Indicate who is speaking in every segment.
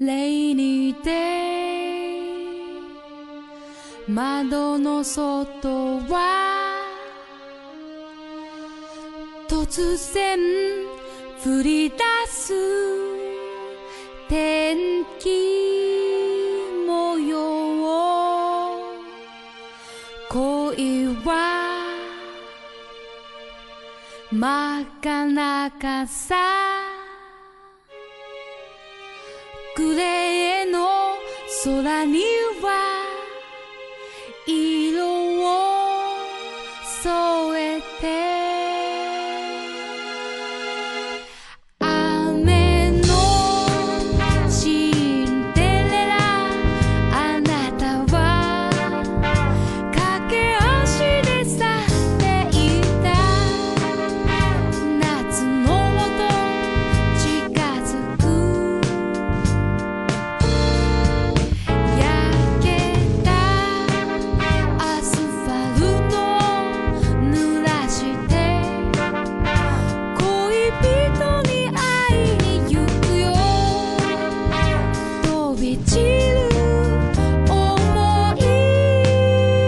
Speaker 1: Rainy day 窓の外は突然降り出す天気模様恋は真っ赤な傘グレーの空には色を添えて雨のシンデレラあなたは駆け足で去っていた夏の音近づく焼けたアスファルトを濡らして恋人に会いに行くよ飛び散る想い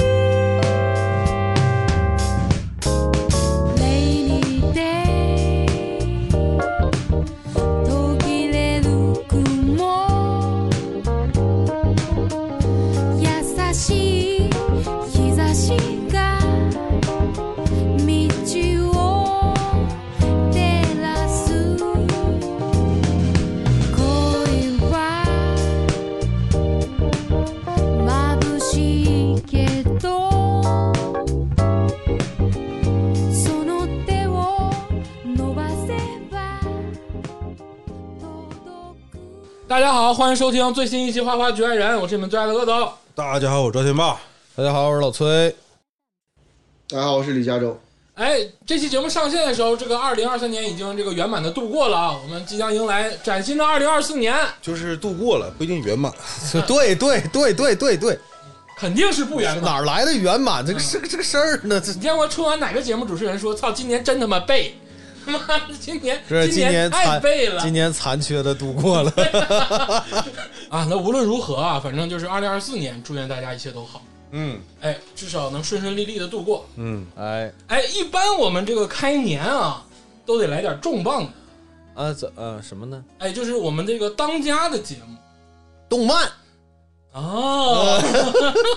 Speaker 1: Rainy day 途切れる雲優しい日差しが道を照らす恋は眩しいけどその手を伸ばせば届く
Speaker 2: 大家好，欢迎收听最新一期《花花局外人》，我是你们最爱的乐总。
Speaker 3: 大家好，我是赵天霸。大家好，我是老崔。
Speaker 4: 大家好，我是李佳洲。
Speaker 2: 哎，这期节目上线的时候，这个二零二三年已经这个圆满的度过了啊，我们即将迎来崭新的二零二四年，
Speaker 3: 就是度过了，不一定圆满。
Speaker 5: 对对对对对对，
Speaker 2: 肯定是不圆满。
Speaker 5: 哪儿来的圆满？这个这个这个事儿呢？这
Speaker 2: 你见过春晚哪个节目主持人说“操，今年真他妈背”？ 妈的，今年
Speaker 5: 是
Speaker 2: 今
Speaker 5: 年
Speaker 2: 太
Speaker 5: 残
Speaker 2: 背了
Speaker 5: 今年残缺的度 过了。
Speaker 2: 啊！那无论如何啊，反正就是二零二四年，祝愿大家一切都好。
Speaker 3: 嗯
Speaker 2: 哎，至少能顺顺利利的度过。
Speaker 3: 嗯，
Speaker 5: 哎
Speaker 2: 哎，一般我们这个开年啊，都得来点重磅的。
Speaker 5: 啊怎啊什么呢？
Speaker 2: 哎，就是我们这个当家的节目
Speaker 5: 动漫
Speaker 2: 哦。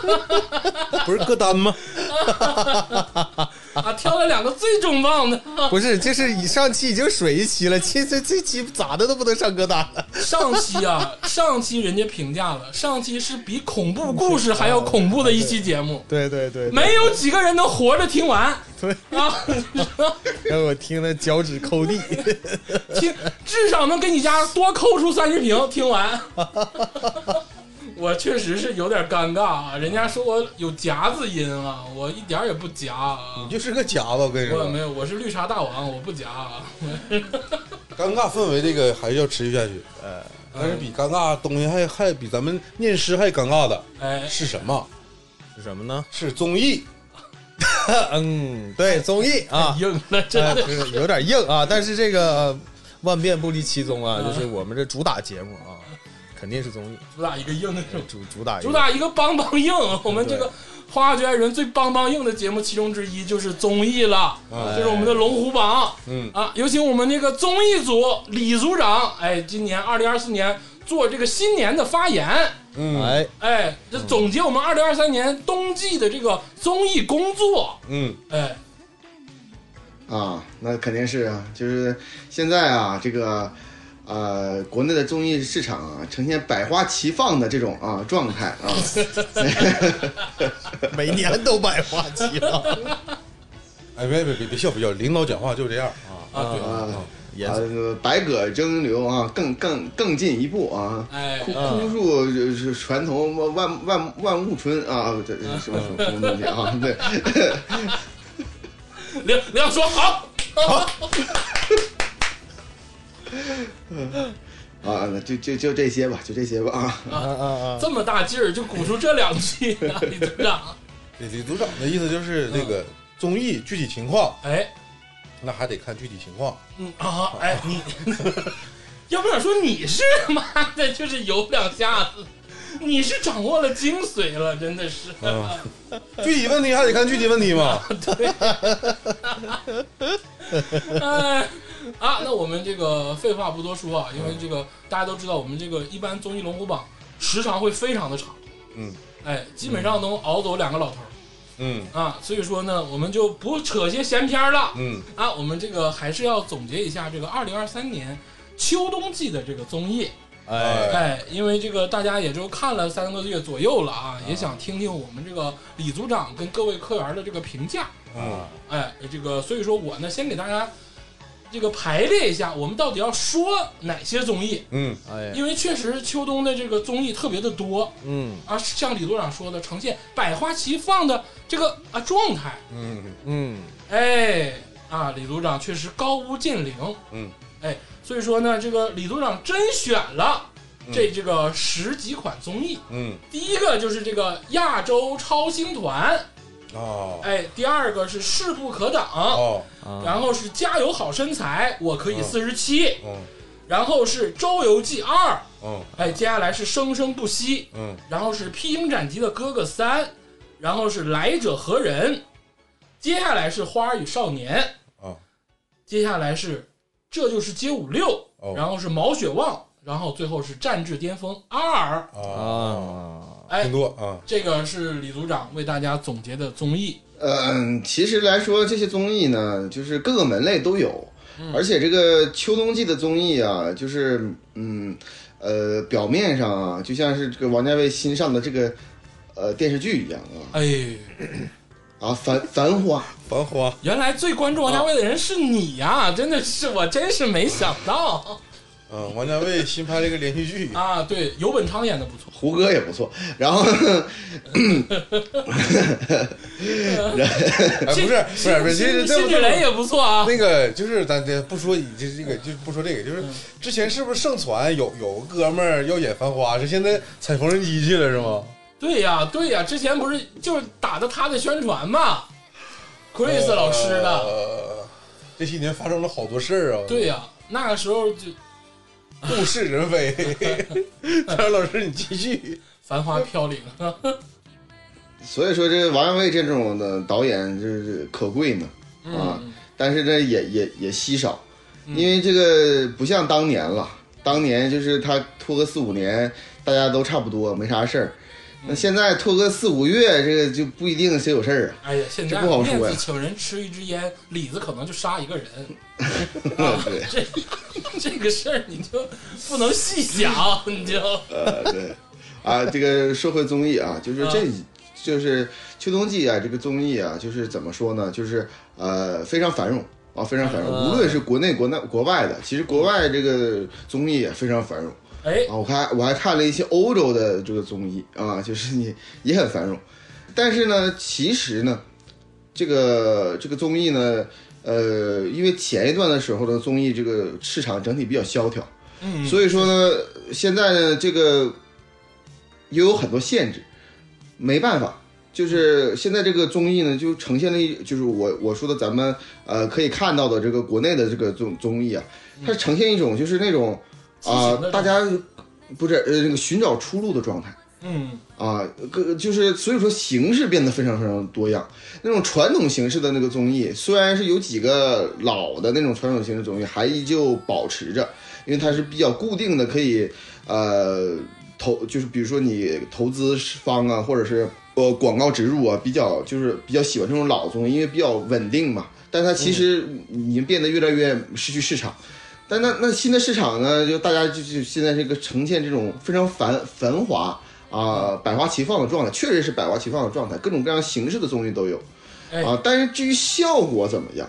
Speaker 3: 哦不是歌 单吗？
Speaker 2: 啊，挑了两个最重磅的。
Speaker 5: 不是，这是以上期已经水一期了，这这这期咋的都不能上歌单了。
Speaker 2: 上期啊，上期人家评价了，上期是比恐怖故事还要恐怖的一期节目，
Speaker 5: 对对对，
Speaker 2: 没有几个人能活着听完。
Speaker 5: 对
Speaker 2: 啊，
Speaker 5: 让我听得脚趾抠地。
Speaker 2: 听至少能给你家多抠出三十瓶，听完。我确实是有点尴尬啊，人家说我有夹子音啊，我一点儿也不夹啊
Speaker 3: 你。 就是个夹吧，我跟你
Speaker 2: 我没
Speaker 3: 说，
Speaker 2: 有，我是绿茶大王，我不夹啊。
Speaker 3: 尴尬氛围这个还是要持续下去。哎，但是比尴尬东西还还比咱们念诗还尴尬的
Speaker 2: 哎，
Speaker 3: 是什么？
Speaker 5: 是什么呢？
Speaker 3: 是综艺。
Speaker 5: 嗯，对，综艺啊，
Speaker 2: 硬了，真
Speaker 5: 哎
Speaker 2: 的。
Speaker 5: 就是有点硬啊，但是这个呃万变不离其宗啊，
Speaker 2: 嗯
Speaker 5: 就是我们这主打节目啊，肯定是综艺。
Speaker 2: 主打一个硬的手
Speaker 5: 主主打一个
Speaker 2: 主打一个邦邦硬， 我们这个《花花局爱人》最邦邦硬的节目其中之一就是综艺了，
Speaker 3: 哎
Speaker 2: 就是我们的龙虎榜
Speaker 3: 嗯，
Speaker 2: 啊！有请我们这个综艺组李组长，哎，今年二零二四年做这个新年的发言，
Speaker 3: 嗯
Speaker 5: 哎，
Speaker 2: 哎，这总结我们二零二三年冬季的这个综艺工作，
Speaker 3: 嗯，
Speaker 2: 哎，
Speaker 4: 啊，那肯定是啊，就是现在啊，这个呃，国内的综艺市场啊，呈现百花齐放的这种啊状态啊，
Speaker 5: 每年都百花齐 放
Speaker 3: 哎，别别别别笑别笑，领导讲话就这样啊。
Speaker 2: 啊对，
Speaker 4: 啊，
Speaker 5: 严肃
Speaker 4: 呃，百舸争流啊，更更更进一步啊。
Speaker 2: 哎
Speaker 4: 枯，枯树就是传统呃万万万物春啊，这这什么什么什么东西啊？对，
Speaker 2: 梁梁说好，
Speaker 4: 啊，那就就就这些吧，就这些吧啊。
Speaker 5: 啊啊啊！
Speaker 2: 这么大劲儿就鼓出这两句， 李组长，
Speaker 3: 李李组长的意思就是这
Speaker 2: 嗯
Speaker 3: 个综艺具体情况，
Speaker 2: 哎，
Speaker 3: 那还得看具体情况。
Speaker 2: 嗯啊，哎，你 要不然说你是妈的，就是有两下子，你是掌握了精髓了，真的是。
Speaker 3: 啊，具体问题还得看具体问题嘛。
Speaker 2: 哎啊，那我们这个废话不多说啊，因为这个大家都知道，我们这个一般综艺龙虎榜时长会非常的长，
Speaker 3: 嗯，
Speaker 2: 哎，基本上能熬走两个老头儿
Speaker 3: 嗯
Speaker 2: 啊，所以说呢，我们就不扯些闲篇儿了
Speaker 3: 嗯，
Speaker 2: 啊，我们这个还是要总结一下这个二零二三年秋冬季的这个综艺，
Speaker 5: 哎，
Speaker 2: 哎，因为这个大家也就看了三个月左右了啊，也想听听我们这个李组长跟各位科员的这个评价。
Speaker 3: 嗯
Speaker 2: 哎，这个所以说我呢，先给大家这个排列一下，我们到底要说哪些综艺？
Speaker 3: 嗯
Speaker 5: 哎，
Speaker 2: 因为确实秋冬的这个综艺特别的多
Speaker 5: 嗯
Speaker 2: 啊，像李组长说的，呈现百花齐放的这个啊状态。
Speaker 3: 嗯
Speaker 5: 嗯，
Speaker 2: 哎，啊，李组长确实高屋建瓴。
Speaker 3: 嗯，
Speaker 2: 哎，所以说呢，这个李组长甄选了这这个十几款综艺。
Speaker 3: 嗯
Speaker 2: 第一个就是这个亚洲超星团，
Speaker 3: 哦
Speaker 2: 哎，第二个是势不可挡，
Speaker 3: 哦
Speaker 5: 啊
Speaker 2: 然后是加油好身材，我可以四十七，
Speaker 3: 嗯
Speaker 2: 然后是周游记二，
Speaker 3: 嗯
Speaker 2: 哎，接下来是生生不息，
Speaker 3: 嗯
Speaker 2: 然后是披荆斩棘的哥哥三，然后是来者何人，接下来是花儿与少年，
Speaker 3: 哦
Speaker 2: 接下来是这就是街舞六，
Speaker 3: 哦
Speaker 2: 然后是毛血旺，然后最后是战至巅峰二，
Speaker 3: 哦，
Speaker 5: 啊，
Speaker 2: 哎
Speaker 3: 挺，多啊，
Speaker 2: 这个是李组长为大家总结的综艺，
Speaker 4: 嗯，其实来说，这些综艺呢，就是各个门类都有，而且这个秋冬季的综艺啊，就是嗯，呃，表面上啊，就像是这个王家卫新上的这个呃电视剧一样啊
Speaker 2: 哎。
Speaker 4: 啊，繁繁花
Speaker 3: 繁花
Speaker 2: 原来最关注王家卫的人是你呀、真的是我真是没想到
Speaker 3: 嗯，王家卫新拍了一个连续剧，
Speaker 2: 啊！对，游本昌演的不错，
Speaker 4: 胡歌也不错，然后
Speaker 3: 哎，不是不是不是，这
Speaker 2: 辛
Speaker 3: 这
Speaker 2: 辛芷蕾也不错啊。
Speaker 3: 那个就是咱这不说，这这个就不说这个，
Speaker 2: 嗯
Speaker 3: 就是之前是不是盛传有有哥们儿要演《繁花》，是现在踩缝纫机去了是吗？
Speaker 2: 对呀、对呀、之前不是就是打的他的宣传嘛，Chris
Speaker 4: 哦
Speaker 3: 呃
Speaker 2: 老师的，
Speaker 3: 这些年发生了好多事儿啊，
Speaker 2: 对，呀、那个时候就《
Speaker 3: 物是人 非。张然老师，你继续。
Speaker 2: 繁花飘零》
Speaker 4: 所以说这王家卫这种的导演就是可贵呢，啊，
Speaker 2: 嗯
Speaker 4: 但是这也也也稀少，
Speaker 2: 嗯
Speaker 4: 因为这个不像当年了，当年就是他拖个四五年，大家都差不多没啥事儿。那现在拖个四五月，这个就不一定谁有事儿啊。
Speaker 2: 哎呀，现在
Speaker 4: 这不好说呀
Speaker 2: 面子请人吃一支烟，里子可能就杀一个人，
Speaker 4: 啊对，
Speaker 2: 这这个事儿你就不能细想，你就
Speaker 4: 呃，对，啊，这个社会综艺啊，就是这，就是秋冬季啊，这个综艺啊，就是怎么说呢，就是呃非常繁荣啊，非常繁荣，
Speaker 5: 嗯
Speaker 4: 无论是国内、国内、国外的，其实国外这个综艺也非常繁荣。
Speaker 2: 哎
Speaker 4: 啊，我看我还看了一些欧洲的这个综艺啊， 就是你也很繁荣，但是呢，其实呢，这个这个综艺呢，呃，因为前一段的时候呢，综艺这个市场整体比较萧条，
Speaker 2: 嗯
Speaker 4: 所以说呢，现在呢，这个也有很多限制，没办法。就是现在这个综艺呢，就呈现了一，就是我我说的咱们呃可以看到的这个国内的这个综综艺啊，它呈现一种就是那种
Speaker 2: 畸
Speaker 4: 啊、
Speaker 2: 形的
Speaker 4: 大家不是呃那个寻找出路的状态
Speaker 2: 嗯
Speaker 4: 啊，各就是所以说形式变得非常非常多样。那种传统形式的那个综艺，虽然是有几个老的那种传统形式综艺还依旧保持着，因为它是比较固定的，可以呃投就是比如说你投资方啊，或者是呃广告植入啊，比较就是比较喜欢这种老综艺，因为比较稳定嘛。但它
Speaker 2: 嗯
Speaker 4: 其实已经变得越来越失去市场。但那那新的市场呢，就大家就就现在这个呈现这种非常繁繁华啊、百花齐放的状态，确实是百花齐放的状态，各种各样形式的综艺都有
Speaker 2: 哎
Speaker 4: 啊。但是至于效果怎么样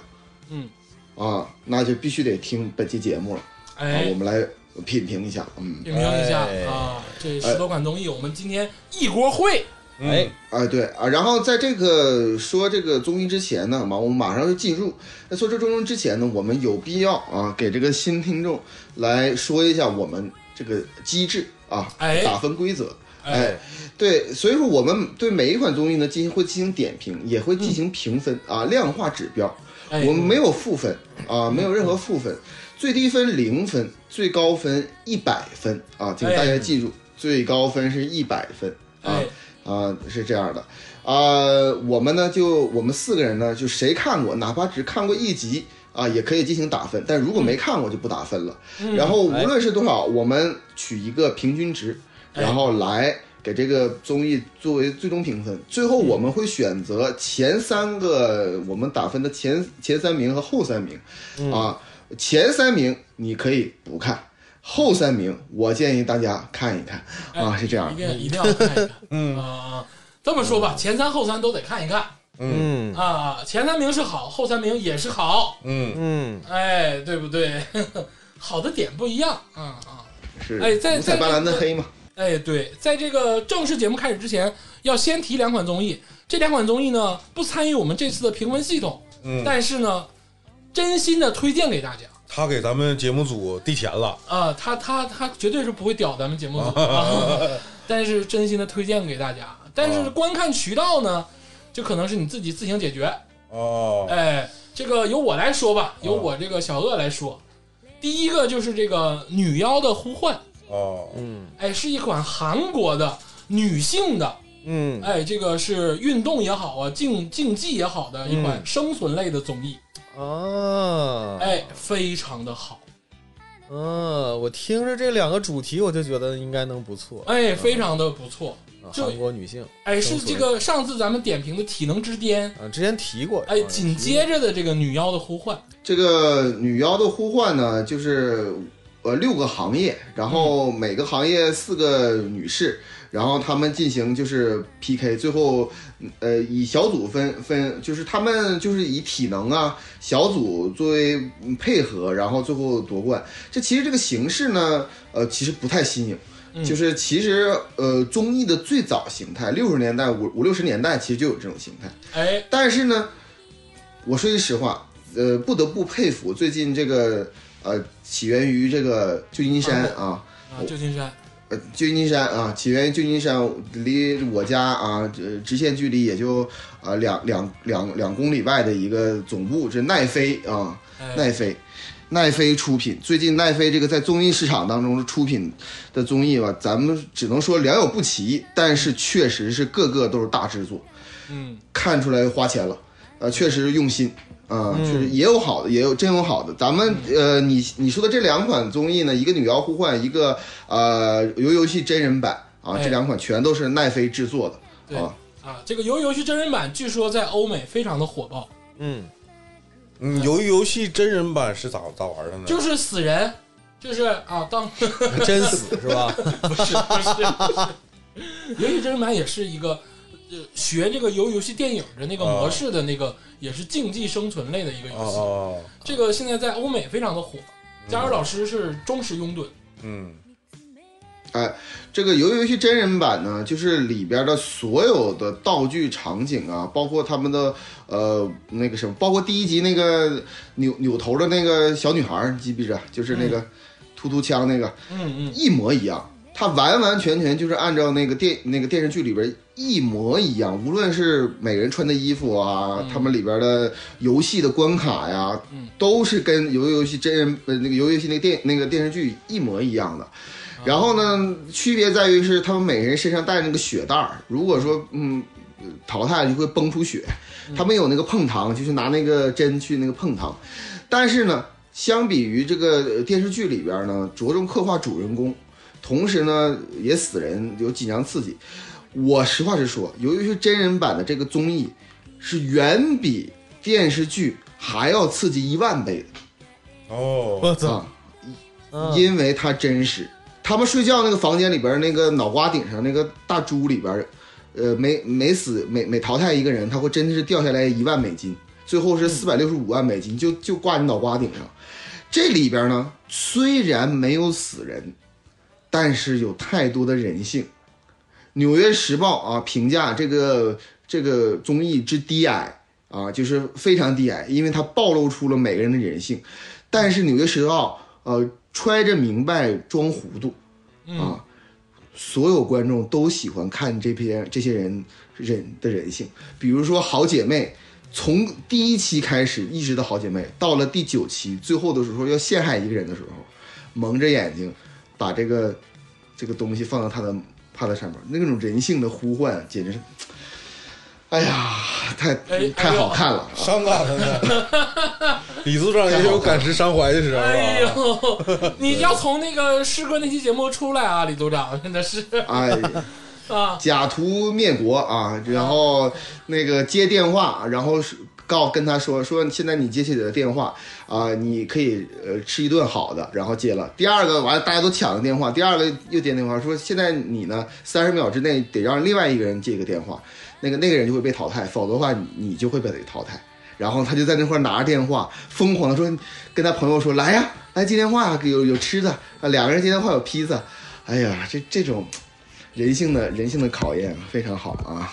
Speaker 2: 嗯，
Speaker 4: 啊，那就必须得听本期节目了啊
Speaker 2: 哎，，
Speaker 4: 我们来品评一下，嗯，
Speaker 2: 点评一下、
Speaker 5: 哎
Speaker 2: 啊，这十多款综艺，我们今天一锅烩。
Speaker 5: 哎，
Speaker 4: 啊，对啊，然后在这个说这个综艺之前呢，马我们马上就进入。那说这综艺之前呢，我们有必要啊，给这个新听众来说一下我们这个机制啊，
Speaker 2: 哎
Speaker 4: 打分规则。
Speaker 2: 哎，
Speaker 4: 对，所以说我们对每一款综艺呢进行会进行点评，也会进行评分、啊，量化指标。
Speaker 2: 哎
Speaker 4: 我们没有负分啊，没有任何负分，最低分零分，最高分一百分啊，请大家记住，最高分是一百分啊
Speaker 2: 哎，
Speaker 4: 啊，是这样的啊，我们呢就我们四个人呢，就谁看过，哪怕只看过一集。啊，也可以进行打分，但如果没看过就不打分了。然后无论是多少，我们取一个平均值，
Speaker 2: 哎
Speaker 4: 然后来给这个综艺作为最终评分。最后我们会选择前三个我们打分的前前三名和后三名，啊，前三名你可以不看，后三名我建议大家看一看啊，是这样
Speaker 2: 一
Speaker 4: 的。
Speaker 2: 定一定要看一看。嗯啊，这么说吧，前三后三都得看一看
Speaker 5: 嗯
Speaker 2: 啊。前三名是好，后三名也是好，
Speaker 3: 嗯，
Speaker 5: 嗯，
Speaker 2: 哎，对不对？ 好的点不一样啊啊！
Speaker 4: 是
Speaker 2: 哎在
Speaker 4: 五彩斑斓的
Speaker 2: 在
Speaker 4: 黑嘛，
Speaker 2: 哎，对，在这个正式节目开始之前，要先提两款综艺。这两款综艺呢，不参与我们这次的评分系统，
Speaker 3: 嗯
Speaker 2: 但是呢，真心的推荐给大家。
Speaker 3: 他给咱们节目组递钱了，
Speaker 2: 啊，他他他绝对是不会屌咱们节目组，啊、但是真心的推荐给大家。但是观看渠道呢，就可能是你自己自行解决。
Speaker 3: 哦，
Speaker 2: 哎，这个由我来说吧，由我这个小鳄来说。第一个就是这个《女妖的呼唤》，
Speaker 3: 哦，
Speaker 2: 哎，是一款韩国的女性的，
Speaker 5: 嗯，
Speaker 2: 哎，这个是运动也好啊，竞竞技也好的一款生存类的综艺，
Speaker 5: 嗯啊，
Speaker 2: 哎，非常的好，
Speaker 5: 嗯，我听着这两个主题，我就觉得应该能不错。
Speaker 2: 哎，非常的不错。
Speaker 5: 啊
Speaker 2: 这
Speaker 5: 韩国女性
Speaker 2: 哎，是这个上次咱们点评的《体能之巅》，
Speaker 5: 啊，之前提过。
Speaker 2: 哎，紧接着的这个女妖的呼唤，
Speaker 4: 这个女妖的呼唤呢，就是呃六个行业，然
Speaker 2: 嗯
Speaker 4: 后每个行业四个女士，然后她们进行就是 PK，最后呃以小组分分，就是她们就是以体能啊小组作为嗯配合，然后最后夺冠。这其实这个形式呢，呃其实不太新颖。
Speaker 2: 嗯
Speaker 4: 就是其实，呃，综艺的最早形态，六十年代五五六十年代其实就有这种形态，
Speaker 2: 哎，
Speaker 4: 但是呢，我说句实话，呃，不得不佩服最近这个呃，起源于这个旧金山啊，
Speaker 5: 哦
Speaker 2: 啊，旧金山，
Speaker 4: 呃，旧金山啊，起源于旧金山，离我家啊，这直线距离也就啊两两两两公里外的一个总部，这奈飞啊，
Speaker 2: 哎，
Speaker 4: 奈飞。奈飞出品，最近奈飞这个在综艺市场当中出品的综艺吧，咱们只能说良莠不齐，但是确实是个个都是大制作。
Speaker 2: 嗯，
Speaker 4: 看出来花钱了，呃，确实用心啊，确实也有好的，也有真有好的。咱们
Speaker 2: 嗯
Speaker 4: 呃，你你说的这两款综艺呢，一个《女妖互换》，一个呃游游戏真人版啊，
Speaker 2: 哎
Speaker 4: 这两款全都是奈飞制作
Speaker 2: 对
Speaker 4: 的啊。
Speaker 2: 啊，这个游游戏真人版据说在欧美非常的火爆，
Speaker 5: 嗯，
Speaker 3: 嗯，游游戏真人版是咋咋玩的呢？
Speaker 2: 就是死人，就是啊，当 不是
Speaker 5: 真死是吧？
Speaker 2: 不是不是游戏真人版也是一个。呃，学这个游游戏电影的那个模式的那个，也是竞技生存类的一个游戏。
Speaker 3: 哦嗯哦，
Speaker 2: 这个现在在欧美非常的火，加入老师是忠实拥趸。
Speaker 3: 嗯
Speaker 4: 这个游游戏真人版呢，就是里边的所有的道具场景啊，包括他们的呃那个什么，包括第一集那个扭扭头的那个小女孩儿，你记不记着？就是那个突突枪那个，
Speaker 2: 嗯嗯，
Speaker 4: 一模一样，它完完全全就是按照那个电那个电视剧里边一模一样，无论是每个人穿的衣服啊，他们里边的游戏的关卡呀，
Speaker 2: 嗯
Speaker 4: 都是跟游游戏真人呃那个游游戏那个电那个电视剧一模一样的。然后呢，区别在于是他们每个人身上带那个血袋儿，如果说嗯呃淘汰就会崩出血，他们有那个碰糖，就是拿那个针去那个碰糖，但是呢，相比于这个呃电视剧里边呢，着重刻画主人公，同时呢也死人有紧张刺激。我实话实说，由于是真人版的这个综艺，是远比电视剧还要刺激一万倍
Speaker 3: 哦，
Speaker 5: 我
Speaker 4: 的
Speaker 5: 操
Speaker 4: 啊！，
Speaker 5: 嗯
Speaker 4: 因为它真实。他们睡觉那个房间里边那个脑瓜顶上那个大猪里边，呃，每每死每每淘汰一个人，他会真是掉下来一万美金，最后是四百六十五万美金，就就挂你脑瓜顶上。这里边呢，虽然没有死人，但是有太多的人性。《纽约时报》啊评价这个这个综艺之低矮啊，就是非常低矮，因为它暴露出了每个人的人性。但是《纽约时报》呃揣着明白装糊涂
Speaker 2: 嗯
Speaker 4: 啊，所有观啊众都喜欢看这篇这些人人的人性。比如说好姐妹从第一期开始一直到好姐妹，到了第九期最后的时候要陷害一个人的时候，蒙着眼睛把这个这个东西放到他的帕特上面，那种人性的呼唤简直是，哎呀，太
Speaker 2: 哎
Speaker 4: 太好看了啊！
Speaker 3: 伤感了呢。 李组长也有感时伤怀的时候
Speaker 2: 哎
Speaker 3: 啊。
Speaker 2: 呦，你要从那个师哥那期节目出来啊，李组长真的是
Speaker 4: 哎，
Speaker 2: 啊，
Speaker 4: 假途灭国啊，然后那个接电话，然后是告跟他说说现在你接起的电话啊、你可以呃吃一顿好的，然后接了第二个完了大家都抢着电话，第二个又接电话说现在你呢三十秒之内得让另外一个人接一个电话，那个那个人就会被淘汰，否则的话你你就会被淘汰。然后他就在那块儿拿着电话，疯狂的说，跟他朋友说来呀，来接电话，有有吃的啊，两个人接电话有披萨，哎呀，这这种人性的人性的考验非常好啊！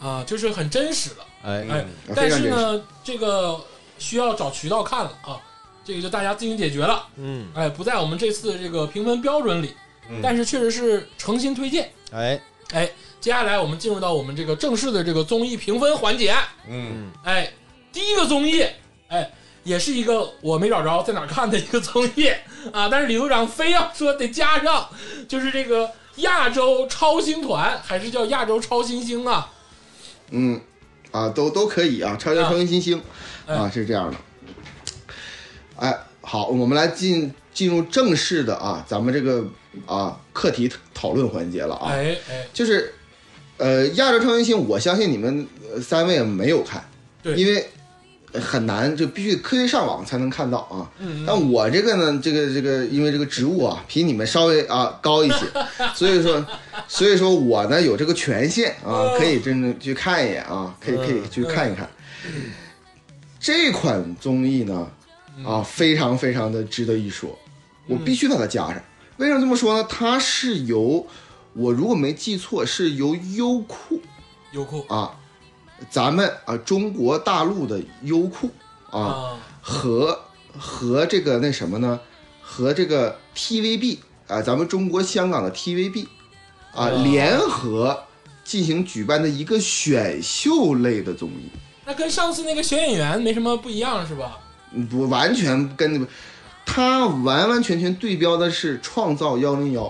Speaker 2: 啊，就是很真实的。
Speaker 5: 哎，
Speaker 2: 哎，
Speaker 4: 嗯
Speaker 2: 但是呢，这个需要找渠道看了啊，这个就大家自行解决了。
Speaker 5: 嗯，
Speaker 2: 哎，不在我们这次这个评分标准里，
Speaker 4: 嗯
Speaker 2: 但是确实是诚心推荐。
Speaker 5: 哎，
Speaker 2: 哎，接下来我们进入到我们这个正式的这个综艺评分环节。
Speaker 3: 嗯，
Speaker 2: 哎，第一个综艺，哎，也是一个我没找着在哪儿看的一个 综艺啊，但是李组长非要说得加上，就是这个亚洲超星团，还是叫亚洲超新星啊？
Speaker 4: 嗯，啊，都都可以啊，超越
Speaker 2: 啊
Speaker 4: 超越新星
Speaker 2: 哎
Speaker 4: 啊，是这样的。哎，好，我们来进进入正式的啊，咱们这个啊课题讨论环节了啊，
Speaker 2: 哎哎，
Speaker 4: 就是呃亚洲超新星，我相信你们呃三位没有看，
Speaker 2: 对
Speaker 4: 因为很难，就必须科学上网才能看到啊。
Speaker 2: 嗯，嗯
Speaker 4: 但我这个呢，这个这个，因为这个职务啊，比你们稍微啊高一 些，所以说，所以说我呢有这个权限
Speaker 2: 哦
Speaker 4: 啊，可以真正去看一眼啊，可以可
Speaker 2: 嗯
Speaker 4: 以去看一看。这款综艺呢，啊，非常非常的值得一说，我必须把它加上。为什么这么说呢？它是由我如果没记错，是由优酷
Speaker 2: 优酷
Speaker 4: 啊，咱们啊中国大陆的优酷啊
Speaker 2: 啊，
Speaker 4: 和和这个那什么呢？和这个 TVB 啊、咱们中国香港的 TVB 啊、
Speaker 2: 哦
Speaker 4: 联合进行举办的一个选秀类的综艺，
Speaker 2: 那跟上次那个选演员没什么不一样是吧？
Speaker 4: 嗯不完全跟你们，它完完全全对标的是《创造幺零幺》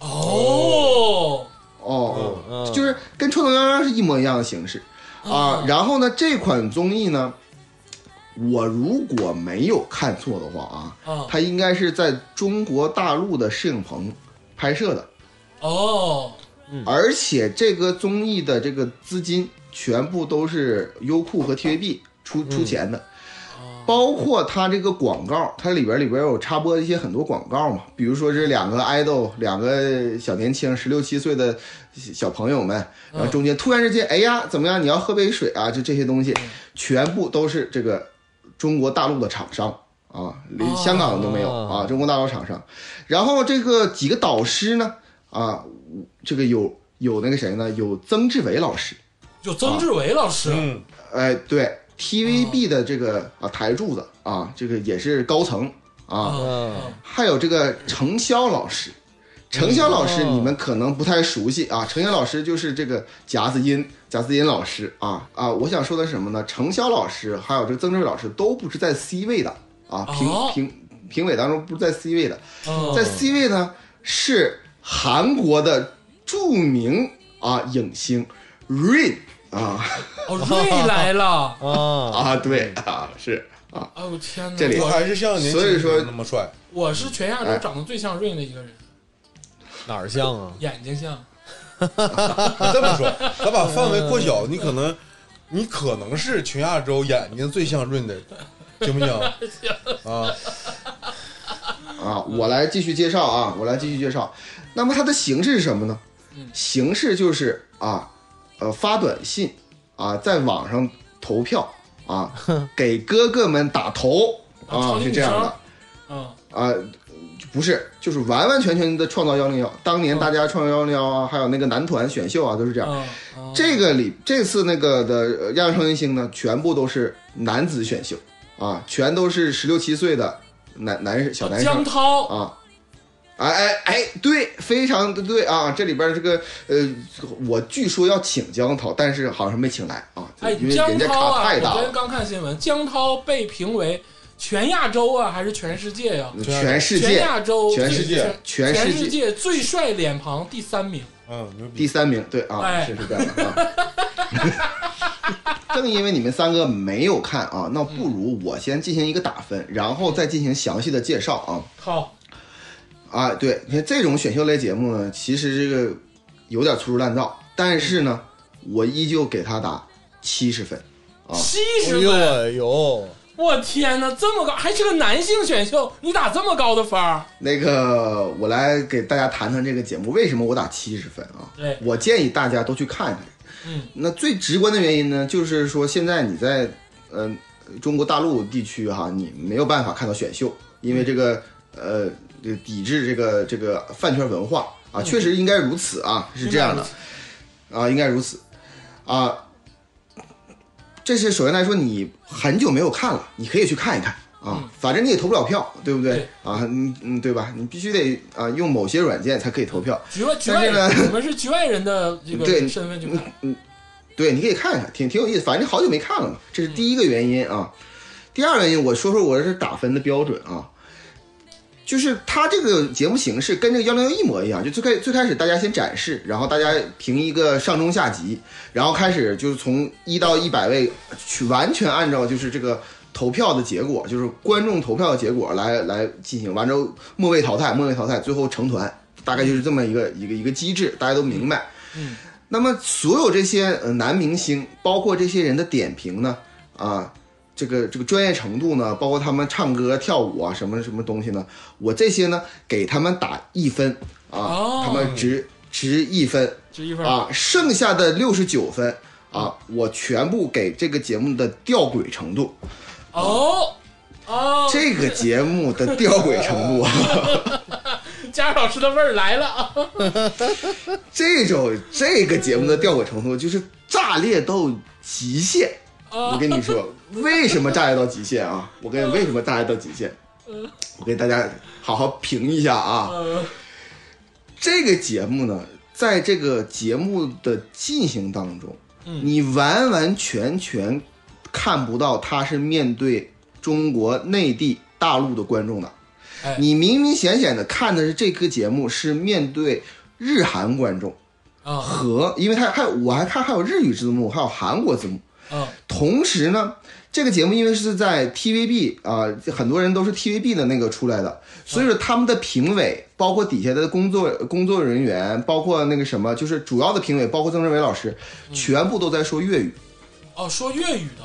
Speaker 2: 哦，
Speaker 4: 哦，
Speaker 5: 嗯
Speaker 4: 就是跟《创造幺零幺》是一模一样的形式啊。然后呢，这款综艺呢，我如果没有看错的话啊，
Speaker 5: 嗯
Speaker 2: 啊，
Speaker 4: 它应该是在中国大陆的摄影棚拍摄的，
Speaker 2: 哦，
Speaker 4: 而且这个综艺的这个资金全部都是优酷和 TVB 出出钱的，包括它这个广告，它里边里边有插播一些很多广告嘛，比如说这两个 idol，两个小年轻十六七岁的小朋友们，然后中间突然之间，哎呀，怎么样？你要喝杯水啊？就这些东西，全部都是这个中国大陆的厂商啊，连
Speaker 2: 哦
Speaker 4: 香港的都没有啊，中国大陆厂商。然后这个几个导师呢，啊，这个有有那个谁呢？有曾志伟老师，
Speaker 2: 就曾志伟老师，
Speaker 3: 嗯
Speaker 4: 哎，对，TVB 的这个啊台柱子啊，这个也是高层啊，
Speaker 2: 嗯，
Speaker 4: 还有这个程潇老师。程潇老师，
Speaker 5: 嗯
Speaker 4: 你们可能不太熟悉啊。程潇老师就是这个贾子音，贾子音老师啊啊！我想说的是什么呢？程潇老师还有这个曾志伟老师都不是在 C 位的啊，评
Speaker 2: 哦
Speaker 4: 评评委当中不是在 C 位的，
Speaker 2: 嗯
Speaker 4: 在 C 位呢是韩国的著名啊影星 Rain 啊
Speaker 2: 哦，瑞来了，
Speaker 5: 啊，
Speaker 4: 啊，对啊是啊，
Speaker 2: 哎呦天哪，
Speaker 4: 这里哎
Speaker 3: 我
Speaker 2: 我
Speaker 3: 还是像年轻
Speaker 4: 所以说
Speaker 3: 人那么帅。
Speaker 2: 我是全亚洲长得最像瑞的一个人，
Speaker 5: 哪儿像啊？
Speaker 2: 眼睛像，
Speaker 3: 你这么说，咱把范围扩小，你可能，你可能是全亚洲眼睛最像润的，行不行？啊，
Speaker 4: 啊，我来继续介绍啊，我来继续介绍。那么它的形式是什么呢？形式就是啊，呃，发短信啊，在网上投票啊，给哥哥们打头
Speaker 2: 啊
Speaker 4: 啊，是这样的
Speaker 2: 嗯
Speaker 4: 啊，不是，就是完完全全的创造幺零幺。当年大家创造幺零幺啊，还有那个男团选秀啊，都是这样。
Speaker 2: 嗯嗯，
Speaker 4: 这个里这次那个的呃亚洲超新星呢，全部都是男子选秀啊，全都是十六七岁的男男小男生。
Speaker 2: 江涛
Speaker 4: 啊。哎哎哎，对，非常的对啊！这里边这个呃，我据说要请江涛，但是好像没请来啊，
Speaker 2: 哎，
Speaker 4: 因为
Speaker 2: 江
Speaker 4: 人家
Speaker 2: 涛
Speaker 4: 卡
Speaker 2: 啊，
Speaker 4: 太
Speaker 2: 我
Speaker 4: 大
Speaker 2: 昨天
Speaker 4: 了，
Speaker 2: 刚看新闻，江涛被评为全亚洲啊，还是全世界呀、
Speaker 4: 全世
Speaker 2: 全
Speaker 4: 界
Speaker 2: 亚洲最、
Speaker 4: 全
Speaker 3: 世界
Speaker 2: 全
Speaker 4: 全
Speaker 2: 全
Speaker 4: 世界
Speaker 2: 界最帅脸庞第三名。
Speaker 3: 嗯，牛
Speaker 4: 第
Speaker 3: 逼，
Speaker 4: 三名，对啊，
Speaker 2: 哎
Speaker 4: 是是这样的啊。 正因为你们三个没有看啊，那不如我先进行一个打分，然后再进行详细的介绍啊。
Speaker 2: 好，
Speaker 4: 啊，对，你看这种选秀类节目呢，其实这个有点粗制滥造，但是呢，我依旧给他打七十分。啊
Speaker 2: 七
Speaker 5: 哎
Speaker 2: 十
Speaker 5: 呦
Speaker 2: 分，
Speaker 5: 哎呦，
Speaker 2: 我天哪，这么高，还是个男性选秀，你打这么高的分儿？
Speaker 4: 那个，我来给大家谈谈这个节目为什么我打七十分啊？
Speaker 2: 对，
Speaker 4: 我建议大家都去看一看。
Speaker 2: 嗯，
Speaker 4: 那最直观的原因呢，就是说现在你在嗯、中国大陆地区哈，你没有办法看到选秀，因为这个呃这个抵制这个这个饭圈文化啊，确实应该如此啊，是这样的啊，应该如此啊。这是首先来说，你很久没有看了，你可以去看一看啊
Speaker 2: 嗯，
Speaker 4: 反正你也投不了票，对不对
Speaker 2: 对？
Speaker 4: 啊，嗯嗯，对吧？你必须得啊用某些软件才可以投票。
Speaker 2: 局外局
Speaker 4: 但
Speaker 2: 外
Speaker 4: 是呢
Speaker 2: 人，我们是局外人的这
Speaker 4: 对
Speaker 2: 个身份去看。
Speaker 4: 对，你可以看一看，挺挺有意思。反正好久没看了嘛，这是第一个原因啊。第二个原因，我说说我是打分的标准啊，就是它这个节目形式跟这个幺零幺一模一样，就最开最开始大家先展示，然后大家评一个上中下级，然后开始就是从一到一百位，去完全按照就是这个投票的结果，就是观众投票的结果来来进行，完之后末位淘汰，末位淘汰，最后成团，大概就是这么一个一个一个机制，大家都明白。
Speaker 2: 嗯，
Speaker 4: 那么所有这些呃男明星，包括这些人的点评呢，啊，这个这个专业程度呢，包括他们唱歌跳舞啊，什么什么东西呢，我这些呢给他们打一分啊，
Speaker 2: 哦嗯
Speaker 4: 他们值值一分
Speaker 2: 值一分儿。
Speaker 4: 啊，剩下的六十九分啊，我全部给这个节目的吊诡程度，
Speaker 2: 哦哦，
Speaker 4: 这个节目的吊诡程度啊。
Speaker 2: 佳老师的味儿来了啊！
Speaker 4: 这种这个节目的吊诡程度就是炸裂到极限。
Speaker 2: 啊
Speaker 4: 我跟你说，为什么炸裂到极限啊？我跟为什么炸裂到极限？我给大家好好评一下啊。
Speaker 2: 呃，
Speaker 4: 这个节目呢，在这个节目的进行当中，你完完全全看不到他是面对中国内地大陆的观众的
Speaker 2: 哎。
Speaker 4: 你明明显显的看的是这个节目是面对日韩观众。
Speaker 2: 啊
Speaker 4: 和，因为它还有我还看还有日语字幕，还有韩国字幕。
Speaker 2: 啊
Speaker 4: 同时呢，这个节目因为是在 TVB 啊、很多人都是 TVB 的那个出来的，所以说他们的评委，包括底下的工作工作人员，包括那个什么，就是主要的评委，包括曾志伟老师，
Speaker 2: 嗯
Speaker 4: 全部都在说粤语。
Speaker 2: 哦，说粤语的，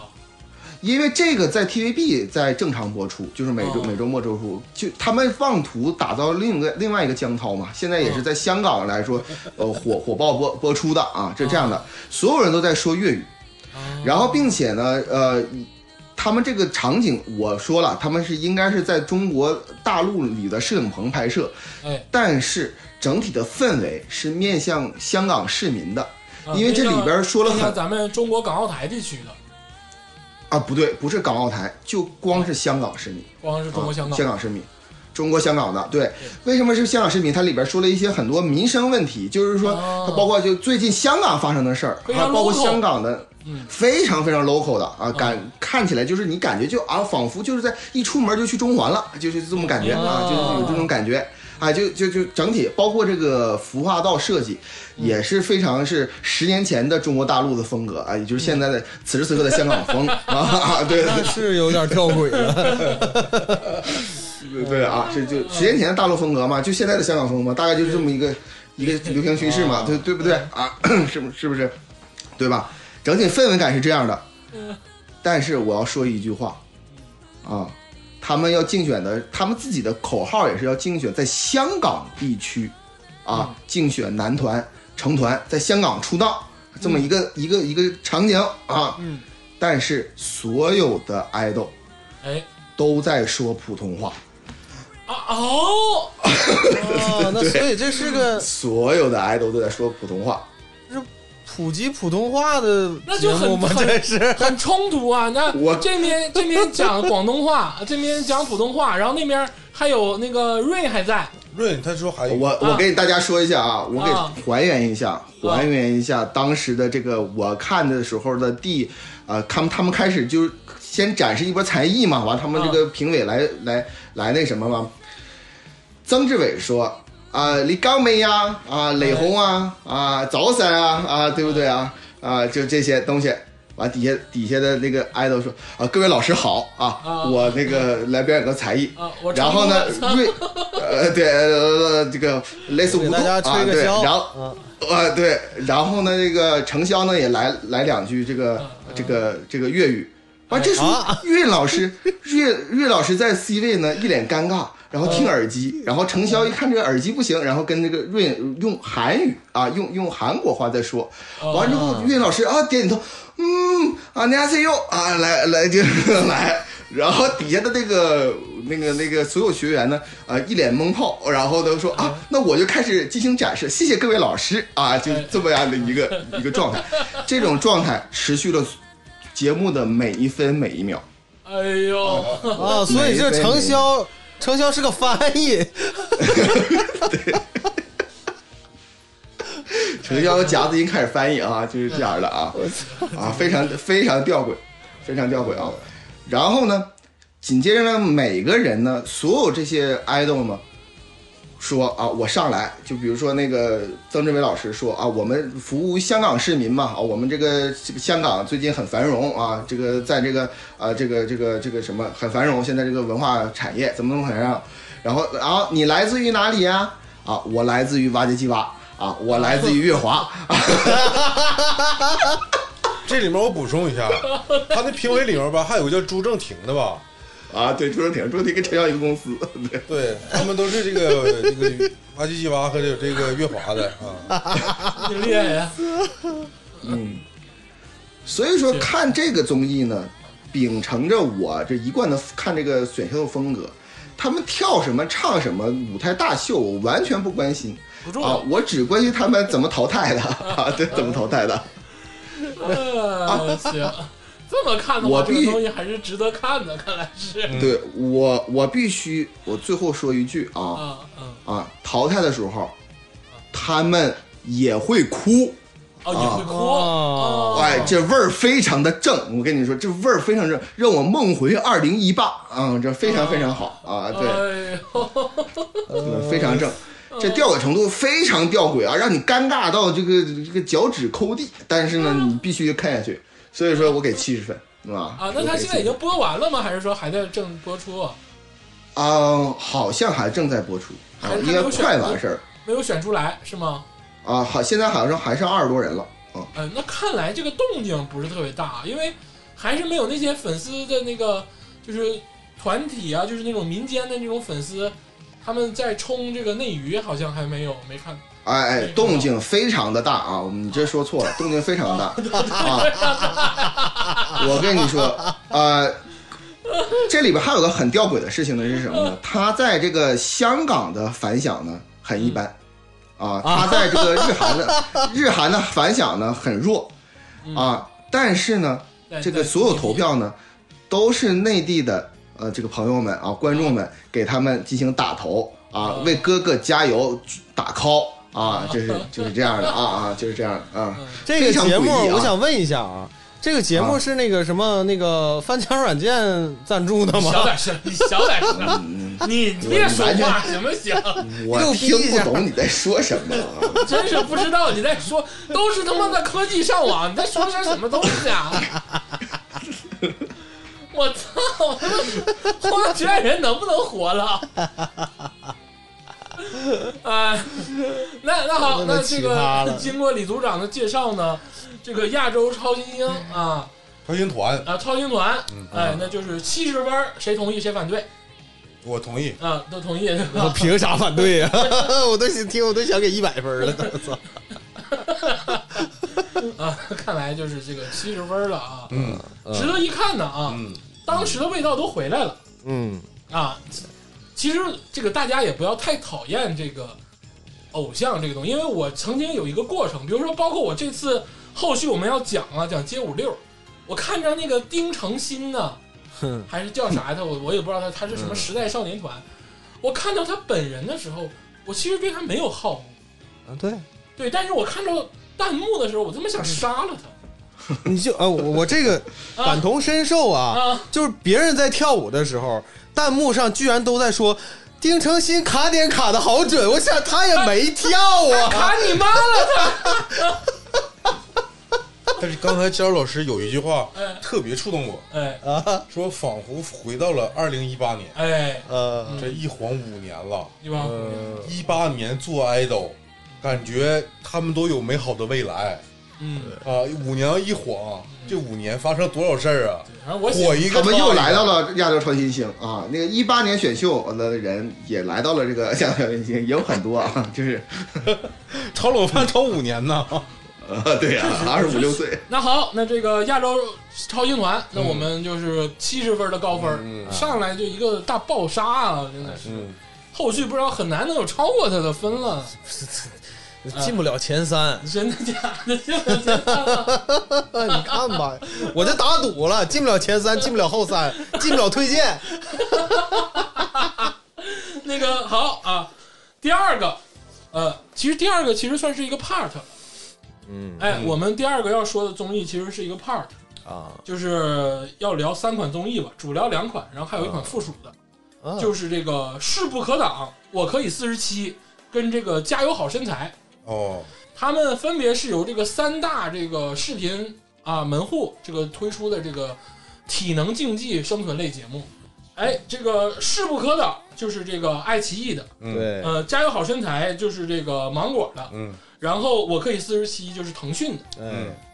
Speaker 4: 因为这个在 TVB 在正常播出，就是每周、
Speaker 2: 哦
Speaker 4: 每周末周出，就他们妄图打造另一个另外一个江涛嘛，现在
Speaker 2: 哦
Speaker 4: 也是在香港来说，呃火火爆播播出的啊，
Speaker 2: 哦
Speaker 4: 这这样的，所有人都在说粤语，然后并且呢，呃，他们这个场景我说了，他们是应该是在中国大陆里的摄影棚拍摄，
Speaker 2: 哎，
Speaker 4: 但是整体的氛围是面向香港市民的，
Speaker 2: 啊
Speaker 4: 因为这里边说了
Speaker 2: 面向
Speaker 4: 很
Speaker 2: 咱们中国港澳台地区的，
Speaker 4: 啊，不对，不是港澳台，就光是香港市民。
Speaker 2: 光是中国香
Speaker 4: 啊
Speaker 2: 港
Speaker 4: 香港市民，中国香港的对，为什么是香港市民？它里边说了一些很多民生问题，就是说
Speaker 2: 哦
Speaker 4: 它包括就最近香港发生的事儿，
Speaker 2: 非
Speaker 4: 还
Speaker 2: 常
Speaker 4: 包括
Speaker 2: local
Speaker 4: 香港的
Speaker 2: 嗯。哦
Speaker 4: 非常非常 local 的啊，感看起来就是你感觉就啊，仿佛就是在一出门就去中环了，就是这么感觉啊，
Speaker 2: 哦
Speaker 4: 就是有这种感觉啊，就就就整体包括这个服化道设计
Speaker 2: 嗯
Speaker 4: 也是非常是十年前的中国大陆的风格啊，也就是现在的此时此刻的香港 风啊，对对
Speaker 5: 那是有点跳轨了。
Speaker 4: 对对啊，这就十年前的大陆风格嘛，就现在的香港风嘛，大概就是这么一个一个流行趋势嘛，对对不对啊？ 是不是不是？对吧？整体氛围感是这样的。但是我要说一句话，啊，他们要竞选的，他们自己的口号也是要竞选在香港地区，啊，竞选男团、成团，在香港出道这么一个一个一个场景啊。
Speaker 2: 嗯。
Speaker 4: 但是所有的爱豆
Speaker 2: 哎
Speaker 4: 都在说普通话。
Speaker 2: 啊哦，
Speaker 5: 哦，那所以这是个
Speaker 4: 所有的 idol 都在说普通话，
Speaker 5: 普及普通话的
Speaker 2: 那
Speaker 5: 节
Speaker 2: 就
Speaker 5: 目
Speaker 2: 很
Speaker 5: 吗？
Speaker 2: 很
Speaker 5: 这是
Speaker 2: 很冲突啊！那
Speaker 4: 我
Speaker 2: 这边这边讲广东话，这边讲普通话，然后那边还有那个瑞还在，
Speaker 3: 润他说还
Speaker 4: 我
Speaker 2: 啊
Speaker 4: 我给大家说一下啊，我
Speaker 2: 啊
Speaker 4: 给还原一下，还原一下当时的这个我看的时候的第，呃，他们他们开始就是先展示一波才艺嘛，完他们这
Speaker 2: 啊
Speaker 4: 个评委来、来来那什么嘛，曾志伟说啊，李刚梅呀，啊，磊红啊，啊，早三啊，啊，对不对啊？啊，就这些东西。完底下底下的那个 idol 说啊，各位老师好啊，
Speaker 2: 啊
Speaker 4: 我那个来表演个才艺
Speaker 2: 啊我
Speaker 4: 然后呢，瑞，呃，对，呃，这个类似
Speaker 5: 给
Speaker 4: 舞
Speaker 5: 大家
Speaker 4: 蹈啊，
Speaker 5: 吹个
Speaker 4: 对，
Speaker 5: 箫，
Speaker 4: 然后
Speaker 5: 嗯
Speaker 4: 呃，对，然后呢，这个程潇呢也来来两句这个这个这个粤语，完这时候
Speaker 5: 嗯啊
Speaker 4: 岳老师岳岳老师在 C 位呢一脸尴尬，然后听
Speaker 5: 嗯
Speaker 4: 耳机，然后程潇一看这个耳机不行，然后跟这个瑞用韩语啊用用韩国话在说，
Speaker 5: 嗯
Speaker 4: 完之后岳老师啊点点头，嗯啊你 S U 啊来来就 来。然后底下的那个、那个、那个所有学员呢，啊，一脸懵炮，然后都说啊，那我就开始进行展示，谢谢各位老师啊，就这么样的一个一个状态，这种状态持续了节目的每一分每一秒。
Speaker 2: 哎呦，
Speaker 5: 啊，
Speaker 4: 哦
Speaker 5: 所以这程潇，程潇是个翻译，
Speaker 4: 程潇夹子音开始翻译啊，就是这样的啊，啊，非常非常吊诡，非常吊诡啊。然后呢，紧接着呢，每个人呢，所有这些 idol 呢，说啊，我上来，就比如说那个曾志伟老师说啊，我们服务香港市民嘛，啊，我们这个这个香港最近很繁荣啊，这个在这个啊、这个这个这个什么很繁荣，现在这个文化产业怎么怎么怎么样，然后啊，你来自于哪里呀、啊？我来自于挖掘机挖。啊，我来自于月华，
Speaker 3: 这里面我补充一下，他那评委里面吧，还有个叫朱正廷的吧，
Speaker 4: 啊，对，朱正廷，朱正廷跟陈晓一个公司，对，
Speaker 3: 对他们都是这个这个挖机鸡娃和这这个月华的啊，
Speaker 2: 你厉害呀！
Speaker 4: 嗯，所以说看这个综艺呢，秉承着我这一贯的看这个选秀风格，他们跳什么唱什么舞台大秀，我完全不关心
Speaker 2: 不重
Speaker 4: 啊
Speaker 2: 要，，
Speaker 4: 我只关心他们怎么淘汰的 啊，对，怎么淘汰的。
Speaker 2: 呃，行，这么看的话，
Speaker 4: 我
Speaker 2: 这个
Speaker 4: 必嗯
Speaker 2: 东西还是值得看的，看来是
Speaker 4: 对我，我必须，我最后说一句啊
Speaker 2: 啊嗯，
Speaker 4: 啊，淘汰的时候，他们也会哭。
Speaker 2: 哦，你会哭，
Speaker 5: 哦
Speaker 2: 哦
Speaker 4: 啊哎，这味儿非常的正，我跟你说，这味儿非常正，让我梦回二零一八啊，这非
Speaker 2: 哦
Speaker 4: 常非常好啊，对，
Speaker 2: 哎呦，
Speaker 4: 嗯非常正。这吊诡程度非常吊诡啊，
Speaker 2: 嗯
Speaker 4: 让你尴尬到这个这个脚趾抠地，但是呢，
Speaker 2: 嗯
Speaker 4: 你必须看下去。所以说我给七十分，是吧？
Speaker 2: 啊，那他现在已经播完了吗？还是说还在正播出啊？
Speaker 4: 啊，好像还正在播出啊
Speaker 2: 还，
Speaker 4: 应该快完事儿
Speaker 2: 没有选出来是吗？
Speaker 4: 啊，好，现在好像还剩二十多人了啊。
Speaker 2: 嗯，那看来这个动静不是特别大，因为还是没有那些粉丝的那个就是团体啊，就是那种民间的那种粉丝，他们在冲这个内娱，好像还没有没看。
Speaker 4: 哎哎，动静非常的大啊！你这说 错了，动静非常大啊！我跟你说，呃，这里边还有个很吊诡的事情呢，是什么呢？他在这个香港的反响呢很一般啊，他在这个日韩 的日韩的反响呢很弱啊，但是呢，
Speaker 2: 在
Speaker 4: 这个所有投，票呢，都是内地的呃这个朋友们啊观众们给他们进行打投啊
Speaker 2: 嗯，
Speaker 4: 为哥哥加油打 call 啊，就是就是这样的啊啊，就是这样的啊
Speaker 2: 嗯。
Speaker 5: 这个
Speaker 4: 非常
Speaker 5: 节目
Speaker 4: 诡异啊
Speaker 5: 我想问一下啊，这个节目
Speaker 4: 啊
Speaker 5: 是那个什么那个翻墙软件赞助的
Speaker 2: 在
Speaker 5: 吗
Speaker 2: 内地小？点声，你小点 声，
Speaker 4: 嗯，
Speaker 2: 你别说话行不行？
Speaker 4: 我
Speaker 5: 又逼
Speaker 4: 听
Speaker 5: 一
Speaker 4: 不
Speaker 5: 下
Speaker 4: 懂你在说什么啊。
Speaker 2: 真是不知道你在说，都是他妈的科技上网，你在说些什么东西啊？ 我操！花圈人能不能活了？ 哎，那那好，那
Speaker 5: 那么
Speaker 2: 这
Speaker 5: 奇葩
Speaker 2: 个
Speaker 5: 了
Speaker 2: 经过李组长的介绍呢，这个亚洲超新星啊
Speaker 3: 超星团，
Speaker 2: 啊超星团
Speaker 3: 嗯，
Speaker 2: 哎，那就是七十分儿，谁同意谁反对
Speaker 3: 我同意。
Speaker 2: 啊？都同意是
Speaker 5: 我
Speaker 2: 吧？
Speaker 5: 凭啥反对呀、 我都想听，我都想给一百分了，我操！
Speaker 2: 啊， 看来就是这个七十分儿了啊，
Speaker 3: 嗯
Speaker 2: 值得一看的啊。
Speaker 3: 嗯，
Speaker 2: 当时的味道都回来了
Speaker 5: 嗯，
Speaker 2: 啊。其实这个大家也不要太讨厌这个偶像这个东西，因为我曾经有一个过程，比如说包括我这次后续我们要讲啊，讲街舞六，我看着那个丁程鑫呢，
Speaker 5: 哼
Speaker 2: 还是叫啥他我我也不知道他他是什么时代少年团，我看到他本人的时候，我其实对他没有好恶，
Speaker 5: 啊，对，
Speaker 2: 对，但是我看到弹幕的时候，我他妈想杀了
Speaker 5: 你就啊，我我这个
Speaker 2: 啊
Speaker 5: 感同身受
Speaker 2: 他
Speaker 5: 啊，
Speaker 2: 啊！
Speaker 5: 就是别人在跳舞的时候，弹幕上居然都在说丁程鑫卡点卡的好准，我想他也没跳啊，
Speaker 2: 卡你妈了他！
Speaker 3: 但是刚才焦老师有一句话
Speaker 2: 哎
Speaker 3: 特别触动我，
Speaker 2: 哎
Speaker 3: 说仿佛回到了二零一八年，
Speaker 2: 哎，
Speaker 5: 呃，
Speaker 3: 这一晃五年了，
Speaker 2: 对吧？
Speaker 5: 嗯
Speaker 3: 一八年做 idol，感觉他们都有美好的未来
Speaker 2: 嗯，
Speaker 3: 啊！五年一晃，这五年发生多少事儿啊？
Speaker 2: 反正我
Speaker 3: 火
Speaker 2: 写
Speaker 3: 一个，
Speaker 4: 他们
Speaker 3: 爆
Speaker 4: 又
Speaker 3: 一个
Speaker 4: 来 到，了亚洲超新星啊！那个一八年选秀的人也来到了这个亚洲超新星，也有很多啊，就是
Speaker 3: 炒冷饭炒五年呢。
Speaker 4: 呃，对呀、啊，二十五六岁，
Speaker 2: 那好，那这个亚洲超军团，那我们就是七十分的高分，
Speaker 3: 嗯
Speaker 2: 上来就一个大爆杀啊！真的是，
Speaker 3: 嗯，
Speaker 2: 后续不知道很难能有超过他的分了，
Speaker 5: 进不了前三，
Speaker 2: 真的假的？真的假的？
Speaker 5: 呃你看吧，我这打赌了，进不了前三，进不了后三，进不了推荐，
Speaker 2: 那个好啊，第二个，呃，其实第二个其实算是一个 part，
Speaker 5: 嗯
Speaker 2: 哎，我们第二个要说的综艺其实是一个 part，
Speaker 5: 啊
Speaker 2: 就是要聊三款综艺吧，主聊两款，然后还有一款附属的。
Speaker 5: 啊，
Speaker 2: 就是这个势不可挡，我可以四十七，跟这个加油好身材，
Speaker 3: 哦，
Speaker 2: 他们分别是由这个三大这个视频啊门户这个推出的这个体能竞技生存类节目。哎，这个势不可挡就是这个爱奇艺的，
Speaker 3: 嗯，
Speaker 5: 对，
Speaker 2: 呃，加油好身材就是这个芒果的，
Speaker 3: 嗯
Speaker 2: 然后我可以四十七就是腾讯的。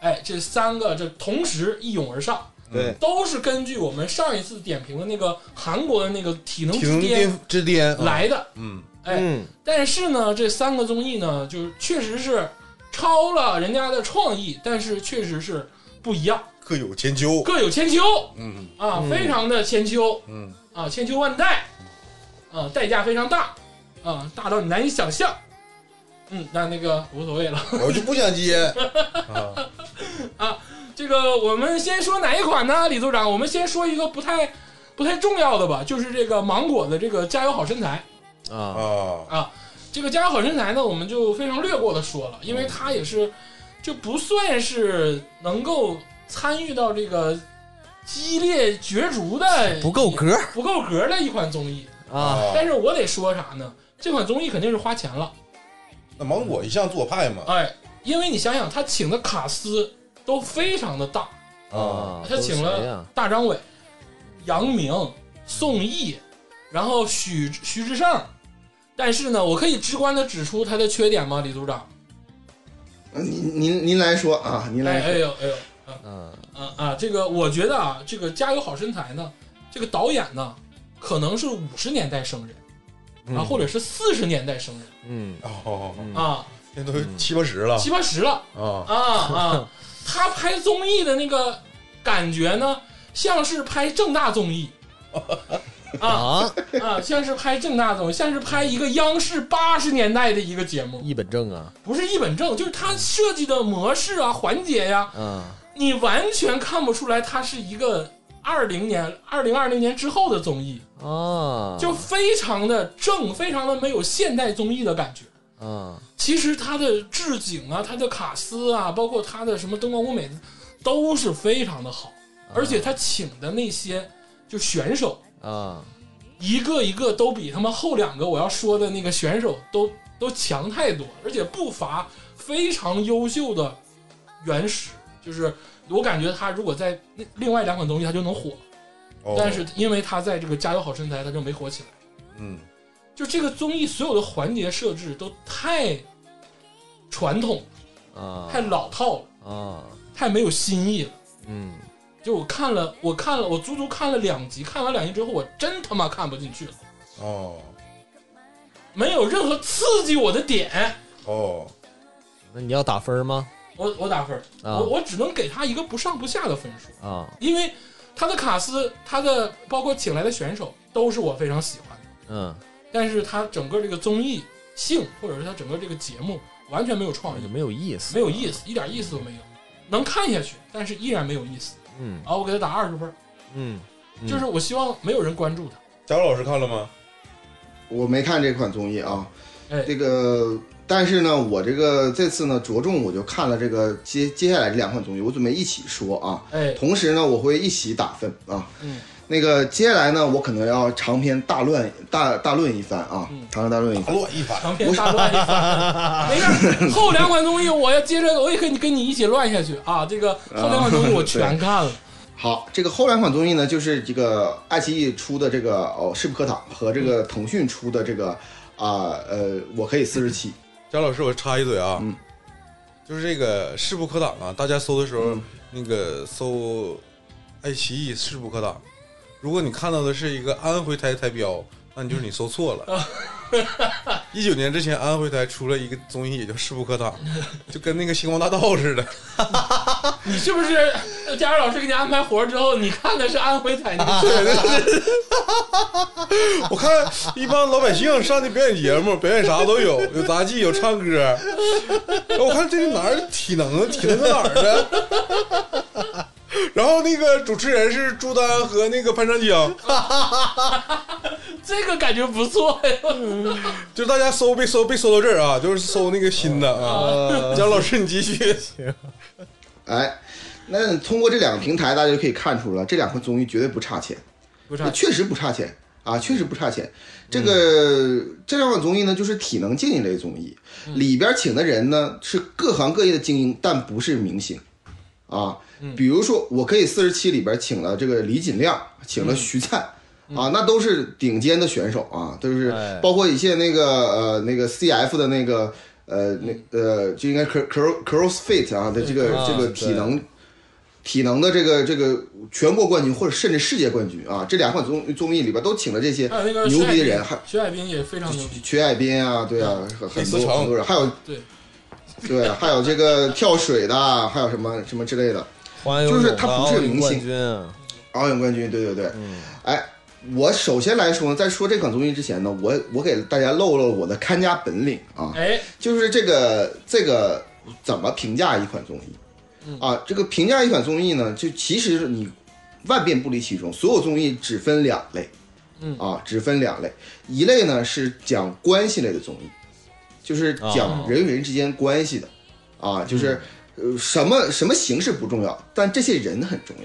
Speaker 5: 哎，
Speaker 2: 哎，这三个这同时一涌而上，
Speaker 5: 对，
Speaker 2: 都是根据我们上一次点评的那个韩国的那个体能
Speaker 3: 体
Speaker 2: 之
Speaker 3: 能
Speaker 2: 巅
Speaker 3: 巅之巅，
Speaker 2: 来的。
Speaker 3: 嗯，
Speaker 2: 哎，
Speaker 5: 啊嗯，
Speaker 2: 但是呢，这三个综艺呢，就是确实是超了人家的创意，但是确实是不一样，
Speaker 3: 各有千秋。
Speaker 2: 各有千秋
Speaker 3: 嗯
Speaker 2: 啊，
Speaker 5: 嗯
Speaker 2: 非常的千秋
Speaker 3: 嗯，
Speaker 2: 啊，千秋万代啊，代价非常大啊，大到你难以想象。嗯，那那个无所谓了。
Speaker 3: 嗯我就不 想接啊。
Speaker 2: 这个我们先说哪一款呢，李组长？我们先说一个不太不太重要的吧，就是这个芒果的这个《加油好身材》。
Speaker 5: 啊，
Speaker 3: 啊，
Speaker 2: 这个《加油好身材》呢，我们就非常略过的说了，因为它也是就不算是能够参与到这个激烈角逐的
Speaker 5: 不够格
Speaker 2: 不够格的一款综艺。
Speaker 5: 啊，
Speaker 2: 但是我得说啥呢？这款综艺肯定是花钱了，
Speaker 3: 那芒果一向做派嘛，
Speaker 2: 哎，因为你想想，他请的卡司都非常的大，
Speaker 5: 啊，
Speaker 2: 他请
Speaker 5: 都
Speaker 2: 了
Speaker 5: 谁呀
Speaker 2: 大张伟、杨明、宋轶，然后许徐志胜。但是呢，我可以直观的指出他的缺点吗，李组长？
Speaker 4: 您您您来说啊，您
Speaker 2: 哎
Speaker 4: 来
Speaker 2: 哎
Speaker 4: 说，
Speaker 2: 呦哎呦，
Speaker 5: 嗯
Speaker 2: 啊啊，这个我觉得啊，这个《加油好身材》呢，这个导演呢，可能是五十年代生人啊，
Speaker 5: 嗯
Speaker 2: 或者是四十年代生人
Speaker 5: 嗯
Speaker 3: 哦，
Speaker 5: 嗯
Speaker 2: 啊，
Speaker 3: 现在都七八十了
Speaker 2: 七八十了
Speaker 3: 啊。
Speaker 2: 啊 啊，他拍综艺的那个感觉呢，像是拍正大综艺啊
Speaker 5: 啊，
Speaker 2: 啊，像是拍正大综艺，像是拍一个央视八十年代的一个节目，
Speaker 5: 一本正啊，
Speaker 2: 不是一本正，就是他设计的模式啊、环节呀、
Speaker 5: 啊，
Speaker 2: 你完全看不出来它是一个二零年、二零二零年之后的综艺，
Speaker 5: 啊，
Speaker 2: 就非常的正，非常的没有现代综艺的感觉。
Speaker 5: 啊，
Speaker 2: 其实它的置景啊、它的卡司啊，包括它的什么灯光舞美，都是非常的好。而且他请的那些就选手，
Speaker 5: 啊，
Speaker 2: 一个一个都比他们后两个我要说的那个选手都都强太多，而且不乏非常优秀的原始，就是我感觉他如果在那另外两款综艺他就能火，
Speaker 3: 哦
Speaker 2: 但是因为他在这个《加油好身材》他就没火起来。
Speaker 3: 嗯，
Speaker 2: 就这个综艺所有的环节设置都太传统、
Speaker 5: 啊，
Speaker 2: 太老套了、
Speaker 5: 啊，
Speaker 2: 太没有新意了。
Speaker 5: 嗯，
Speaker 2: 就我看了，我看了，我足足看了两集，看完两集之后，我真他妈看不进去了，
Speaker 3: 哦
Speaker 2: 没有任何刺激我的点。
Speaker 3: 哦，
Speaker 5: 那你要打分吗？
Speaker 2: 我我打分儿，
Speaker 5: 啊
Speaker 2: 我我只能给他一个不上不下的分数，
Speaker 5: 啊，
Speaker 2: 因为他的卡斯，他的包括请来的选手都是我非常喜欢的，
Speaker 5: 嗯，
Speaker 2: 但是他整个这个综艺性或者是他整个这个节目完全没有创
Speaker 5: 就
Speaker 2: 意，
Speaker 5: 没有意思，
Speaker 2: 没有意思，一点意思都没有，能看下去，但是依然没有意思。
Speaker 5: 嗯
Speaker 2: 啊，我给他打二十分儿，
Speaker 5: 嗯，嗯
Speaker 2: 就是我希望没有人关注他。
Speaker 3: 贾老师看了吗？
Speaker 4: 我没看这款综艺啊，
Speaker 2: 哎
Speaker 4: 这个，但是呢，我这个这次呢着重我就看了这个接接下来这两款综艺，我准备一起说啊，
Speaker 2: 哎，
Speaker 4: 同时呢我会一起打分啊，
Speaker 2: 嗯，
Speaker 4: 那个接下来呢我可能要长篇大论大大论一番啊，长篇大论一
Speaker 3: 打
Speaker 4: 番，
Speaker 3: 乱一番，
Speaker 2: 长篇大乱一 番，没事儿。后两款综艺我要接着，我也跟你跟你一起乱下去啊。这个后两款综艺我
Speaker 4: 啊
Speaker 2: 全看了，
Speaker 4: 好，这个后两款综艺呢，就是这个爱奇艺出的这个哦《势不可挡》和这个腾讯出的这个啊呃我可以四十七，
Speaker 3: 贾老师，我插一嘴啊，
Speaker 4: 嗯
Speaker 3: 就是这个势不可挡啊，大家搜的时候，那个搜爱奇艺势不可挡，如果你看到的是一个安徽台台标，那你就是你搜错了。一九年之前，安徽台出了一个综艺，也叫《势不可挡》，就跟那个星光大道似的。
Speaker 2: 你是不是？佳儿老师给你安排活儿之后，你看的是安徽 台那个
Speaker 3: 我看一帮老百姓上的表演节目，表演啥都有，有杂技，有唱歌。我看这个哪儿体能，体能在哪儿呢？然后那个主持人是朱丹和那个潘长江，
Speaker 2: 这个感觉不错呀。
Speaker 3: 就是大家搜被搜被搜到这儿啊，就是搜那个新的啊。姜老师，你 继续。
Speaker 4: 哎，那通过这两个平台，大家就可以看出了，这两款综艺绝对不差钱，
Speaker 2: 不差，
Speaker 4: 确实不差钱啊，确实不差
Speaker 5: 嗯
Speaker 4: 钱。这个、这两款综艺呢，就是体能竞技类综艺，
Speaker 5: 嗯
Speaker 4: 里边请的人呢是各行各业的精英，但不是明星
Speaker 5: 嗯
Speaker 4: 啊。比如说，我可以四十七里边请了这个李锦亮，
Speaker 5: 嗯
Speaker 4: 请了徐灿。啊，那都是顶尖的选手啊，都是
Speaker 5: 哎
Speaker 4: 包括一些那个呃那个 CF 的那个呃那呃就应该 cro cro crossfit 啊的这个
Speaker 5: 啊
Speaker 4: 这个
Speaker 5: 对
Speaker 4: 体能体能的这个这个全国冠军或者甚至世界冠军啊，这两款综综艺里边都请了这些
Speaker 2: 还有那个
Speaker 4: 牛
Speaker 2: 徐海
Speaker 4: 逼的
Speaker 2: 滨
Speaker 4: 人，还
Speaker 2: 徐海滨也非常牛逼。
Speaker 4: 曲海滨啊，对啊，很
Speaker 3: 李
Speaker 4: 很
Speaker 3: 思
Speaker 4: 多
Speaker 3: 成
Speaker 4: 很多人，还有
Speaker 2: 嗯对，
Speaker 4: 对，还有这个跳水的，还有什么什么之类的，
Speaker 5: 欢迎
Speaker 4: 就是
Speaker 5: 我
Speaker 4: 他
Speaker 5: 们
Speaker 4: 不是
Speaker 5: 奥运
Speaker 4: 明星
Speaker 5: 冠军啊，
Speaker 4: 奥运冠军，对对对，
Speaker 3: 嗯
Speaker 4: 哎，我首先来说呢，在说这款综艺之前呢，我我给大家露露我的看家本领啊，
Speaker 2: 哎，
Speaker 4: 就是这个这个怎么评价一款综
Speaker 2: 嗯
Speaker 4: 艺啊？这个评价一款综艺呢，就其实你万变不离其宗，所有综艺只分两类，
Speaker 2: 嗯
Speaker 4: 啊，只分两类，一类呢是讲关系类的综艺，就是
Speaker 2: 哦嗯
Speaker 4: 讲人与人之间关系的，啊，就是呃什么什么形式不重要，但这些人很重要。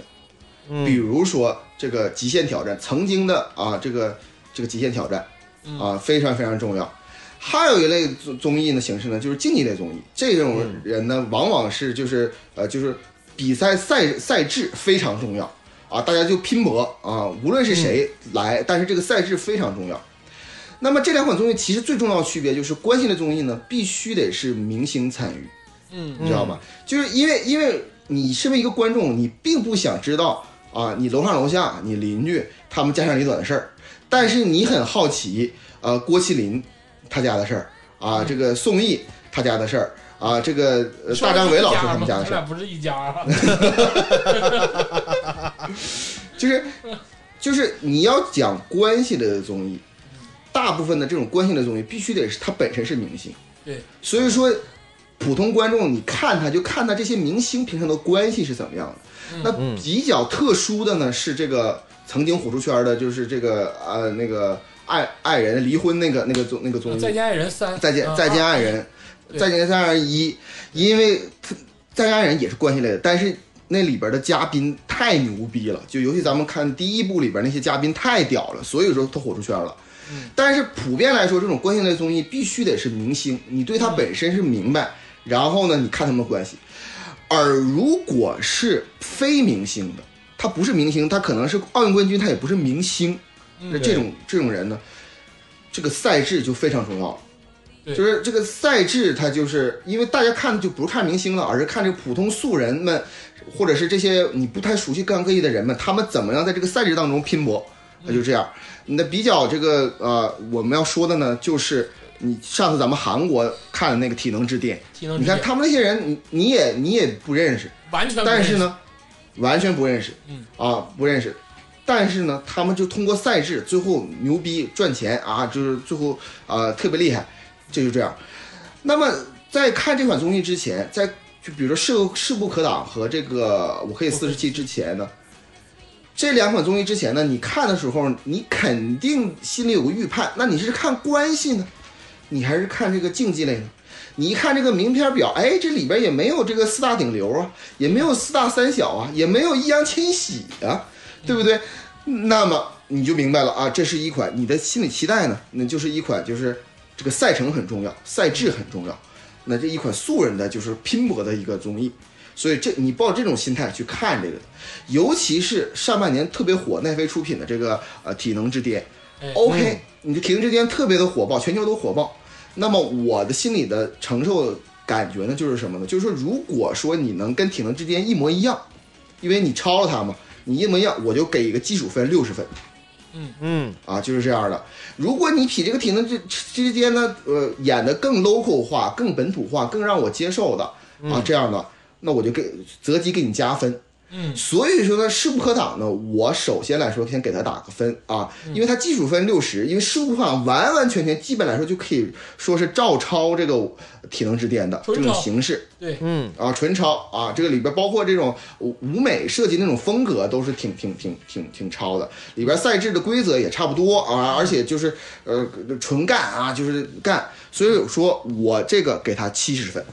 Speaker 2: 嗯
Speaker 4: 比如说这个《极限挑战》，曾经的啊，这个这个《极限挑战》
Speaker 2: 嗯
Speaker 4: 啊，非常非常重要。还有一类综综艺呢形式呢，就是竞技类综艺。这种人呢，往往是就是呃，就是比赛赛赛制非常重要啊，大家就拼搏啊，无论是谁
Speaker 2: 嗯
Speaker 4: 来，但是这个赛制非常重要。那么这两款综艺其实最重要的区别就是，关系类综艺呢必须得是明星参与，
Speaker 2: 嗯，
Speaker 4: 你知道吗？就是因为因为你身为一个观众，你并不想知道啊，你楼上楼下、你邻居他们家长里短的事儿，但是你很好奇，呃，郭麒麟他家的事儿啊，这个宋轶他家的事儿啊，这个、呃
Speaker 2: 说
Speaker 4: 大张伟老师他
Speaker 2: 嗯是一
Speaker 4: 们
Speaker 2: 家吗
Speaker 4: 家的
Speaker 2: 咱
Speaker 4: 事儿
Speaker 2: 俩，不是一家啊。
Speaker 4: 就是就是你要讲关系类的综艺，大部分的这种关系类的综艺必须得是他本身是明星，
Speaker 2: 对，
Speaker 4: 所以说普通观众你看他就看他这些明星平常的关系是怎么样
Speaker 2: 嗯
Speaker 4: 的。那比较特殊的呢是这个曾经火出圈的，就是这个呃那个爱爱人离婚那个那个综那个综艺，
Speaker 2: 再见爱人三，
Speaker 4: 再见
Speaker 2: 啊
Speaker 4: 再见爱人，
Speaker 2: 对
Speaker 4: 再见再见爱人一，因为他再见爱人也是关系类的，但是那里边的嘉宾太牛逼了，就尤其咱们看第一部里边那些嘉宾太屌了，所以说他火出圈了。但是普遍来说，这种关系类综艺必须得是明星，你对他本身是明白，然后呢，你看他们的关系。而如果是非明星的，他不是明星，他可能是奥运冠军，他也不是明星，那这种这种人呢，这个赛制就非常重要了。
Speaker 2: 对
Speaker 4: 就是这个赛制，它就是因为大家看的就不是看明星了，而是看这个普通素人们，或者是这些你不太熟悉各行各业的人们，他们怎么样在这个赛制当中拼搏，那就这样。那比较这个呃，我们要说的呢，就是你上次咱们韩国看的那个体能之巅，
Speaker 2: 体能之
Speaker 4: 你
Speaker 2: 巅
Speaker 4: 看他们那些人，你你也你也不认识，
Speaker 2: 完全不认
Speaker 4: 但
Speaker 2: 识
Speaker 4: 是，呢，完全不认识，
Speaker 2: 嗯
Speaker 4: 啊，不认识。但是呢，他们就通过赛制，最后牛逼赚钱啊，就是最后啊、呃特别厉害，这就这样。那么在看这款综艺之前，在就比如说势势不可挡和这个我可以四十七之前呢，这两款综艺之前呢，你看的时候，你肯定心里有个预判，那你是看关系呢，你还是看这个竞技类呢？你一看这个名片表，哎，这里边也没有这个四大顶流啊，也没有四大三小啊，也没有易烊千玺啊，对不对？那么你就明白了啊，这是一款你的心理期待呢，那就是一款就是这个赛程很重要，赛制很重要，那这一款素人的就是拼搏的一个综艺，所以这你抱这种心态去看这个，尤其是上半年特别火奈飞出品的这个呃体能之巅
Speaker 2: 哎
Speaker 4: ，OK，你的体能之巅特别的火爆，全球都火爆。那么我的心里的承受感觉呢，就是什么呢？就是说，如果说你能跟体能之巅一模一样，因为你超了他嘛，你一模一样，我就给一个基础分六十分。
Speaker 5: 嗯，
Speaker 4: 啊，就是这样的。如果你比这个体能之之间呢，呃，演的更 local 化、更本土化、更让我接受的啊，这样的，那我就给择机给你加分。
Speaker 2: 嗯
Speaker 4: 所以说呢，势不可挡呢，我首先来说先给他打个分啊，因为他基础分六十，因为势不可挡完完全全基本来说就可以说是照抄这个体能之巅的这
Speaker 2: 纯
Speaker 4: 种
Speaker 2: 抄
Speaker 4: 形式。
Speaker 2: 对，
Speaker 4: 啊，纯抄啊，这个里边包括这种舞舞美设计那种风格都是挺挺挺挺挺抄的，里边赛制的规则也差不多啊，而且就是呃纯干啊，就是干，所以说我这个给他七十分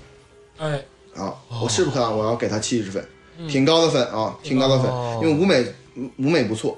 Speaker 2: 哎，
Speaker 4: 啊，
Speaker 5: 哦
Speaker 4: 我是不看我要给他七十分，
Speaker 5: 嗯
Speaker 4: 挺高的分啊，挺高的分，
Speaker 5: 哦
Speaker 4: 因为舞美舞美不错。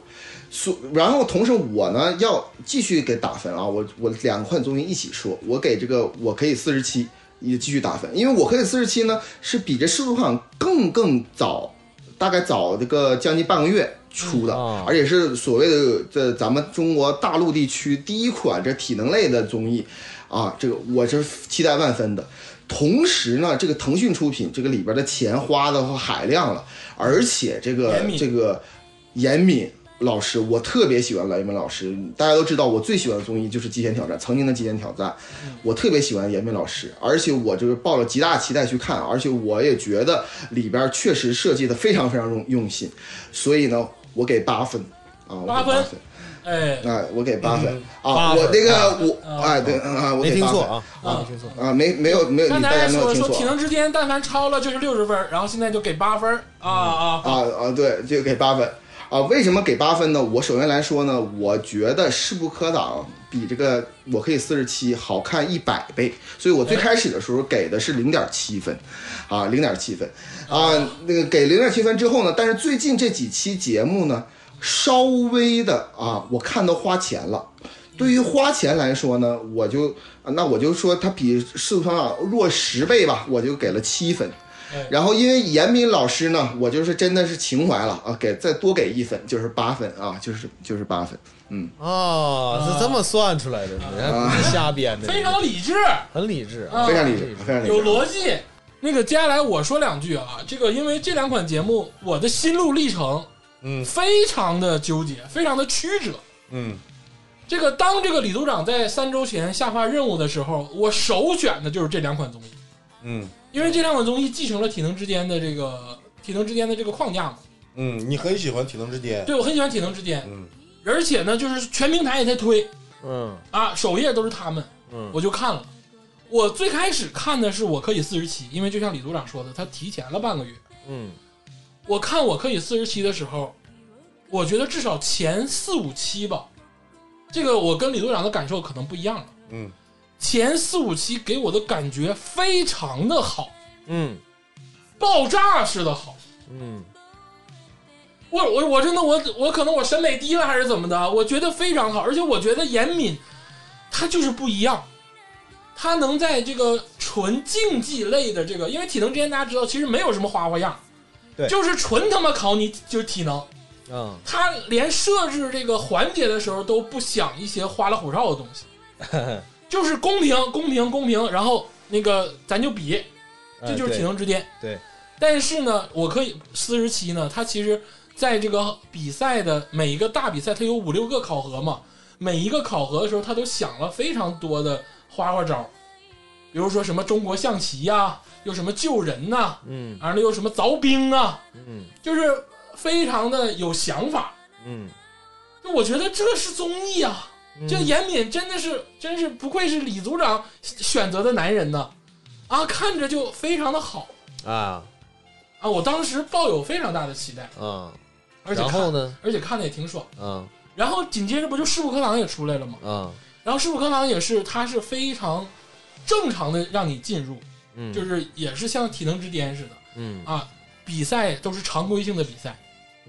Speaker 4: 所然后同时我呢要继续给打分啊，我我两款综艺一起说，我给这个我可以四十七也继续打分，因为我可以四十七呢是比这世足榜更更早，大概早这个将近半个月出的，
Speaker 5: 嗯啊
Speaker 4: 而且是所谓的这咱们中国大陆地区第一款这体能类的综艺，啊，这个我是期待万分的。同时呢，这个腾讯出品这个里边的钱花的海量了，而且这个
Speaker 2: 严敏
Speaker 4: 这个严敏老师，我特别喜欢严敏老师。大家都知道，我最喜欢的综艺就是《极限挑战》，曾经的《极限挑战》，我特别喜欢严敏老师，而且我就是抱着极大期待去看，而且我也觉得里边确实设计的非常非常用用心，所以呢，我给八分啊，我给
Speaker 2: 八分
Speaker 4: 分。
Speaker 2: 哎，
Speaker 4: 哎，我给八分啊！
Speaker 5: 八分
Speaker 4: 我那个我
Speaker 2: 啊
Speaker 4: 哎对啊，我
Speaker 5: 没
Speaker 4: 给
Speaker 5: 听
Speaker 4: 八分
Speaker 5: 错啊，
Speaker 2: 啊，
Speaker 4: 啊，没没有没有，
Speaker 2: 刚
Speaker 4: 你大
Speaker 2: 才
Speaker 4: 家没
Speaker 2: 说
Speaker 4: 有听
Speaker 2: 说
Speaker 4: 错
Speaker 2: 体
Speaker 4: 啊
Speaker 2: 能之巅，但凡超了就是六十分，然后现在就给八分啊啊
Speaker 4: 啊啊！对，就给八分啊。为什么给八分呢？我首先来说呢，我觉得势不可挡，比这个我可以四十七好看一百倍，所以我最开始的时候给的是零点七分，啊，零点七分啊，那个给零点七分之后呢，但是最近这几期节目呢，稍微的啊，我看到花钱了。对于花钱来说呢，我就啊那我就说它比市场上弱十倍吧，我就给了七分
Speaker 2: 哎。
Speaker 4: 然后因为严敏老师呢，我就是真的是情怀了啊，给再多给一分就是八分啊，就是就是八分。
Speaker 5: 啊，是这么算出来的，你看不是瞎编的，
Speaker 2: 非常理智，
Speaker 5: 很理智啊。
Speaker 2: 啊
Speaker 4: 嗯非常理智，非常理
Speaker 2: 有
Speaker 4: 智。
Speaker 2: 逻辑。那个接下来我说两句啊，这个因为这两款节目，我的心路历程，
Speaker 3: 嗯
Speaker 2: 非常的纠结，非常的曲折。
Speaker 3: 嗯
Speaker 2: 这个当这个李组长在三周前下发任务的时候，我首选的就是这两款综艺，
Speaker 3: 嗯
Speaker 2: 因为这两款综艺继承了体能之间的这个体能之间的这个框架嘛。
Speaker 3: 嗯，你很喜欢《体能之巅》，
Speaker 2: 对我很喜欢体能之间，
Speaker 3: 嗯
Speaker 2: 而且呢，就是全平台也在推，
Speaker 5: 嗯
Speaker 2: 啊，首页都是他们，
Speaker 5: 嗯
Speaker 2: 我就看了。我最开始看的是《我可以四十七》，因为就像李组长说的，他提前了半个月。
Speaker 5: 嗯
Speaker 2: 我看《我可以四十七》的时候，我觉得至少前四五期吧，这个我跟李组长的感受可能不一样了。
Speaker 3: 嗯
Speaker 2: 前四五期给我的感觉非常的好，
Speaker 5: 嗯
Speaker 2: 爆炸似的好。
Speaker 5: 嗯
Speaker 2: 我我我真的我我可能我审美低了还是怎么的，我觉得非常好，而且我觉得严敏他就是不一样，他能在这个纯竞技类的这个，因为体能之前大家知道其实没有什么花花样，
Speaker 5: 对
Speaker 2: 就是纯他妈考你就是体能，
Speaker 5: 啊，
Speaker 2: 他连设置这个环节的时候都不想一些花里胡哨的东西，就是公平公平公平，然后那个咱就比，这就是体能之巅。
Speaker 5: 嗯对
Speaker 2: 但是呢，我可以四十七呢，它其实在这个比赛的每一个大比赛，它有五六个考核嘛，每一个考核的时候，他都想了非常多的花花招，比如说什么中国象棋呀、又什么救人呐、啊，
Speaker 5: 嗯
Speaker 2: 完了又什么凿冰啊，
Speaker 5: 嗯
Speaker 2: 就是非常的有想法。
Speaker 5: 嗯，
Speaker 2: 就我觉得这是综艺啊，这严敏真的是，真是不愧是李组长选择的男人呐，啊，看着就非常的好。
Speaker 5: 啊
Speaker 2: 啊，我当时抱有非常大的期待
Speaker 5: 啊
Speaker 2: 而且
Speaker 5: 然
Speaker 2: 看
Speaker 5: 后呢？
Speaker 2: 而且看的也挺爽。
Speaker 5: 嗯
Speaker 2: 然后紧接着不就势不可挡也出来了吗？
Speaker 5: 嗯
Speaker 2: 然后势不可挡也是，它是非常正常的让你进入，
Speaker 5: 嗯，
Speaker 2: 就是也是像体能之巅似的
Speaker 5: 嗯
Speaker 2: 啊。比赛都是常规性的比赛，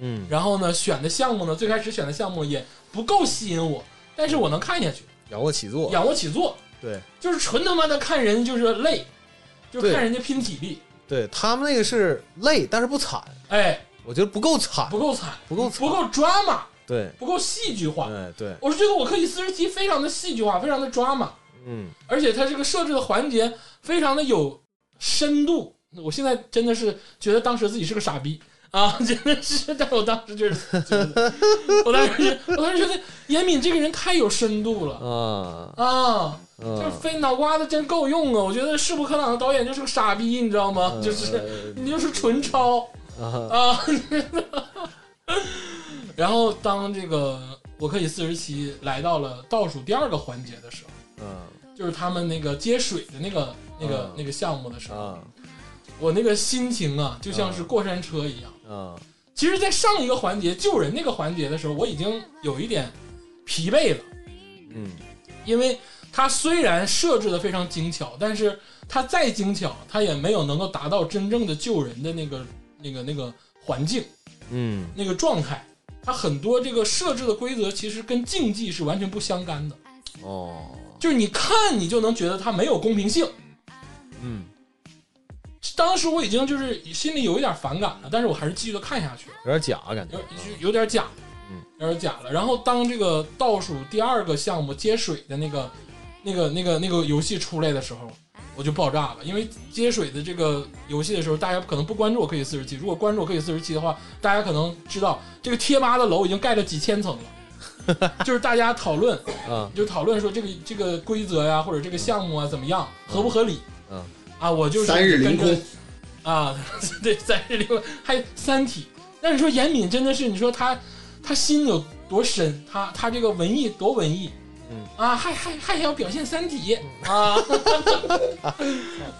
Speaker 5: 嗯，
Speaker 2: 然后呢，选的项目呢，最开始选的项目也不够吸引我，但是我能看下去，
Speaker 5: 仰卧起坐，
Speaker 2: 仰卧起坐
Speaker 5: 对
Speaker 2: 就是纯他妈的看人就是累，就
Speaker 5: 对
Speaker 2: 看人家拼体力，
Speaker 5: 对，他们那个是累，但是不惨，
Speaker 2: 哎，
Speaker 5: 我觉得不够惨，
Speaker 2: 不够惨，
Speaker 5: 不够惨
Speaker 2: 不够 drama，
Speaker 5: 对
Speaker 2: 不够戏剧化。
Speaker 5: 对对，
Speaker 2: 我是觉得我克里斯时期非常的戏剧啊化，非常的 drama，
Speaker 5: 嗯
Speaker 2: 而且它这个设置的环节非常的有深度。我现在真的是觉得当时自己是个傻逼啊， 真的是，但我当时就是觉得，我当时是我当时觉得严敏这个人太有深度了
Speaker 5: 啊
Speaker 2: 啊，就是
Speaker 5: 嗯，
Speaker 2: 非脑瓜子真够用啊！我觉得势不可挡的导演就是个傻逼，你知道
Speaker 5: 嗯
Speaker 2: 吗？
Speaker 5: 哎
Speaker 2: 就是你就是纯抄
Speaker 5: 啊
Speaker 2: 啊。 然后当这个我可以四十七来到了倒数第二个环节的时候，
Speaker 5: 嗯
Speaker 2: 就是他们那个接水的那个那个、
Speaker 5: 嗯
Speaker 2: 那个项目的时候，
Speaker 5: 啊
Speaker 2: 我那个心情啊，就像是过山车一样。
Speaker 5: 啊
Speaker 2: 其实，在上一个环节救人那个环节的时候，我已经有一点疲惫了，
Speaker 5: 嗯
Speaker 2: 因为它虽然设置的非常精巧，但是它再精巧，它也没有能够达到真正的救人的那个那个那个环境
Speaker 5: 嗯
Speaker 2: 那个状态。它很多这个设置的规则其实跟竞技是完全不相干的，
Speaker 5: 哦
Speaker 2: 就是你看你就能觉得它没有公平性。
Speaker 5: 嗯，
Speaker 2: 当时我已经就是心里有一点反感了，但是我还是继续的看下去了，
Speaker 5: 有点假感觉
Speaker 2: 有，有点假，
Speaker 5: 嗯，
Speaker 2: 有点假了。然后当这个倒数第二个项目接水的那个、那个、那个、那个游戏出来的时候，我就爆炸了，因为接水的这个游戏的时候，大家可能不关注我可以四十七，如果关注我可以四十七的话，大家可能知道这个贴吧的楼已经盖了几千层了， 就是大家讨论
Speaker 5: 嗯
Speaker 2: 就讨论说这个这个规则呀，或者这个项目啊怎么样，合不合理？
Speaker 5: 嗯
Speaker 2: 啊，我就是
Speaker 4: 三日凌空
Speaker 2: 跟着啊， 对，三日凌空，还有《三体》。那你说严敏真的是，你说他他心有多深，他他这个文艺多文艺，
Speaker 5: 嗯
Speaker 2: 啊，还还还要表现《三体》啊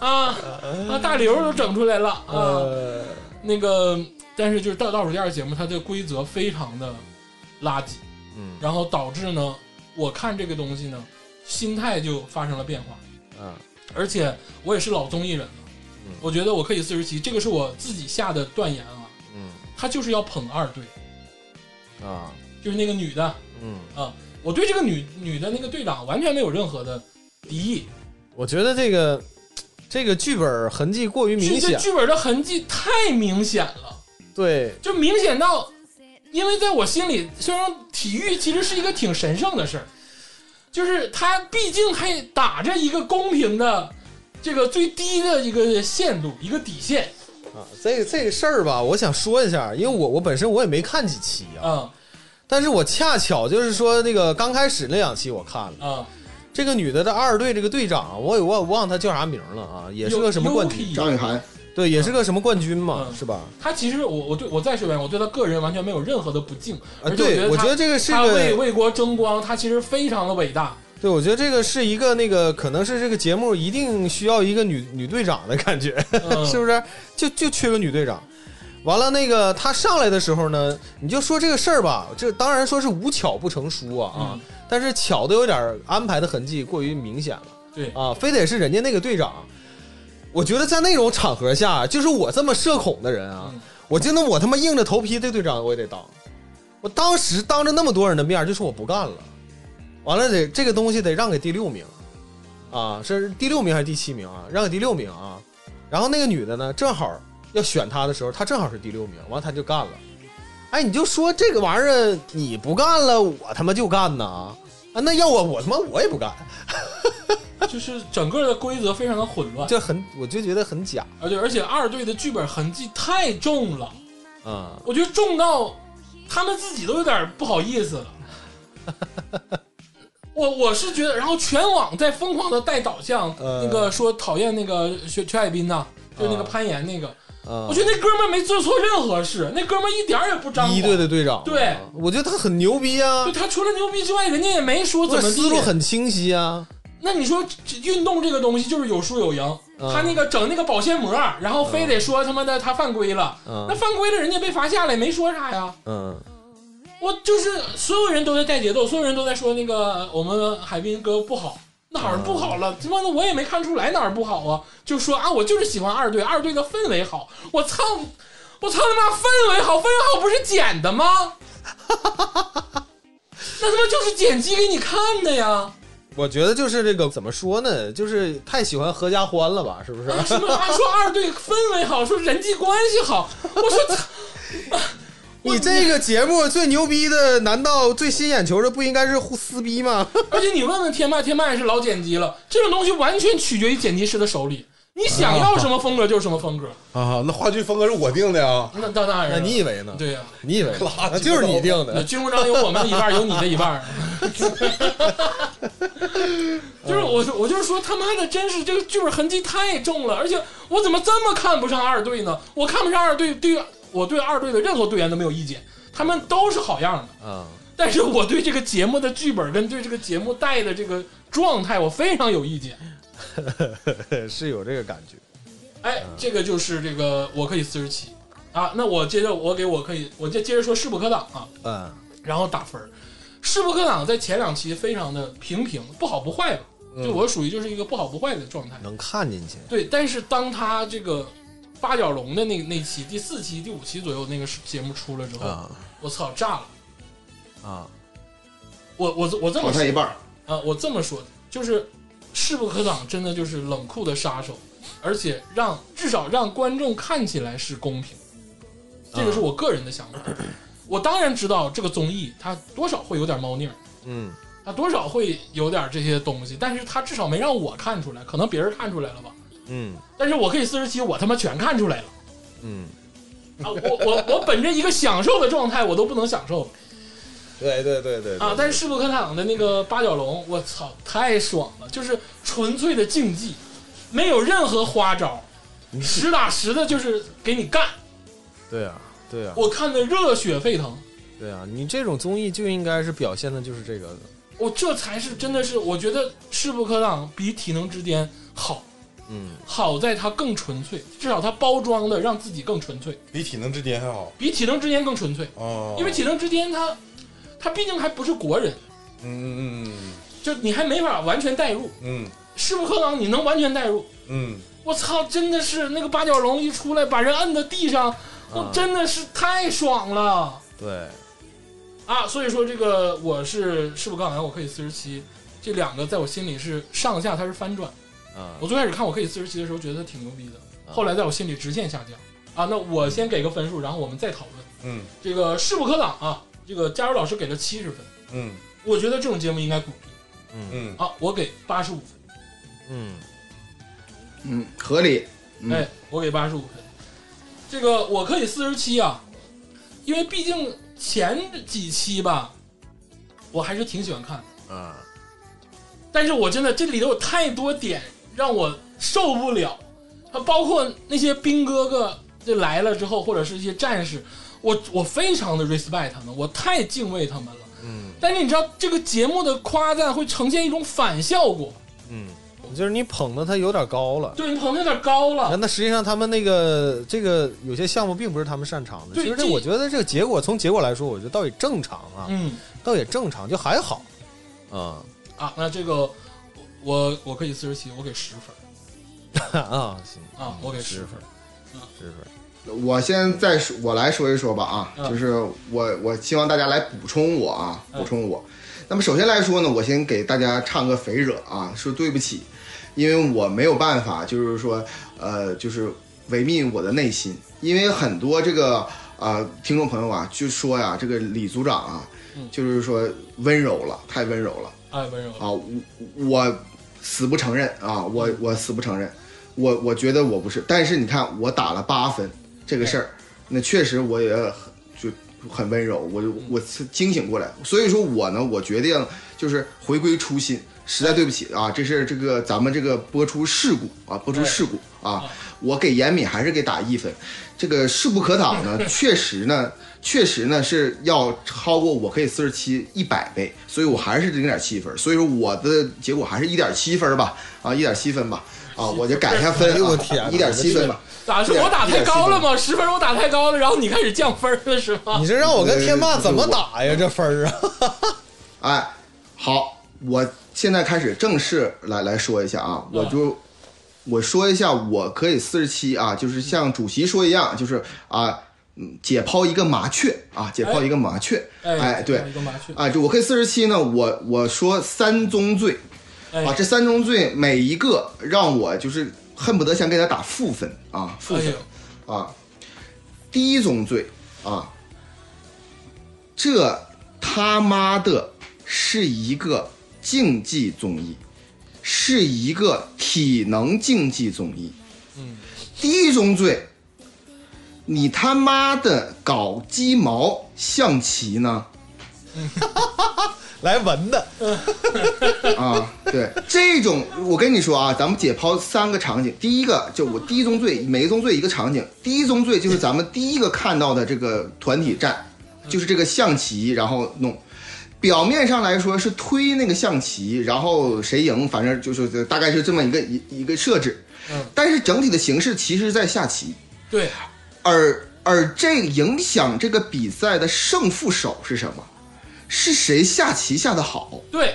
Speaker 2: 啊啊！大刘都整出来了啊，
Speaker 5: 呃
Speaker 2: 那个，但是就是倒倒数第二节目，它的规则非常的垃圾。
Speaker 5: 嗯
Speaker 2: 然后导致呢，我看这个东西呢，心态就发生了变化。
Speaker 5: 嗯
Speaker 2: 而且我也是老综艺人了，
Speaker 5: 嗯
Speaker 2: 我觉得我可以四十七，这个是我自己下的断言啊，
Speaker 5: 嗯
Speaker 2: 他就是要捧二队，
Speaker 5: 啊
Speaker 2: 就是那个女的，啊
Speaker 5: 嗯。
Speaker 2: 我对这个女女的那个队长完全没有任何的敌意，
Speaker 5: 我觉得这个这个剧本痕迹过于
Speaker 2: 这
Speaker 5: 明显，
Speaker 2: 剧本的痕迹太明显了，
Speaker 5: 对，
Speaker 2: 就明显到，因为在我心里，虽然体育其实是一个挺神圣的事儿，就是它毕竟还打着一个公平的这个最低的一个限度，一个底线
Speaker 5: 啊，这个这个事儿吧，我想说一下，因为我我本身我也没看几期啊，
Speaker 2: 啊
Speaker 5: 但是我恰巧就是说那个刚开始那两期我看了，
Speaker 2: 啊，
Speaker 5: 这个女的的二队这个队长，啊我也忘忘她叫啥名了啊，也是个什么冠军，
Speaker 2: Yuki
Speaker 4: 张雨涵
Speaker 5: 对，也是个什么冠军嘛，
Speaker 2: 嗯
Speaker 5: 是吧？
Speaker 2: 他其实我我对我再说一遍，我对他个人完全没有任何的不敬，
Speaker 5: 啊，
Speaker 2: 而且
Speaker 5: 对，
Speaker 2: 我
Speaker 5: 我
Speaker 2: 觉
Speaker 5: 觉
Speaker 2: 得
Speaker 5: 得这个是
Speaker 2: 他他为
Speaker 5: 个，
Speaker 2: 为国争光，他其实非常的伟 大。
Speaker 5: 对，我觉得这个是一个那个，可能是这个节目一定需要一个女女队长的感觉，
Speaker 2: 嗯、
Speaker 5: 是不是？就就缺个女队长。完了，那个他上来的时候呢，你就说这个事儿吧，这当然说是无巧不成书啊啊，
Speaker 2: 嗯
Speaker 5: 但是巧的有点儿安排的痕迹过于明显了，
Speaker 2: 对
Speaker 5: 啊，非得是人家那个队长。我觉得在那种场合下，就是我这么社恐的人啊，
Speaker 2: 嗯
Speaker 5: 我真的我他妈硬着头皮这队长我也得当。我当时当着那么多人的面儿就说我不干了，完了得这个东西得让给第六名，啊，是第六名还是第七名啊？让给第六名啊。然后那个女的呢，正好要选她的时候，她正好是第六名，完了她就干了。哎，你就说这个玩意儿你不干了，我他妈就干呐！啊，那要我我他妈我也不干，
Speaker 2: 嗯就是整个的规则非常的混乱，
Speaker 5: 就很我就觉得很假
Speaker 2: 而且而且二队的剧本痕迹太重了，
Speaker 5: 啊、
Speaker 2: 我觉得重到他们自己都有点不好意思了。 我我是觉得，然后全网在疯狂的带导向，
Speaker 5: 呃
Speaker 2: 那个说讨厌那个薛薛海滨呐、就那个
Speaker 5: 啊
Speaker 2: 攀岩那个，
Speaker 5: 啊！
Speaker 2: 我觉得那哥们儿没做错任何事，那哥们儿一点儿也不张狂。
Speaker 5: 一队的队长，
Speaker 2: 对，
Speaker 5: 我觉得他很牛逼啊
Speaker 2: 就，他除了牛逼之外，人家也没说
Speaker 5: 我
Speaker 2: 怎么地
Speaker 5: 思路很清晰啊，
Speaker 2: 那你说这运动这个东西就是有输有赢，
Speaker 5: 嗯
Speaker 2: 他那个整那个保鲜膜，然后非得说他妈的他犯规了，
Speaker 5: 嗯
Speaker 2: 那犯规了人家被罚下来没说啥呀，
Speaker 5: 嗯
Speaker 2: 我就是所有人都在带节奏，所有人都在说那个我们海滨哥不好，哪儿不好了？他妈的我也没看出来哪儿不好啊！就说啊，我就是喜欢二队，二队的氛围好。我操，我操他妈氛围好，氛围好不是剪的吗？那他妈就是剪辑给你看的呀！
Speaker 5: 我觉得就是这个怎么说呢，就是太喜欢合家欢了吧，是不是？
Speaker 2: 什么还说二队氛围好，说人际关系好，我说操，
Speaker 5: 你这个节目最牛逼的，难道最吸引眼球的不应该是互撕逼吗？
Speaker 2: 而且你问问天麦，天麦也是老剪辑了，这种东西完全取决于剪辑师的手里。你想要什么风格就是什么风格，
Speaker 3: 啊，那话剧风格是我定的啊，
Speaker 2: 那当当然
Speaker 5: 那
Speaker 2: 了。
Speaker 5: 你以为呢？
Speaker 2: 对呀、
Speaker 5: 你以为呢
Speaker 3: 垃圾
Speaker 5: 那就是你定
Speaker 2: 那
Speaker 5: 的？
Speaker 2: 军功章有我们的一半儿，有你的一半 儿。就是我，我就是说，他妈的，真是这个剧本痕迹太重了，而且我怎么这么看不上二队呢？我看不上二队，对于我对二队的任何队员都没有意见，他们都是好样的。
Speaker 5: 啊，
Speaker 2: 但是我对这个节目的剧本跟对这个节目带的这个状态，我非常有意见。嗯
Speaker 5: 是有这个感觉。
Speaker 2: 哎，
Speaker 5: 嗯
Speaker 2: 这个就是这个我可以四十七啊。那我接着我给我可以，我接接着说势不可挡啊。
Speaker 5: 嗯
Speaker 2: 然后打分儿。势不可挡在前两期非常的平平，不好不坏吧，就我属于就是一个不好不坏的状态。
Speaker 5: 能看进去。
Speaker 2: 对，但是当他这个八角笼的那那期第四期、第五期左右那个节目出了之后，
Speaker 5: 啊
Speaker 2: 我操炸了！
Speaker 5: 啊
Speaker 2: 我我我这
Speaker 4: 好
Speaker 2: 么
Speaker 4: 看
Speaker 2: 说
Speaker 4: 一半儿。
Speaker 2: 啊，我这么说就是势不可挡，真的就是冷酷的杀手，而且让至少让观众看起来是公平，这个是我个人的想法。我当然知道这个综艺它多少会有点猫腻儿。
Speaker 5: 嗯
Speaker 2: 他多少会有点这些东西，但是他至少没让我看出来，可能别人看出来了吧。
Speaker 5: 嗯
Speaker 2: 但是我可以四十七，我他妈全看出来了
Speaker 5: 嗯，
Speaker 2: 啊！我我我本着一个享受的状态，我都不能享受
Speaker 5: 对对对对
Speaker 2: 啊！但是势不可挡的那个八角笼，我操，太爽了，就是纯粹的竞技，没有任何花招，实打实的就是给你干，
Speaker 5: 对啊对啊
Speaker 2: 我看的热血沸腾。
Speaker 5: 对啊！你这种综艺就应该是表现的就是这个
Speaker 2: 我这才是真的是，我觉得势不可挡比体能之巅好。
Speaker 5: 嗯
Speaker 2: 好在它更纯粹，至少它包装的让自己更纯粹，
Speaker 3: 比体能之巅还好
Speaker 2: 比体能之巅更纯粹。
Speaker 3: 哦，
Speaker 2: 因为体能之巅它，它毕竟还不是国人，
Speaker 3: 嗯嗯
Speaker 2: 就你还没法完全代入。
Speaker 3: 嗯
Speaker 2: 势不可挡，你能完全代入。
Speaker 3: 嗯
Speaker 2: 我操，真的是那个八角笼一出来，把人摁在地上，我
Speaker 5: 啊
Speaker 2: 真的是太爽了
Speaker 5: 对
Speaker 2: 啊！所以说这个我是势不可挡，我可以四十七。这两个在我心里是上下，它是翻转。
Speaker 5: 啊
Speaker 2: 我最开始看我可以四十七的时候，觉得它挺牛逼的，
Speaker 5: 啊
Speaker 2: 后来在我心里直线下降啊。那我先给个分数，然后我们再讨论。
Speaker 3: 嗯
Speaker 2: 这个势不可挡啊！这个加油老师给了七十分，
Speaker 3: 嗯
Speaker 2: 我觉得这种节目应该鼓励
Speaker 5: 嗯
Speaker 3: 嗯，
Speaker 2: 啊！我给八十五分，
Speaker 5: 嗯
Speaker 4: 嗯，合理。嗯
Speaker 2: 哎，我给八十五分。这个我可以四十七啊，因为毕竟前几期吧，我还是挺喜欢看的。
Speaker 5: 啊
Speaker 2: 但是我真的这里头有太多点让我受不了，它包括那些兵哥哥这来了之后，或者是一些战士，我我非常的 respect 他们，我太敬畏他们了。
Speaker 5: 嗯
Speaker 2: 但是你知道这个节目的夸赞会呈现一种反效果，
Speaker 5: 嗯，就是你捧的他有点高了。
Speaker 2: 对你捧的有点高了。
Speaker 5: 那实际上，他们那个这个有些项目并不是他们擅长的。
Speaker 2: 对
Speaker 5: 其实这
Speaker 2: 这
Speaker 5: 我觉得这个结果从结果来说，我觉得倒也正常啊，
Speaker 2: 嗯
Speaker 5: 倒也正常，就还好。啊
Speaker 2: 啊，那这个我我可以四十七，我给十分
Speaker 5: 啊，行
Speaker 2: 啊，我给嗯
Speaker 5: 十
Speaker 2: 十
Speaker 5: 分，十分。
Speaker 4: 我先再说，我来说一说吧啊，
Speaker 2: 嗯
Speaker 4: 就是我我希望大家来补充我啊，
Speaker 2: 嗯
Speaker 4: 补充我。那么首先来说呢，我先给大家唱个肥惹啊，说对不起，因为我没有办法，就是说呃，就是违密我的内心，因为很多这个呃听众朋友啊，就说呀、这个李组长啊
Speaker 2: 嗯，
Speaker 4: 就是说温柔了，太温柔了。
Speaker 2: 哎，温柔了，
Speaker 4: 啊，我我死不承认啊，我我死不承认，我我觉得我不是，但是你看我打了八分这个事儿，那确实我也很就很温柔，我就我惊醒过来。所以说我呢，我决定就是回归初心。实在对不起啊，这是这个咱们这个播出事故啊，播出事故啊，我给严敏还是给打一分。这个势不可挡呢，确实呢，确实呢是要超过我可以四十七一百倍，所以我还是零点七分。所以说我的结果还是一点七分吧，啊，一点七分吧，啊，我就改一下分
Speaker 5: 哎呦我天
Speaker 4: 啊， 一点七分吧。
Speaker 2: 咋是我打太高了吗？十分我打太高了，然后你开始降分了是吗？
Speaker 5: 你这让我跟天霸怎么打呀？这分儿啊，
Speaker 4: 哎，好，我现在开始正式来来说一下啊，我就我说一下，我可以四十七啊，就是像主席说一样，就是啊，嗯，解剖一个麻雀啊，解剖一个麻雀，哎，对
Speaker 2: 打，一个麻雀，
Speaker 4: 啊，就我可以四十七呢，我我说三宗罪
Speaker 2: 哎
Speaker 4: 啊，这三宗罪每一个让我就是恨不得想给他打负分啊，负
Speaker 2: 哎
Speaker 4: 分
Speaker 2: 呦，
Speaker 4: 啊，第一宗罪啊，这他妈的是一个竞技综艺，是一个体能竞技综艺。嗯，第一宗罪，你他妈的搞鸡毛象棋呢？
Speaker 5: 来文的，
Speaker 4: 啊，对，这种我跟你说啊，咱们解剖三个场景，第一个就我第一宗罪，每一宗罪一个场景，第一宗罪就是咱们第一个看到的这个团体战，就是这个象棋，然后弄。表面上来说是推那个象棋，然后谁赢，反正就是大概是这么一个一一个设置，但是整体的形式其实在下棋，
Speaker 2: 对，啊
Speaker 4: 而而这影响这个比赛的胜负手是什么？是谁下棋下得好？
Speaker 2: 对，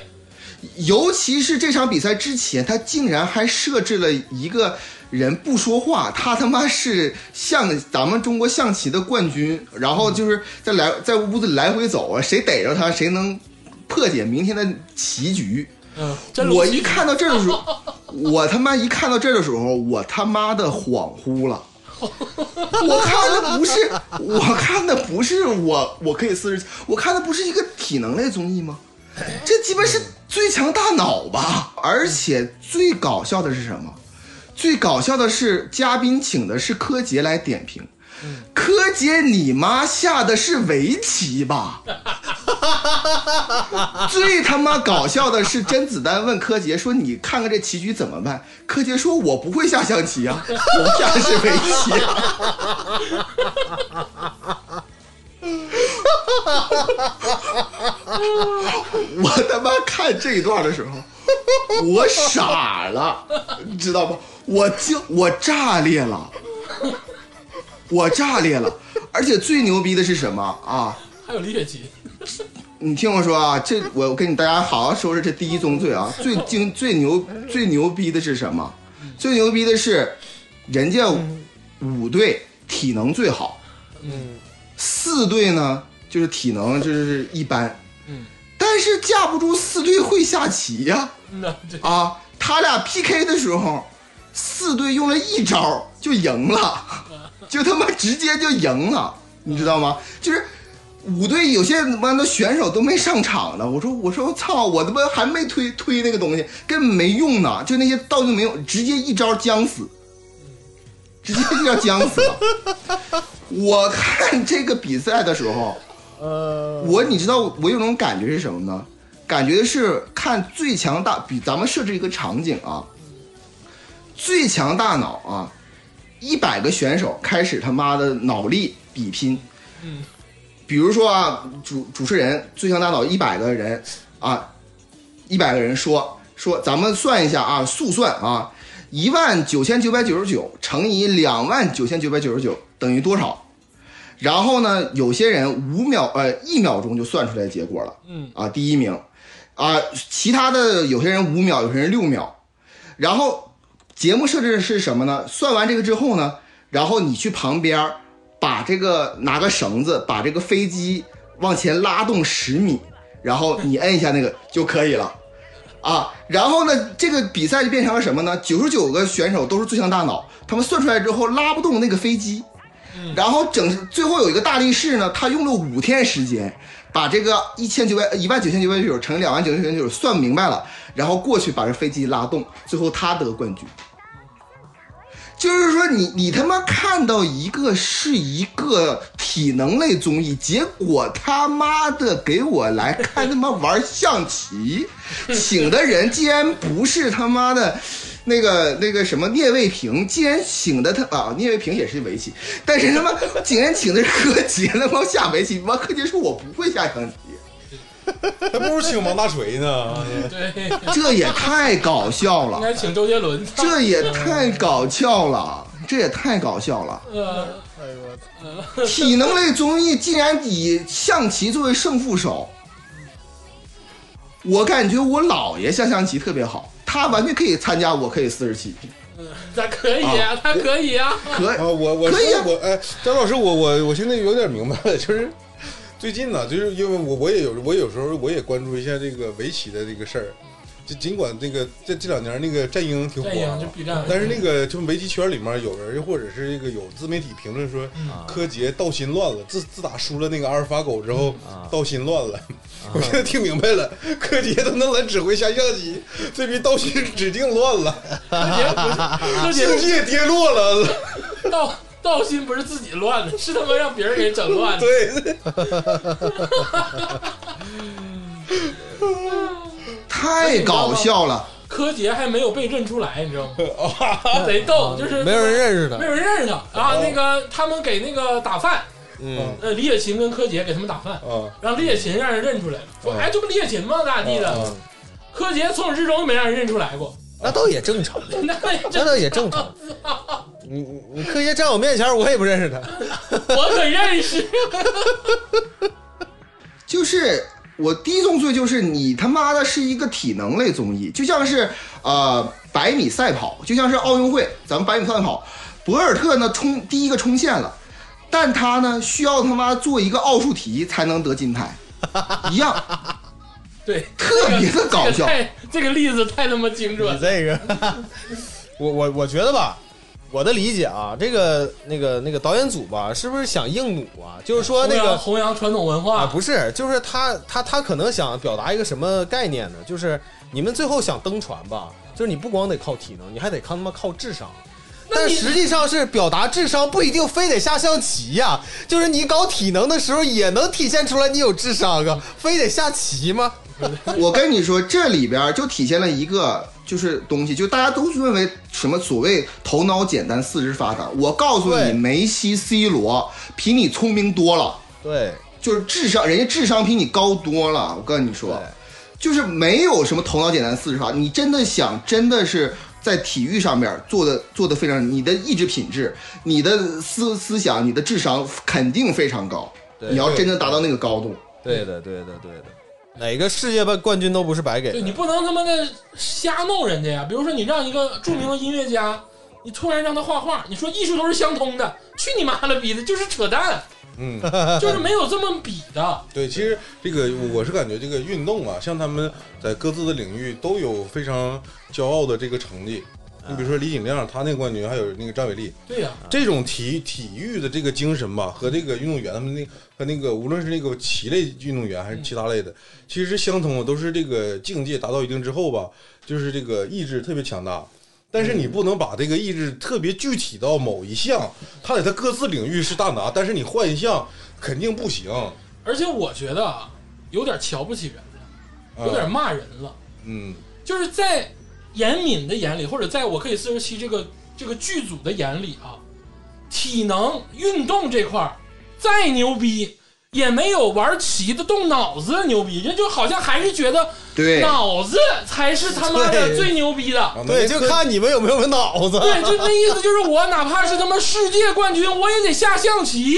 Speaker 4: 尤其是这场比赛之前，他竟然还设置了一个人不说话，他他妈是象咱们中国象棋的冠军，然后就是在来在屋子里来回走啊，谁逮着他谁能破解明天的棋局。
Speaker 2: 嗯，真
Speaker 4: 我
Speaker 2: 龙
Speaker 4: 一看到这儿的时候，我他妈一看到这儿的时候，我他妈的恍惚了。我看的不是，我看的不是我，我可以四十，我看的不是一个体能类综艺吗？这基本是最强大脑吧？而且最搞笑的是什么？最搞笑的是嘉宾请的是柯洁来点评，柯洁你妈下的是围棋吧？最他妈搞笑的是甄子丹问柯洁说：“你看看这棋局怎么办？”柯洁说：“我不会下象棋啊， 我下的是围棋、啊。” 我他妈看这一段的时候，我傻了，你知道吗？我惊，我炸裂了，我炸裂了。而且最牛逼的是什么啊？
Speaker 2: 还有李雪琴，
Speaker 4: 你听我说啊，这我我跟你大家好好说说这第一宗 罪啊，最精最牛最牛逼的是什么？最牛逼的是，人家五队体能最好，
Speaker 2: 嗯，
Speaker 4: 四队呢就是体能就是一般，
Speaker 2: 嗯，
Speaker 4: 但是架不住四队会下棋呀、
Speaker 2: 那 这
Speaker 4: 啊，他俩 PK 的时候，四队用了一招就赢了，就他妈直接就赢了，你知道吗？就是。五队有些他妈的选手都没上场呢，我说我说操，我他妈还没推推那个东西，根本没用呢，就那些道具没用，直接一招将死，直接就要将死了。 我看这个比赛的时候，
Speaker 5: 呃，
Speaker 4: 我你知道我有种感觉是什么呢？感觉是看最强大，比咱们设置一个场景啊，最强大脑啊，一百个选手开始他妈的脑力比拼，
Speaker 2: 嗯，
Speaker 4: 比如说啊，主主持人最强大脑一百个人啊，一百个人说说，咱们算一下啊，速算啊，一万九千九百九十九乘以两万九千九百九十九等于多少？然后呢，有些人五秒呃一秒钟就算出来结果了，
Speaker 2: 嗯
Speaker 4: 啊，第一名，啊，其他的有些人五秒，有些人六秒，然后节目设置是什么呢？算完这个之后呢，然后你去旁边儿把这个拿个绳子把这个飞机往前拉动十米，然后你摁一下那个就可以了。啊，然后呢，这个比赛就变成了什么呢？九十九个选手都是最强大脑，他们算出来之后拉不动那个飞机，然后整最后有一个大力士呢，他用了五天时间，把这个一千九百一万九千九百九十九乘以两万九千九百九十九算明白了，然后过去把这飞机拉动，最后他得冠军。就是说你你他妈看到一个是一个体能类综艺，结果他妈的给我来看他妈玩象棋，请的人竟然不是他妈的。那个那个什么聂卫平，竟然请的他啊，聂卫平也是围棋，但是他妈竟然请的是柯洁，他妈下围棋，妈柯洁说我不会下象棋，
Speaker 3: 还不如请王大锤 呢。
Speaker 2: 对，
Speaker 4: 这也太搞笑了
Speaker 2: 应。该请周杰伦。
Speaker 4: 这也太搞笑了，这也太搞笑了！
Speaker 2: 呃，
Speaker 5: 哎呦我操！
Speaker 4: 体能类综艺竟然以象棋作为胜负手，我感觉我姥爷下象棋特别好，他完全可以参加我可以四十七，
Speaker 2: 咱可以啊，他可以啊。
Speaker 4: 可
Speaker 3: 啊，我我
Speaker 4: 可以啊
Speaker 3: 我哎，张老师，我我我现在有点明白了，就是最近呢，就是因为我我也有我有时候我也关注一下这个围棋的这个事儿，就尽管这个这这两年那个战鹰挺火
Speaker 2: 战鹰就
Speaker 3: 啊，
Speaker 2: B 站，
Speaker 3: 但是那个就围棋圈里面有人或者是这个有自媒体评论说
Speaker 5: 啊
Speaker 3: 柯洁道心乱了，自自打输了那个阿尔法狗之后
Speaker 5: 啊，
Speaker 3: 道心乱了。 我现在听明白了，柯洁都能来指挥下象棋，这逼道心指定乱了，
Speaker 2: 柯洁不是柯洁
Speaker 3: 境界跌落了。
Speaker 2: 道道心不是自己乱的，是他妈让别人给整乱的。
Speaker 3: 对，
Speaker 4: 太搞笑了！
Speaker 2: 柯洁还没有被认出来，你知道
Speaker 3: 啊
Speaker 2: 吗？贼逗，就是
Speaker 5: 没有人认识他
Speaker 2: 没有人认识他啊。那个他们给那个打饭，
Speaker 5: 嗯
Speaker 2: 呃，李雪琴跟柯洁给他们打饭，
Speaker 3: 啊，
Speaker 2: 然后李雪琴让人认出来了，说
Speaker 3: 嗯
Speaker 2: 哎，这不李雪琴吗？咋地
Speaker 3: 啊
Speaker 2: 的？柯洁从始至终没让人认出来过，
Speaker 5: 那倒也正常，
Speaker 2: 那这
Speaker 5: 那倒也正常。你你你柯洁站我面前，我也不认识他。
Speaker 2: 我可认识。
Speaker 4: 就是我第一宗罪就是你他妈的是一个体能类综艺，就像是呃百米赛跑，就像是奥运会，咱们百米赛跑，博尔特呢冲第一个冲线了，但他呢需要他妈做一个奥数题才能得金牌，一样
Speaker 2: 对，
Speaker 4: 特别的搞
Speaker 2: 这个
Speaker 4: 笑。
Speaker 2: 太这个例子太他妈精准了。
Speaker 5: 你这个，我我我觉得吧，我的理解啊，这个那个那个导演组吧，是不是想硬弩啊？就是说那
Speaker 2: 弘扬
Speaker 5: 个
Speaker 2: 弘扬传统文化
Speaker 5: 啊，不是，就是他他他可能想表达一个什么概念呢？就是你们最后想登船吧，就是你不光得靠体能，你还得靠他妈靠智商。但
Speaker 2: 你
Speaker 5: 实际上是表达智商不一定非得下象棋呀、就是你搞体能的时候也能体现出来你有智商啊，非得下棋吗？
Speaker 4: 我跟你说，这里边就体现了一个就是东西，就大家都认为什么所谓头脑简单四肢发达，我告诉
Speaker 5: 对
Speaker 4: 你，梅西、C 罗比你聪明多了。
Speaker 5: 对，
Speaker 4: 就是智商，人家智商比你高多了。我跟你说，就是没有什么头脑简单四十法，你真的想，真的是在体育上面做的做的非常，你的意志品质、你的思思想、你的智商肯定非常高。
Speaker 5: 对
Speaker 4: 你要真正达到那个高度，
Speaker 5: 对的，对的，对的，哪个世界冠冠军都不是白给
Speaker 2: 对
Speaker 5: 的
Speaker 2: 你。不能他妈的瞎弄人家呀！比如说，你让一个著名的音乐家，你突然让他画画，你说艺术都是相通的，去你妈了逼的，就是扯淡，
Speaker 3: 嗯，
Speaker 2: 就是没有这么比的。
Speaker 3: 对，其实这个我是感觉这个运动啊，像他们在各自的领域都有非常骄傲的这个成绩。你比如说李景亮，他那个冠军，还有那个张伟丽，
Speaker 2: 对呀、
Speaker 3: 这种体体育的这个精神吧，和这个运动员他们那和那个无论是那个棋类运动员还是其他类的，其实是相通的，都是这个境界达到一定之后吧，就是这个意志特别强大。但是你不能把这个意志特别具体到某一项，他在他各自领域是大拿，但是你换一项肯定不行。
Speaker 2: 而且我觉得啊，有点瞧不起人了，有点
Speaker 3: 嗯
Speaker 2: 骂人了。
Speaker 3: 嗯
Speaker 2: 就是在严敏的眼里，或者在我可以四十七这个这个剧组的眼里啊，体能运动这块儿再牛逼，也没有玩棋的动脑子牛逼。人就好像还是觉得
Speaker 4: 对
Speaker 2: 脑子才是他妈的
Speaker 5: 对
Speaker 2: 最牛逼的。
Speaker 3: 啊
Speaker 5: 对，
Speaker 3: 那
Speaker 5: 就
Speaker 3: 科
Speaker 5: 看你们有没有个脑子。
Speaker 2: 对，就那意思，就是我哪怕是他妈世界冠军，我也得下象棋。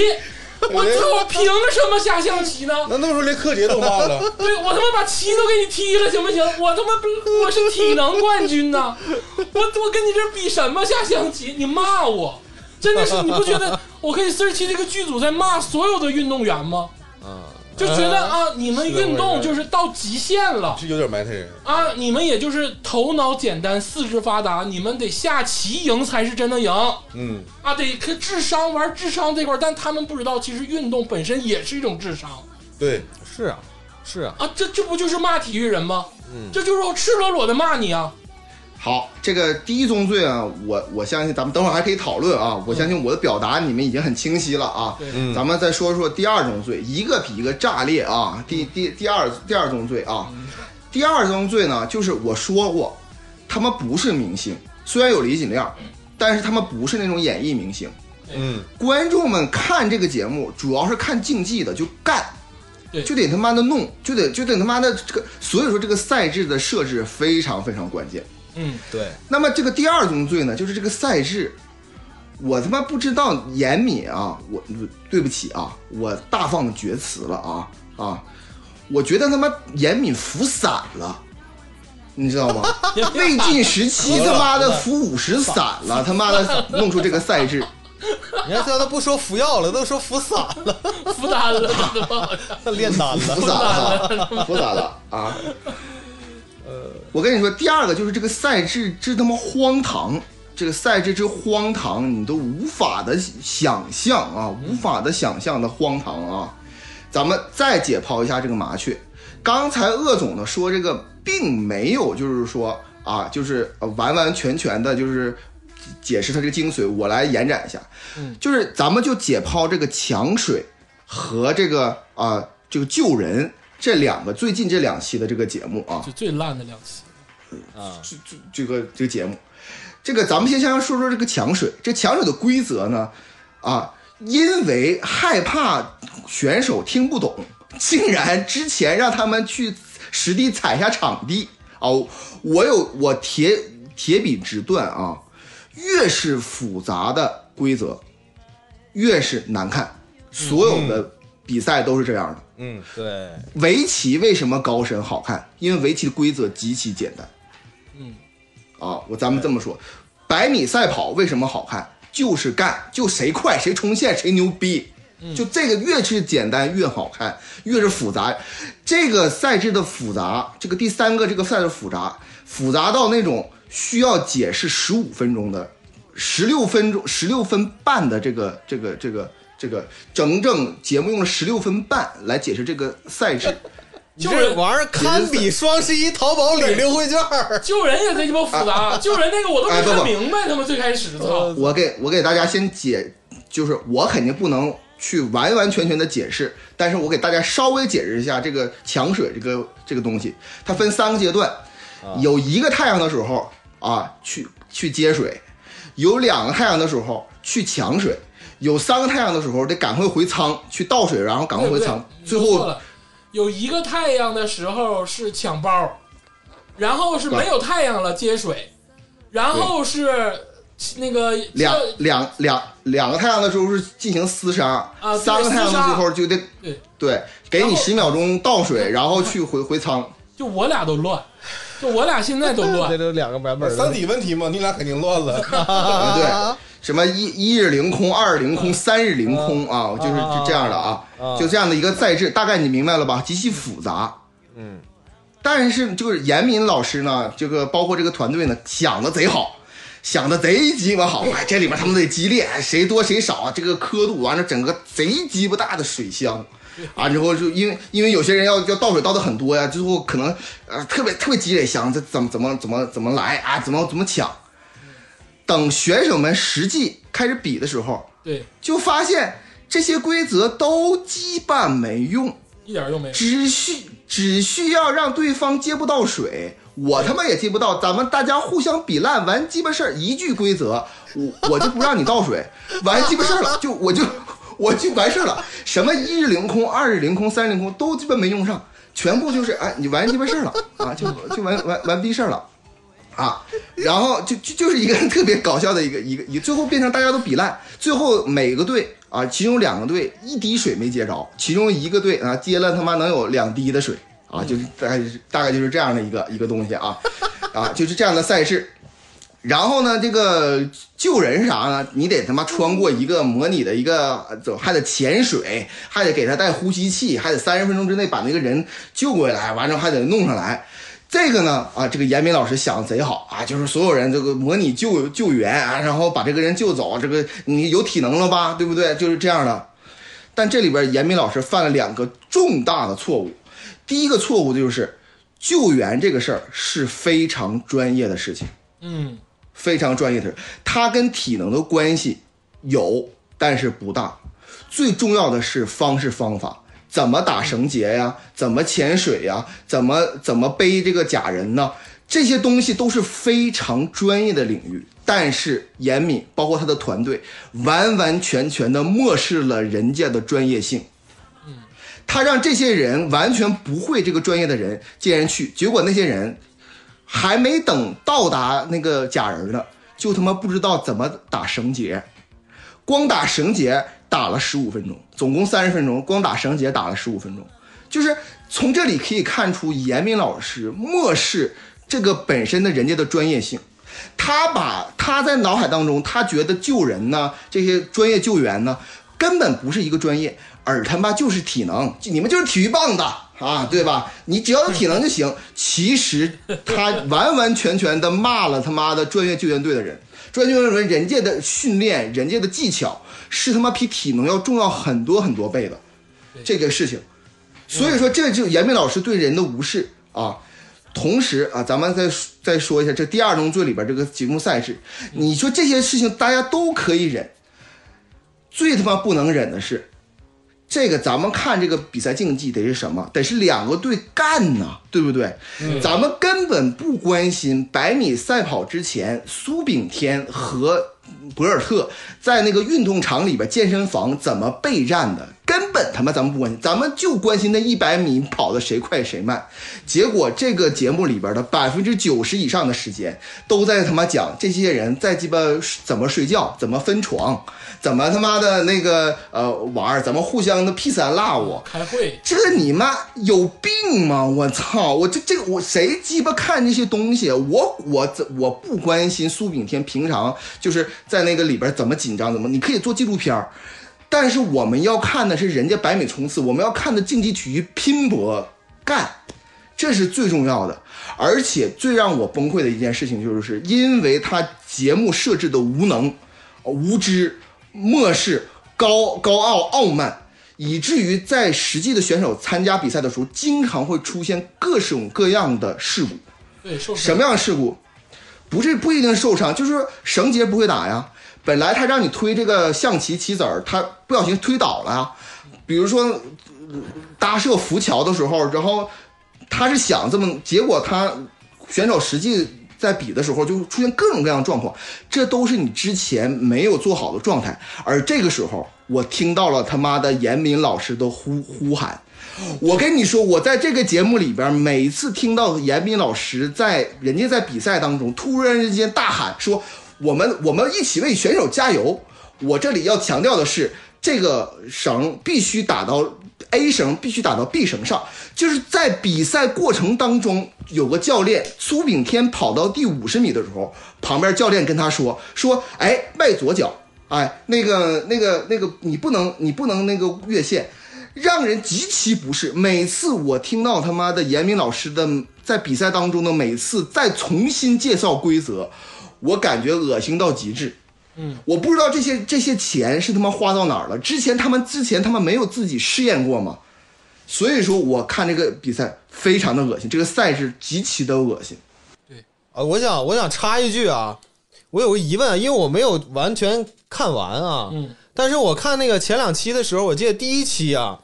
Speaker 2: 我这我凭什么下象棋呢？
Speaker 3: 那那么说连柯洁都骂了，
Speaker 2: 对哎我他妈把棋都给你踢了，行不行？我他妈不，我是体能冠军呐、我我跟你这比什么下象棋？你骂我，真的是你不觉得我可以四十七这个剧组在骂所有的运动员吗？
Speaker 5: 啊，
Speaker 2: 就觉得啊，你们运动就是到极限了
Speaker 3: 是有点埋汰人。
Speaker 2: 啊，你们也就是头脑简单，四肢发达，你们得下棋赢才是真的赢啊，
Speaker 3: 嗯，
Speaker 2: 得可智商玩智商这块儿，但他们不知道，其实运动本身也是一种智商。
Speaker 3: 对，
Speaker 5: 是啊，是啊，
Speaker 2: 啊，这这不就是骂体育人吗？
Speaker 5: 嗯
Speaker 2: 这就是赤裸裸的骂你啊！
Speaker 4: 好，这个第一宗罪啊，我我相信咱们等会儿还可以讨论啊，我相信我的表达你们已经很清晰了啊。
Speaker 2: 对
Speaker 3: 嗯
Speaker 4: 咱们再说说第二宗罪，一个比一个炸裂啊。第
Speaker 2: 嗯
Speaker 4: 第第二第二宗罪啊，第二宗罪呢，就是我说过，他们不是明星，虽然有李锦亮，但是他们不是那种演艺明星。
Speaker 3: 嗯，
Speaker 4: 观众们看这个节目，主要是看竞技的，就干
Speaker 2: 对，
Speaker 4: 就得他妈的弄，就得就得他妈的这个，所以说这个赛制的设置非常非常关键。
Speaker 2: 嗯，
Speaker 5: 对，
Speaker 4: 那么这个第二宗罪呢，就是这个赛制，我他妈不知道严敏啊，我对不起啊，我大放厥词了啊啊！我觉得他妈严敏服散了。你知道 吗？魏晋时期他妈的 服五十散了，他妈的弄出这个赛制，
Speaker 5: 你看，虽然他不说服药了，都说服散了，
Speaker 2: 负担嗯 了，真的吗？
Speaker 5: 炼丹
Speaker 4: 服
Speaker 5: 了。
Speaker 4: 散了，服散了啊！我跟你说，第二个就是这个赛制之他妈荒唐，这个赛制之荒唐，你都无法的想象啊，无法的想象的荒唐啊！咱们再解剖一下这个麻雀。刚才鄂总呢说这个并没有，就是说啊，就是呃完完全全的，就是解释它这个精髓。我来延展一下，就是咱们就解剖这个抢水和这个啊、这个救人这两个最近这两期的这个节目啊，
Speaker 2: 就最烂的两期，
Speaker 5: 啊，
Speaker 4: 这这这个这个节目，这个咱们先先说说这个抢水。这抢水的规则呢，啊，因为害怕选手听不懂，竟然之前让他们去实地踩一下场地哦。我有我铁铁笔直断啊，越是复杂的规则，越是难看。所有的比赛都是这样的。
Speaker 5: 嗯对，
Speaker 4: 围棋为什么高深好看？因为围棋的规则极其简单。
Speaker 2: 嗯，
Speaker 4: 啊，我咱们这么说，百米赛跑为什么好看？就是干，就谁快谁冲线谁牛逼。就这个越是简单越好看，越是复杂。这个赛制的复杂，这个第三个这个赛制复杂，复杂到那种需要解释十五分钟的，十六分钟十六分半的这个这个这个这个整整节目用了十六分半来解释这个赛制。
Speaker 5: 就这玩意儿堪比双十一淘宝领优惠券儿。
Speaker 2: 救人也贼鸡巴复 杂，啊救人那个我都没
Speaker 4: 哎不
Speaker 2: 看
Speaker 4: 不
Speaker 2: 明白，他妈最开始操，
Speaker 4: 我给我给大家先解，就是我肯定不能去完完全全的解释，但是我给大家稍微解释一下这个抢水这个这个东西，它分三个阶段，有一个太阳的时候啊，去去接水；有两个太阳的时候去抢水；有三个太阳的时候得赶快回仓去倒水，然后赶快回仓，
Speaker 2: 对
Speaker 4: 最
Speaker 2: 哎不对你说错
Speaker 4: 后
Speaker 2: 了有一个太阳的时候是抢包，然后是没有太阳了接水，然后是那个
Speaker 4: 两两两两个太阳的时候是进行厮杀，
Speaker 2: 啊对
Speaker 4: 三个太阳的时候就得
Speaker 2: 对
Speaker 4: 对，给
Speaker 2: 然
Speaker 4: 你
Speaker 2: 后
Speaker 4: 十秒钟倒水，然后去回回仓。
Speaker 2: 就我俩都乱，就我俩现在都
Speaker 5: 这
Speaker 2: 乱，
Speaker 5: 都两个版本儿
Speaker 3: 三
Speaker 5: 了。
Speaker 3: 体问题嘛，你俩肯定乱 了。
Speaker 4: 啊，对，什么一一日凌空、二日凌空、三日凌空啊，就是
Speaker 5: 啊
Speaker 4: 就这样的啊
Speaker 5: 啊，
Speaker 4: 就这样的一个赛制，大概你明白了吧？极其复杂，
Speaker 5: 嗯，
Speaker 4: 但是就是严敏老师呢，这个包括这个团队呢，想的贼好。想的贼鸡巴好，哎，这里边他们得激烈，谁多谁少，啊这个刻度完了，整个贼鸡巴大的水箱，啊，之后就因为因为有些人要要倒水倒的很多呀，最后可能呃特别特别激烈，想这怎么怎么怎么怎么来啊，怎么怎么抢。等选手们实际开始比的时候，
Speaker 2: 对，
Speaker 4: 就发现这些规则都鸡巴没用，
Speaker 2: 一点用没有。
Speaker 4: 只需只需要让对方接不到水，我他妈也接不到，咱们大家互相比烂完鸡巴事儿，一句规则，我我就不让你倒水， 完鸡巴事儿了，就我就 我就完事儿了，什么一日凌空、二日凌空、三日凌空都鸡巴没用上，全部就是哎，你完鸡巴事儿了啊，就就完完完逼事儿了。啊，然后就就就是一个特别搞笑的一个一个一个，最后变成大家都比烂，最后每个队啊，其中两个队一滴水没接着，其中一个队啊接了他妈能有两滴的水啊，就是大概就是大概就是这样的一个一个东西啊，啊，就是这样的赛事。然后呢，这个救人啥呢？你得他妈穿过一个模拟的一个，走还得潜水，还得给他带呼吸器，还得三十分钟之内把那个人救回来，完之后还得弄上来。这个呢，啊，这个严明老师想的贼好啊，就是所有人这个模拟救救援啊，然后把这个人救走，这个你有体能了吧，对不对？就是这样的。但这里边严明老师犯了两个重大的错误，第一个错误就是救援这个事儿是非常专业的事情，
Speaker 2: 嗯
Speaker 4: 非常专业的人，他跟体能的关系有，但是不大。最重要的是方式方法，怎么打绳结呀？怎么潜水呀？怎么怎么背这个假人呢？这些东西都是非常专业的领域，但是严敏包括他的团队完完全全的漠视了人家的专业性。他让这些人完全不会这个专业的人竟然去，结果那些人还没等到达那个假人呢，就他妈不知道怎么打绳结，光打绳结打了十五分钟，总共三十分钟，光打绳结打了十五分钟，就是从这里可以看出严明老师漠视这个本身的人家的专业性。他把他在脑海当中，他觉得救人呢，这些专业救援呢，根本不是一个专业，而他妈就是体能，就你们就是体育棒的啊，对吧？你只要有体能就行。 其实他完完全全的骂了他妈的专业救援队的人，专业救援队人家的训练，人家的技巧是他妈比体能要重要很多很多倍的这个事情。所以说，这就严明老师对人的无视啊。同时啊，咱们再说再说一下这第二宗罪里边这个节目赛事，你说这些事情大家都可以忍，最他妈不能忍的是，这个咱们看这个比赛竞技得是什么？得是两个队干呐、对不对？咱们根本不关心百米赛跑之前，苏炳添和博尔特在那个运动场里边健身房怎么备战的，根本他妈咱们不关心，咱们就关心那一百米跑的谁快谁慢。结果这个节目里边的百分之九十以上的时间都在他妈讲这些人在鸡巴怎么睡觉，怎么分床，怎么他妈的那个呃玩儿，怎么互相的 P 三 l 我。
Speaker 2: 开会，
Speaker 4: 这你妈有病吗？ 我操！我这这我谁鸡巴看这些东西？我我怎我不关心苏炳添平常就是在那个里边怎么紧张怎么，你可以做纪录片儿，但是我们要看的是人家百米冲刺，我们要看的竞技体育拼搏干，这是最重要的。而且最让我崩溃的一件事情，就是因为他节目设置的无能、呃无知、漠视、高高傲、傲慢，以至于在实际的选手参加比赛的时候，经常会出现各种各样的事故。
Speaker 2: 对，受
Speaker 4: 什么样的事故？不是不一定受伤，就是绳结不会打呀。本来他让你推这个象棋棋子儿，他不小心推倒了呀。比如说呃搭设浮桥的时候，然后他是想这么，结果他选手实际在比的时候就出现各种各样的状况，这都是你之前没有做好的状态。而这个时候，我听到了他妈的严敏老师的呼呼喊。我跟你说，我在这个节目里边，每次听到严敏老师在人家在比赛当中突然之间大喊说：“我们我们一起为选手加油。”我这里要强调的是，这个绳必须打到 A 绳，必须打到 B 绳上。就是在比赛过程当中，有个教练苏炳添跑到第五十米的时候，旁边教练跟他说：“说，哎，迈左脚，哎，那个那个那个，你不能你不能那个越线。”让人极其不适。每次我听到他妈的严明老师的在比赛当中的每次再重新介绍规则，我感觉恶心到极致。嗯，我不知道这些这些钱是他妈花到哪儿了。之前他们之前他们没有自己试验过吗？所以说，我看这个比赛非常的恶心，这个赛事极其的恶心。
Speaker 5: 啊，我想我想插一句啊，我有个疑问啊，因为我没有完全看完啊，
Speaker 2: 嗯，
Speaker 5: 但是我看那个前两期的时候，我记得第一期啊，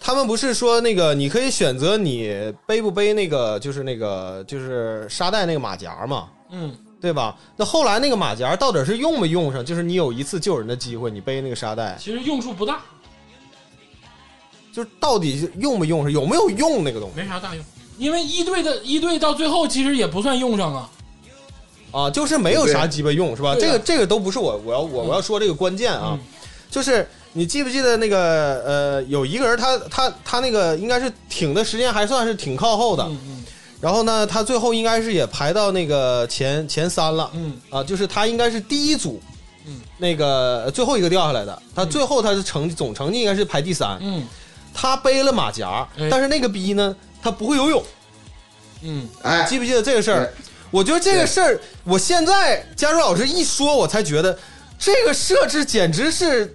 Speaker 5: 他们不是说那个你可以选择你背不背那个就是那个就是沙袋那个马甲嘛，
Speaker 2: 嗯
Speaker 5: 对吧？那后来那个马甲到底是用没用上？就是你有一次救人的机会，你背那个沙袋，
Speaker 2: 其实用处不大，
Speaker 5: 就是到底是用没用上？有没有用那个东西
Speaker 2: 没啥大用，因为一队的一队到最后其实也不算用上啊。
Speaker 5: 啊？就是没有啥鸡巴用是吧？
Speaker 2: 对
Speaker 5: 这
Speaker 2: 啊
Speaker 5: 个这个都不是我我要我我要说这个关键啊。
Speaker 2: 嗯
Speaker 5: 就是你记不记得那个呃，有一个人他他他那个应该是挺的时间还算是挺靠后的，
Speaker 2: 嗯
Speaker 5: 然后呢，他最后应该是也排到那个前前三了
Speaker 2: 嗯
Speaker 5: 啊，就是他应该是第一组，
Speaker 2: 嗯，
Speaker 5: 那个呃最后一个掉下来的，他最后他是成绩总成绩应该是排第三，
Speaker 2: 嗯
Speaker 5: 他背了马甲
Speaker 2: 哎，
Speaker 5: 但是那个逼呢，他不会游泳，
Speaker 2: 嗯
Speaker 4: 哎，
Speaker 5: 记不记得这个事儿
Speaker 4: 对？
Speaker 5: 我觉得这个
Speaker 4: 对
Speaker 5: 事儿，我现在加入老师一说，我才觉得这个设置简直是，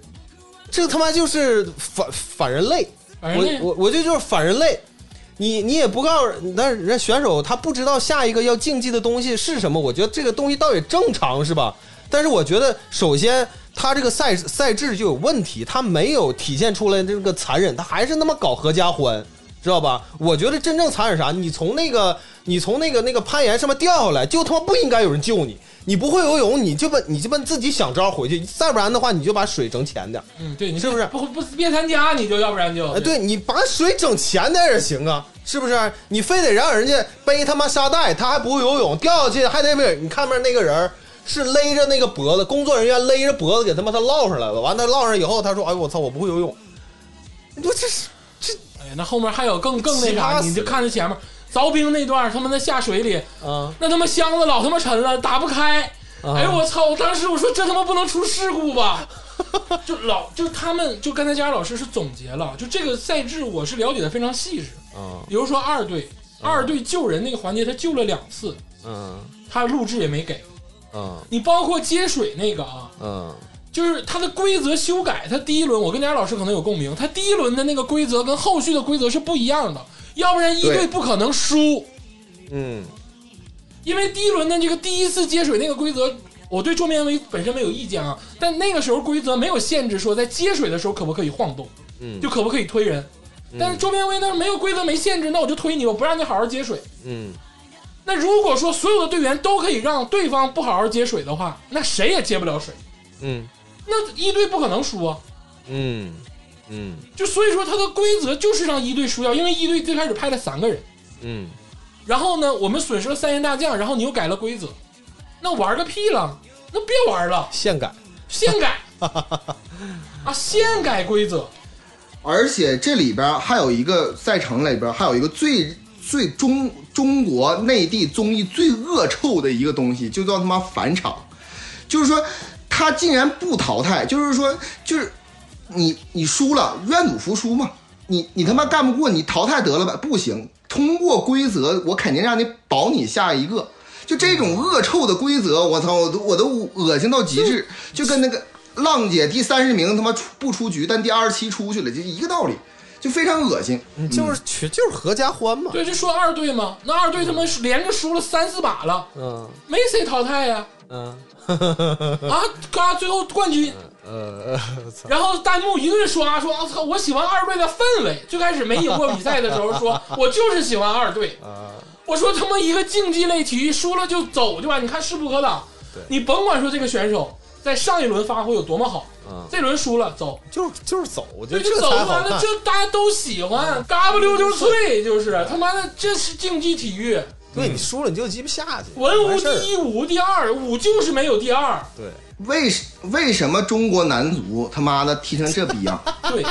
Speaker 5: 这他妈就是反反人类。
Speaker 2: 嗯，反正
Speaker 5: 我
Speaker 2: 那
Speaker 5: 我我这就是反人类。你你也不告诉，但是人家选手他不知道下一个要竞技的东西是什么，我觉得这个东西倒也正常，是吧？但是我觉得，首先他这个赛赛制就有问题，他没有体现出来这个残忍，他还是那么搞合家欢，知道吧？我觉得真正残忍啥？你从那个你从那个那个攀岩上面掉下来，就他妈不应该有人救你。你不会游泳，你就把你就把自己想招回去，再不然的话，你就把水整浅点儿。
Speaker 2: 嗯，对，你
Speaker 5: 是不是
Speaker 2: 不不别参加，你就要不然就
Speaker 5: 哎，对你把水整浅点也行啊，是不是？你非得让人家背他妈沙袋，他还不会游泳，掉下去还得被你看面那个人儿是勒着那个脖子，工作人员勒着脖子给他妈他落上来了。完，他落上以后，他说：“哎，我操，我不会游泳。”你说这是
Speaker 2: 哎呀，那后面还有更更那
Speaker 5: 奇葩
Speaker 2: 啥，
Speaker 5: 死了
Speaker 2: 你就看着前面凿冰那段，他妈那下水里，
Speaker 5: 啊？
Speaker 2: 那他妈箱子老他妈沉了，打不开。
Speaker 5: 啊
Speaker 2: 哎呦我操！我当时我说这他妈不能出事故 吧？就老就他们就刚才佳佳老师是总结了，就这个赛制我是了解的非常细致。
Speaker 5: 啊
Speaker 2: 比如说二队，二队救人那个环节他救了两次，
Speaker 5: 嗯
Speaker 2: 他录制也没给。
Speaker 5: 嗯
Speaker 2: 你包括接水那个啊，
Speaker 5: 嗯
Speaker 2: 就是它的规则修改，它第一轮我跟佳佳老师可能有共鸣，它第一轮的那个规则跟后续的规则是不一样的，要不然一
Speaker 4: 对
Speaker 2: 队不可能输。
Speaker 5: 嗯
Speaker 2: 因为第一轮的这个第一次接水那个规则，我对桌面围本身没有意见啊，但那个时候规则没有限制说在接水的时候可不可以晃动，
Speaker 5: 嗯
Speaker 2: 就可不可以推人。但是周边威那没有规则没限制，那我就推你，我不让你好好接水。
Speaker 5: 嗯
Speaker 2: 那如果说所有的队员都可以让对方不好好接水的话，那谁也接不了水，
Speaker 5: 嗯
Speaker 2: 那一队不可能输啊。
Speaker 5: 嗯嗯
Speaker 2: 就所以说它的规则就是让一队输掉，因为一队最开始派了三个人，
Speaker 5: 嗯
Speaker 2: 然后呢，我们损失了三员大将，然后你又改了规则，那玩个屁了，那别玩了。
Speaker 5: 现改
Speaker 2: 先 改啊，先改规则，
Speaker 4: 而且这里边还有一个赛程里边还有一个最最中中国内地综艺最恶臭的一个东西，就叫他妈返场，就是说他竟然不淘汰，就是说就是你你输了愿赌服输嘛，你你他妈干不过你淘汰得了吧？不行，通过规则我肯定让你保你下一个。就这种恶臭的规则，我操，我都我都恶心到极致，就跟那个浪姐第三十名他妈出不出局，但第二十七出去了，就一个道理，就非常恶心。
Speaker 5: 就是去就是合家欢嘛。
Speaker 2: 对，这说二队嘛，那二队他妈连着输了三四把了，
Speaker 5: 嗯
Speaker 2: 没谁淘汰呀、
Speaker 5: 嗯
Speaker 2: 啊，嘎，最后冠军，
Speaker 5: 呃，我操
Speaker 2: 然后弹幕一顿刷，说我操，我喜欢二队的氛围。最开始没赢过比赛的时候 说，我就是喜欢二队，
Speaker 5: 啊！
Speaker 2: 我说他妈一个竞技类体育输了就走对吧？你看势不可挡，你甭管说这个选手在上一轮发挥有多么好，
Speaker 5: 嗯
Speaker 2: 这轮输了走，
Speaker 5: 就是就是走，我觉
Speaker 2: 对，
Speaker 5: 得
Speaker 2: 就
Speaker 5: 这
Speaker 2: 走
Speaker 5: 才
Speaker 2: 完
Speaker 5: 好嗯
Speaker 2: 了，
Speaker 5: 看。
Speaker 2: 这大家都喜欢，嘎不溜丢脆，就是他妈的，这是竞技体育，
Speaker 5: 对你输了你就鸡巴下去，
Speaker 2: 文无
Speaker 5: 完事儿
Speaker 2: 第一，武无第二，武就是没有第二，
Speaker 5: 对，
Speaker 4: 为什为什么中国男足他妈的踢成这逼样？
Speaker 2: 对，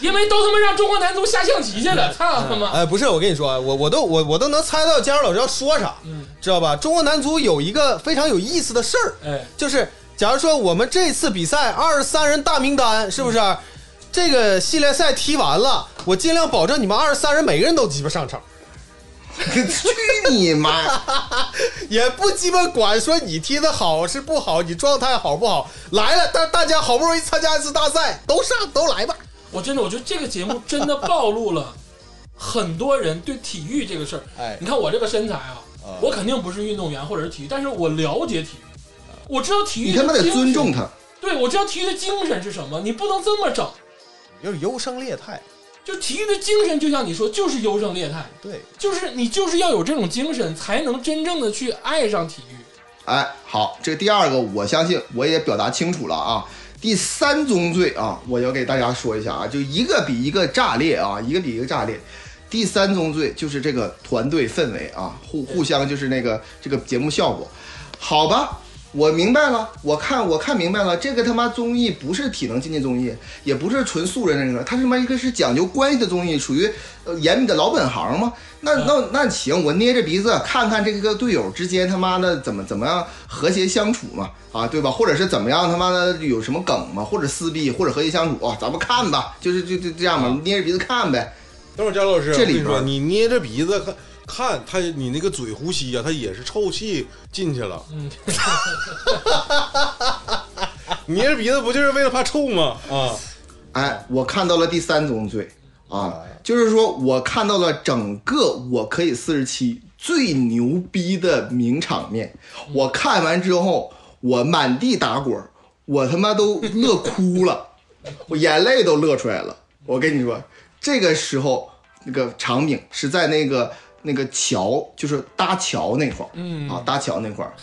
Speaker 2: 因为都他妈让中国男足下象棋去了，操他妈！
Speaker 5: 哎，不是，我跟你说，我我都我我都能猜到佳儿老师要说啥，
Speaker 2: 嗯
Speaker 5: 知道吧？中国男足有一个非常有意思的事儿，
Speaker 2: 哎，
Speaker 5: 就是假如说我们这次比赛二十三人大名单是不是？这个系列赛踢完了，我尽量保证你们二十三人每个人都鸡巴上场，
Speaker 4: 去你妈！
Speaker 5: 也不鸡巴管说你踢的好是不好，你状态好不好。来了，大大家好不容易参加一次大赛，都上都来吧。
Speaker 2: 我真的，我觉得这个节目真的暴露 了很多人对体育这个事儿。
Speaker 5: 哎
Speaker 2: 你，看我这个身材啊，我肯定不是运动员或者是体育，但是我了解体育，我知道体育
Speaker 4: 你他妈
Speaker 2: 的
Speaker 4: 得
Speaker 2: 精
Speaker 4: 尊
Speaker 2: 神
Speaker 4: 重他。
Speaker 2: 对，我知道体育的精神是什么，你不能这么整。
Speaker 5: 有点优胜劣汰，
Speaker 2: 就体育的精神，就像你说，就是优胜劣汰，
Speaker 5: 对，
Speaker 2: 就是你就是要有这种精神，才能真正的去爱上体育。
Speaker 4: 哎，好，这第二个我相信我也表达清楚了啊。第三宗罪啊，我要给大家说一下啊，就一个比一个炸裂啊，一个比一个炸裂。第三宗罪就是这个团队氛围啊，互互相就是那个这个节目效果，好吧。我明白了，我看我看明白了，这个他妈综艺不是体能竞技综艺，也不是纯素人那个，它是他妈一个是讲究关系的综艺，属于呃严密的老本行嘛。那那那行，我捏着鼻子看看这个队友之间他妈的怎么怎么样和谐相处嘛，啊，对吧？或者是怎么样他妈的有什么梗嘛，或者撕逼，或者和谐相处啊，咱们看吧，就是就就这样吧，捏着鼻子看呗。
Speaker 3: 等会儿，佳老师，
Speaker 4: 这里
Speaker 3: 啊我跟你说，
Speaker 4: 边
Speaker 3: 你捏着鼻子看看他，你那个嘴呼吸啊，他也是臭气进去了。
Speaker 2: 嗯，
Speaker 3: 你 捏着鼻子不就是为了怕臭吗？啊，
Speaker 4: 哎，我看到了第三宗罪啊，就是说我看到了整个我可以四十七最牛逼的名场面，我看完之后我满地打滚儿，我他妈都乐哭了， 我眼泪都乐出来了。我跟你说，这个时候那个场景是在那个那个桥，就是搭桥那块儿，嗯啊，搭桥那块儿，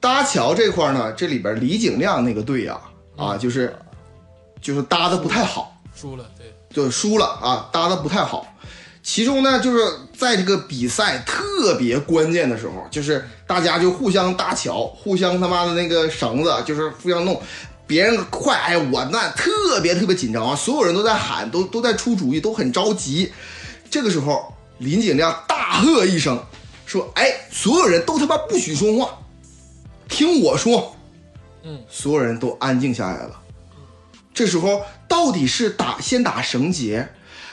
Speaker 4: 搭桥这块儿呢，这里边李景亮那个队呀、啊，就是就是搭的不太好。
Speaker 2: 输了，对，
Speaker 4: 就输了啊，搭的不太好。其中呢，就是在这个比赛特别关键的时候，就是大家就互相搭桥，互相他妈的那个绳子，就是互相弄。别人快，哎呀，我那特别特别紧张啊，所有人都在喊，都都在出主意，都很着急。这个时候，林景亮大喝一声，说：“哎，所有人都他妈不许说话，听我说。”
Speaker 2: 嗯，
Speaker 4: 所有人都安静下来了。这时候到底是打先打绳结，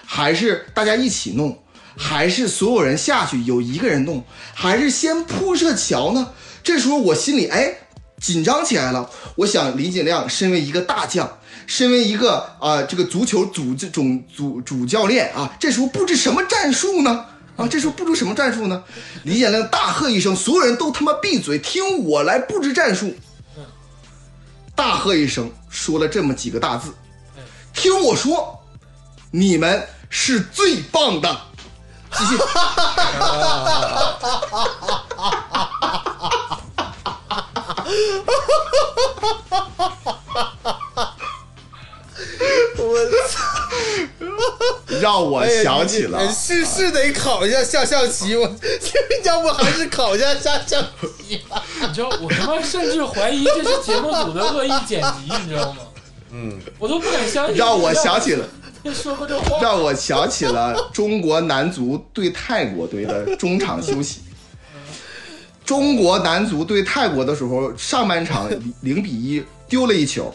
Speaker 4: 还是大家一起弄，还是所有人下去有一个人弄，还是先铺设桥呢？这时候我心里哎紧张起来了。我想李景亮身为一个大将，身为一个啊、呃这个足球主这种主主教练啊，这时候布置什么战术呢？啊，这时候布置什么战术呢？李景亮大喝一声，所有人都他妈闭嘴，听我来布置战术。大喝一声，说了这么几个大字
Speaker 2: 嗯：“
Speaker 4: 听我说，你们是最棒的。”继续。
Speaker 5: 我操！
Speaker 4: 让我想起了啊
Speaker 5: 哎呀你这是是得考一下下象棋，我 要不还是考一下下象棋吧。
Speaker 2: 你知道我他妈甚至怀疑这是节目组的恶意剪辑，你知道吗？
Speaker 3: 嗯，
Speaker 2: 我都不敢相信。
Speaker 4: 让我想起了，
Speaker 2: 说过这话，
Speaker 4: 让我想起了中国男足对泰国队的中场休息。中国男足对泰国的时候，上半场零比一丢了一球。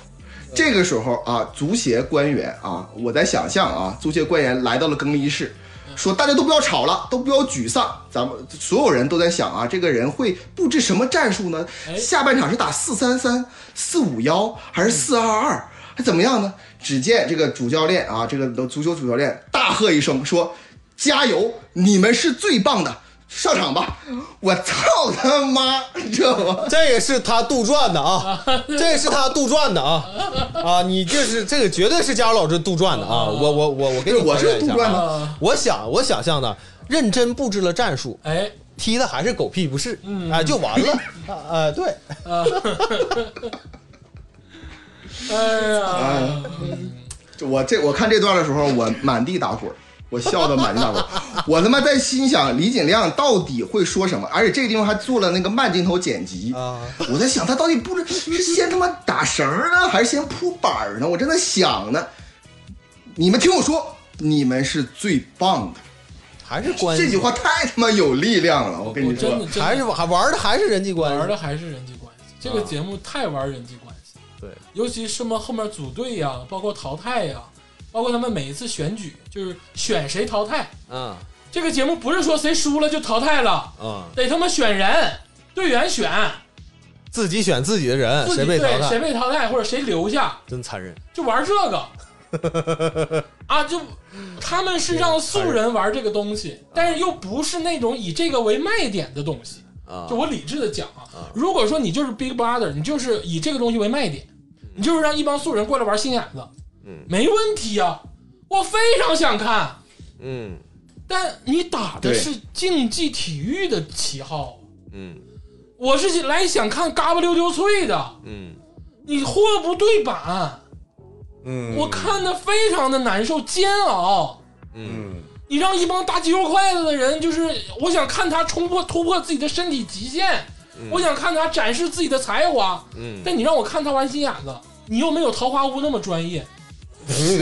Speaker 4: 这个时候啊，足协官员啊，我在想象啊，足协官员来到了更衣室，说大家都不要吵了，都不要沮丧，咱们所有人都在想啊，这个人会布置什么战术呢？
Speaker 2: 哎
Speaker 4: 下半场是打四三三、四五幺还是四二二，还怎么样呢？只见这个主教练啊，这个足球主教练大喝一声说：“加油，你们是最棒的！”上场吧！我操他妈，你知道吗？
Speaker 5: 这个是他杜撰的 啊，这是他杜撰的啊啊！你这是这个绝对是佳茹老师杜撰的啊！我我我我给你
Speaker 4: 对我是
Speaker 5: 还原一下啊
Speaker 4: 杜撰的
Speaker 2: 啊，
Speaker 5: 我想我想象的，认真布置了战术，
Speaker 2: 哎，
Speaker 5: 踢的还是狗屁不是，啊，就完了 啊啊！对，
Speaker 2: 哎呀，
Speaker 4: 我这我看这段的时候，我满地打滚儿，我笑得满地打滚儿。我他妈在心想李景亮到底会说什么，而且这个地方还做了那个慢镜头剪辑
Speaker 5: 啊。
Speaker 4: 我在想他到底不 是是先他妈打绳儿呢，还是先铺板儿呢？我正在想呢。你们听我说，你们是最棒的。
Speaker 5: 还是关系
Speaker 4: 这句话太他妈有力量了，我跟
Speaker 2: 我
Speaker 4: 你
Speaker 2: 真
Speaker 4: 说
Speaker 2: 的。真
Speaker 5: 还
Speaker 2: 的
Speaker 5: 是还玩的还是人际关
Speaker 2: 玩
Speaker 5: 系
Speaker 2: 的还是人际关系，这个节目太玩人际关系。
Speaker 5: 对，
Speaker 2: 尤其是么后面组队呀，包括淘汰呀，包括他们每一次选举，就是选谁淘汰。
Speaker 5: 啊
Speaker 2: 这个节目不是说谁输了就淘汰了，
Speaker 5: 啊！
Speaker 2: 得他妈选人，队员选，
Speaker 5: 自己选自己的人，
Speaker 2: 自己
Speaker 5: 谁被淘
Speaker 2: 对谁
Speaker 5: 汰，
Speaker 2: 被淘汰或者谁留下，
Speaker 5: 真残忍。
Speaker 2: 就玩这个 啊，就他们是让素人玩这个东
Speaker 5: 啊
Speaker 2: 西，但是又不是那种以这个为卖点的东西。
Speaker 5: 啊
Speaker 2: 就我理智的讲啊，如果说你就是 Big Brother，你就是以这个东西为卖点，你就是让一帮素人过来玩心眼子，
Speaker 5: 嗯
Speaker 2: 没问题啊，我非常想看。
Speaker 5: 嗯
Speaker 2: 但你打的
Speaker 4: 对
Speaker 2: 是竞技体育的旗号，
Speaker 5: 嗯
Speaker 2: 我是来想看嘎巴溜丢脆的，
Speaker 5: 嗯，
Speaker 2: 你货不对版，
Speaker 3: 嗯，
Speaker 2: 我看的非常的难受，煎熬。
Speaker 3: 嗯，
Speaker 2: 你让一帮打肌肉筷子的人，就是我想看他冲破突破自己的身体极限，我想看他展示自己的才华。
Speaker 5: 嗯
Speaker 2: 但你让我看他玩心眼子，你又没有桃花坞那么专业。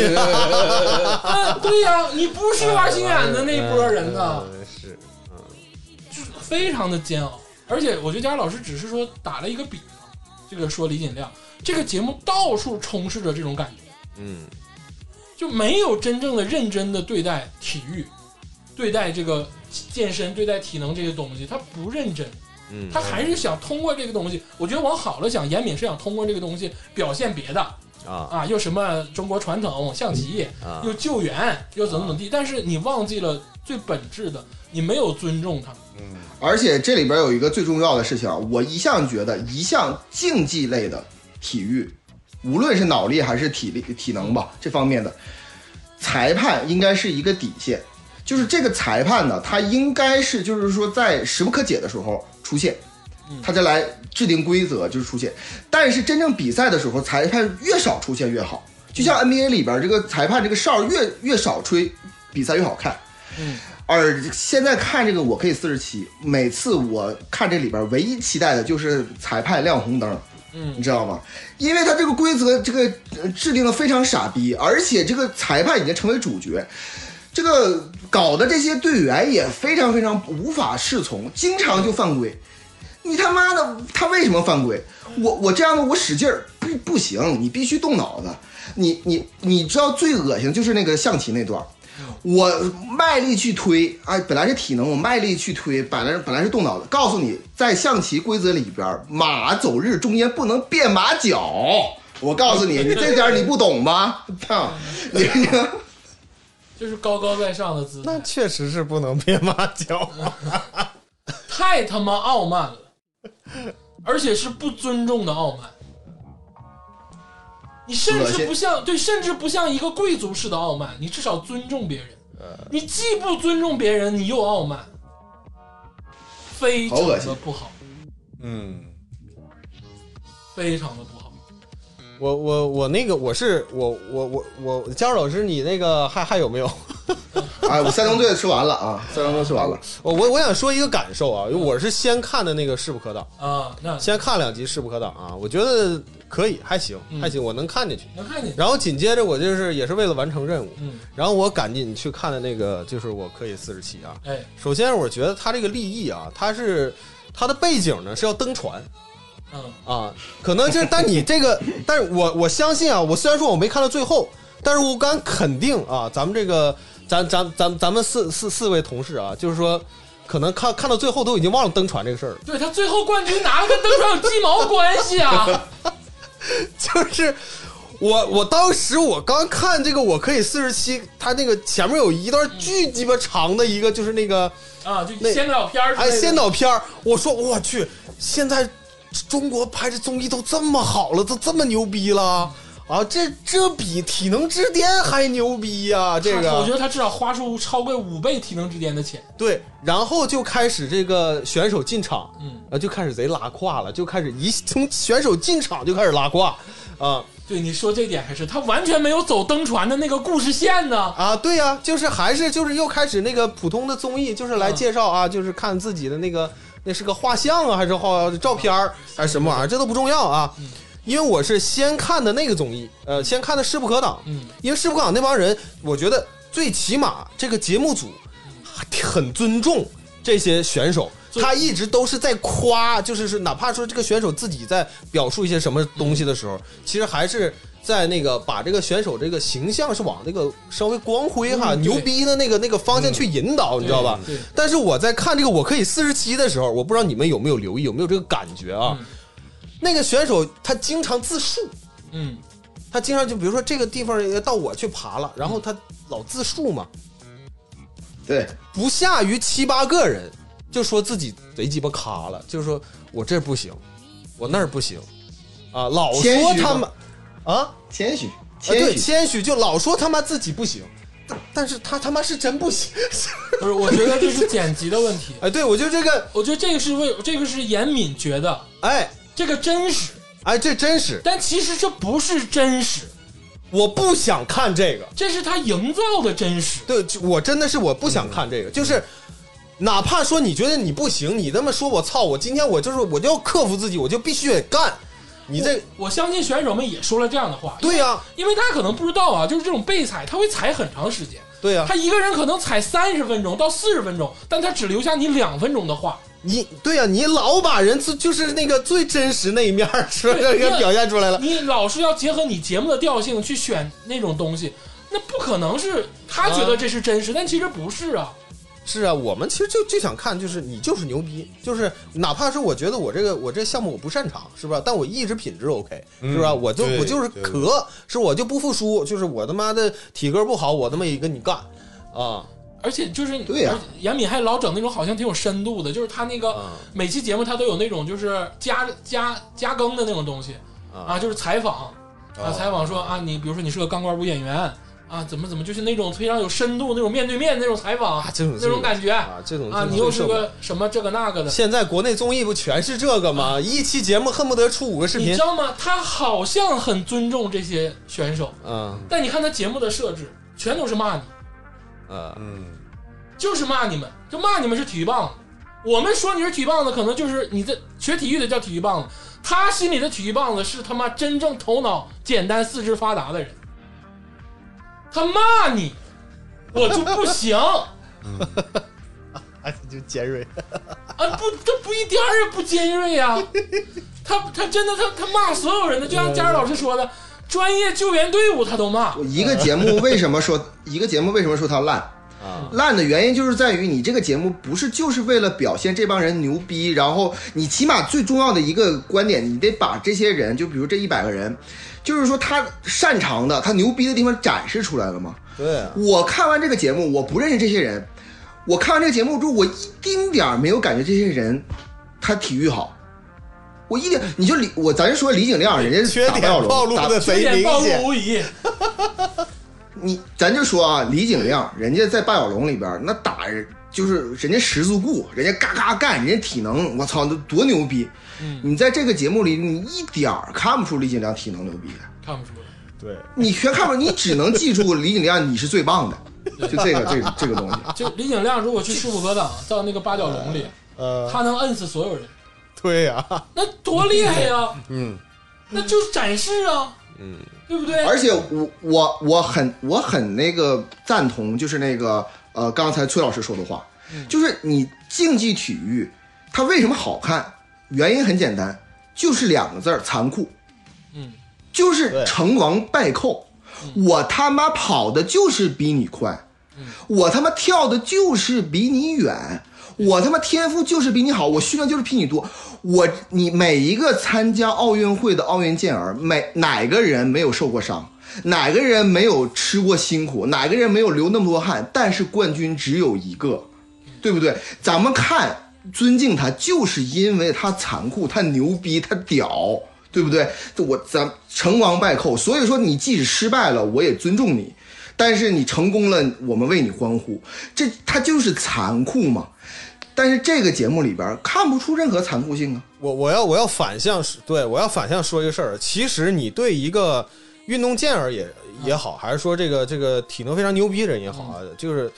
Speaker 2: 啊，对呀、你不
Speaker 5: 哎
Speaker 2: 是玩心眼子那一波人呐，
Speaker 5: 嗯是
Speaker 2: 就是非常的煎熬。而且我觉得佳老师只是说打了一个比方，这个说李锦亮这个节目到处充斥着这种感觉，
Speaker 5: 嗯
Speaker 2: 就没有真正的认真的对待体育，对待这个健身、对待体能这些东西，他不认真，
Speaker 5: 嗯，
Speaker 2: 他还是想通过这个东西。我觉得往好了想，严敏是想通过这个东西表现别的，
Speaker 5: 啊
Speaker 2: 啊，又什么中国传统象棋，
Speaker 5: 啊
Speaker 2: 又救援，又怎么怎么地，但是你忘记了最本质的，你没有尊重他。
Speaker 4: 而且这里边有一个最重要的事情啊，我一向觉得，一项竞技类的体育，无论是脑力还是体力、体能吧，这方面的裁判应该是一个底线，就是这个裁判呢，他应该是就是说在时不可解的时候出现，他再来制定规则就是出现。但是真正比赛的时候，裁判越少出现越好，就像 NBA 里边这个裁判这个哨越越少吹，比赛越好看。而现在看这个，我可以四十七。每次我看这里边，唯一期待的就是裁判亮红灯，
Speaker 2: 嗯
Speaker 4: 你知道吗？因为他这个规则这个呃制定的非常傻逼，而且这个裁判已经成为主角，这个搞得这些队员也非常非常无法适从，经常就犯规。你他妈的，他为什么犯规？我我这样的我使劲儿不不行，你必须动脑子。你你你知道最恶心就是那个象棋那段儿，我卖力去推，哎，本来是体能，我卖力去推，本来本来是动脑子。告诉你，在象棋规则里边儿，马走日中间不能变马脚。我告诉你，你这点儿你不懂吧？操，你
Speaker 2: 就是高高在上的姿
Speaker 5: 那
Speaker 2: 态，
Speaker 5: 确实是不能变马脚，
Speaker 2: 太他妈傲慢了，而且是不尊重的傲慢。你甚
Speaker 4: 恶
Speaker 2: 至
Speaker 4: 心
Speaker 2: 不像对，甚至不像一个贵族式的傲慢，你至少尊重别人。
Speaker 4: 嗯
Speaker 2: 你既不尊重别人，你又傲慢，非常
Speaker 4: 好恶
Speaker 2: 的
Speaker 4: 心
Speaker 2: 不好，
Speaker 3: 嗯，
Speaker 2: 非常的不好。
Speaker 5: 我我我那个我是我我我我姜老师，你那个还还有没有？
Speaker 4: 哎，我三中队吃完了啊，三中队吃完了。
Speaker 5: 我我我想说一个感受啊，因为我是先看的那个《势不可挡
Speaker 2: 啊，那》，
Speaker 5: 先看两集《势不可挡》啊，我觉得可以，还行
Speaker 2: 嗯
Speaker 5: 还行，我能看进去。
Speaker 2: 能看见，
Speaker 5: 然后紧接着我就是也是为了完成任务，
Speaker 2: 嗯，
Speaker 5: 然后我赶紧去看的那个就是我可以四十七啊。
Speaker 2: 哎，
Speaker 5: 首先我觉得他这个立意啊，他是他的背景呢是要登船
Speaker 2: 嗯，
Speaker 5: 啊，可能就是但你这个， 但是我我相信啊，我虽然说我没看到最后，但是我敢肯定啊，咱们这个咱咱咱咱们四四四位同事啊，就是说可能看看到最后都已经忘了登船这个事儿了。
Speaker 2: 对他最后冠军拿了跟登上有鸡毛关系 啊？
Speaker 5: 就是我我当时我刚看这个，我可以四十七，他那个前面有一段巨鸡巴长的一个，就是那个
Speaker 2: 啊，就
Speaker 5: 那
Speaker 2: 先导片儿之类
Speaker 5: 哎
Speaker 2: 的，
Speaker 5: 先导片儿，我说我去，现在中国拍的综艺都这么好了，都这么牛逼了。啊，这这比《体能之巅》还牛逼呀、这
Speaker 2: 他我觉
Speaker 5: 个
Speaker 2: 得他至少花出超过五倍体能之巅的钱。
Speaker 5: 对，然后就开始这个选手进场，
Speaker 2: 嗯，
Speaker 5: 啊，就开始贼拉胯了，就开始一从选手进场就开始拉胯，啊，
Speaker 2: 对，你说这点还是他完全没有走登船的那个故事线呢。
Speaker 5: 啊，对呀、就是还是就是又开始那个普通的综艺，就是来
Speaker 2: 嗯
Speaker 5: 介绍啊，就是看自己的那个那是个画像啊，还是画照片儿还是什么玩意儿，这都不重要啊。
Speaker 2: 嗯
Speaker 5: 因为我是先看的那个综艺，呃，先看的《势不可挡》，
Speaker 2: 嗯，
Speaker 5: 因为《势不可挡》那帮人，我觉得最起码这个节目组很尊重这些选手。
Speaker 2: 尊
Speaker 5: 他一直都是在夸，就是是哪怕说这个选手自己在表述一些什么东西的时候，其实还是在那个把这个选手这个形象是往那个稍微光辉哈、
Speaker 2: 嗯对嗯
Speaker 5: 牛逼的那个那个方向去引导，你知道吧？
Speaker 2: 对，
Speaker 5: 但是我在看这个《我可以四十七》的时候，我不知道你们有没有留意，有没有这个感觉啊？
Speaker 2: 嗯
Speaker 5: 那个选手他经常自述，
Speaker 2: 嗯
Speaker 5: 他经常就比如说这个地方到我去爬了，然后他老自述嘛，
Speaker 4: 对，
Speaker 5: 不下于七八个人，就说自己贼鸡巴卡了，就说我这不行，我那儿不行，啊，老
Speaker 4: 谦
Speaker 5: 说
Speaker 4: 虚
Speaker 5: 他
Speaker 4: 嘛
Speaker 5: 们啊，
Speaker 4: 谦虚，
Speaker 5: 啊对，
Speaker 4: 谦虚。
Speaker 5: 谦虚就老说他妈自己不行，但但是他他妈是真不行，。
Speaker 2: 不是，我觉得这是剪辑的问题
Speaker 5: 哎，对我就这个，
Speaker 2: 我觉得这个是为这个是严敏觉得
Speaker 5: 哎
Speaker 2: 这个真实，
Speaker 5: 哎，这真是
Speaker 2: 但其实这不是真实，
Speaker 5: 我不想看这个，
Speaker 2: 这是他营造的真实。
Speaker 5: 对就我真的是我不
Speaker 3: 嗯
Speaker 5: 想看这个，就是。哪怕说你觉得你不行，你这么说我操，我今天我就是我就要克服自己，我就必须得干。你这
Speaker 2: 我相信选手们也说了这样的话，
Speaker 5: 对呀、
Speaker 2: 因为他可能不知道啊，就是这种备踩，他会踩很长时间，
Speaker 5: 对呀、
Speaker 2: 他一个人可能踩三十分钟到四十分钟，但他只留下你两分钟的话，
Speaker 5: 你对呀、你老把人最就是那个最真实那一面儿 说
Speaker 2: 对
Speaker 5: 给表现出来了。
Speaker 2: 你老是要结合你节目的调性去选那种东西，那不可能是他觉得这是真实，但其实不是啊。
Speaker 5: 是啊，我们其实就就想看，就是你就是牛逼，就是哪怕是我觉得我这个我这项目我不擅长，是吧？但我意志品质 OK，
Speaker 3: 嗯
Speaker 5: 是吧？我就
Speaker 3: 对
Speaker 5: 我就是
Speaker 3: 对
Speaker 5: 咳，是我就不服输，就是我他妈的体格不好，我他妈也跟你干啊
Speaker 2: 而且就是
Speaker 4: 对呀
Speaker 2: 而且严敏还老整那种好像挺有深度的，就是他那个
Speaker 5: 啊
Speaker 2: 每期节目他都有那种就是加加加更的那种东西啊，
Speaker 5: 啊！哦
Speaker 2: 就是采访啊，采访说啊，你比如说你是个钢管舞演员啊，怎么怎么，就是那种非常有深度那种面对面那种采访
Speaker 5: 啊，这种
Speaker 2: 那种感觉啊，
Speaker 5: 啊，这种
Speaker 2: 你又是。
Speaker 5: 这种
Speaker 2: 个什么这个那个的，
Speaker 5: 现在国内综艺不全是这个吗？一期节目恨不得出五个视
Speaker 2: 啊你
Speaker 5: 频
Speaker 2: 知，道吗？他好像很尊重这些选手，
Speaker 5: 嗯
Speaker 2: 但你看他节目的设置，全都是骂你，
Speaker 5: 呃，
Speaker 3: 嗯，
Speaker 2: 就是骂你们，就骂你们是体育棒子。我们说你是体育棒子，可能就是你这学体育的叫体育棒子，他心里的体育棒子是他妈真正头脑简单、四肢发达的人。他骂你，我就不行啊！
Speaker 5: 哎，就尖锐，
Speaker 2: 不，这不一点儿也不尖锐呀、啊。他他真的他他骂所有人的，就像佳儿老师说的，专业救援队伍他都骂。
Speaker 4: 我一个节目为什么说一个节目为什么说它烂？
Speaker 5: 啊
Speaker 4: 烂的原因就是在于你这个节目不是就是为了表现这帮人牛逼，然后你起码最重要的一个观点，你得把这些人，就比如这一百个人，就是说他擅长的、他牛逼的地方展示出来了嘛。
Speaker 5: 对啊，
Speaker 4: 我看完这个节目，我不认识这些人，我看完这个节目之后，我一丁点儿没有感觉这些人他体育好。我一点，你就李我，咱就说李景亮，人家
Speaker 5: 缺
Speaker 4: 打
Speaker 5: 点
Speaker 4: 败了
Speaker 5: 暴露
Speaker 4: 打
Speaker 5: 的
Speaker 2: 这
Speaker 5: 贼
Speaker 2: 点
Speaker 5: 明
Speaker 2: 暴露
Speaker 5: 显，
Speaker 2: 无遗，
Speaker 4: 你咱就说啊，李景亮，人家在《霸小龙》里边那打人就是人家十字固，人家嘎嘎干，人家体能，我操，那多牛逼！你在这个节目里，你一点儿看不出李景亮体能牛逼来，
Speaker 2: 看不出来。
Speaker 5: 对，
Speaker 4: 你全看不出，你只能记住李景亮你是最棒的，就这个这个这个东西。
Speaker 2: 就李景亮如果去《势不可挡》到那个八角笼里，
Speaker 5: 呃，
Speaker 2: 他能摁死所有人。
Speaker 5: 对呀，
Speaker 2: 那多厉害呀、
Speaker 3: 嗯，
Speaker 2: 那就是展示啊，嗯，对不对？
Speaker 4: 而且我我我很我很那个赞同，就是那个呃，刚才崔老师说的话，就是你竞技体育它为什么好看，原因很简单，就是两个字儿残酷，
Speaker 2: 嗯，
Speaker 4: 就是
Speaker 5: 对
Speaker 4: 成王败寇。我他妈跑的就是比你快，我他妈跳的就是比你远，我他妈天赋就是比你好，我训练就是比你多。我你每一个参加奥运会的奥运健儿，每哪个人没有受过伤，哪个人没有吃过辛苦，哪个人没有流那么多汗，但是冠军只有一个，对不对？咱们看尊敬他，就是因为他残酷，他牛逼，他屌。对不对？我咱成王败寇，所以说你即使失败了，我也尊重你。但是你成功了，我们为你欢呼，这它就是残酷嘛。但是这个节目里边看不出任何残酷性啊。
Speaker 5: 我我要我要反向对我要反向说一个事儿，其实你对一个运动健儿也也好，还是说这个这个体能非常牛逼的人也好啊，就是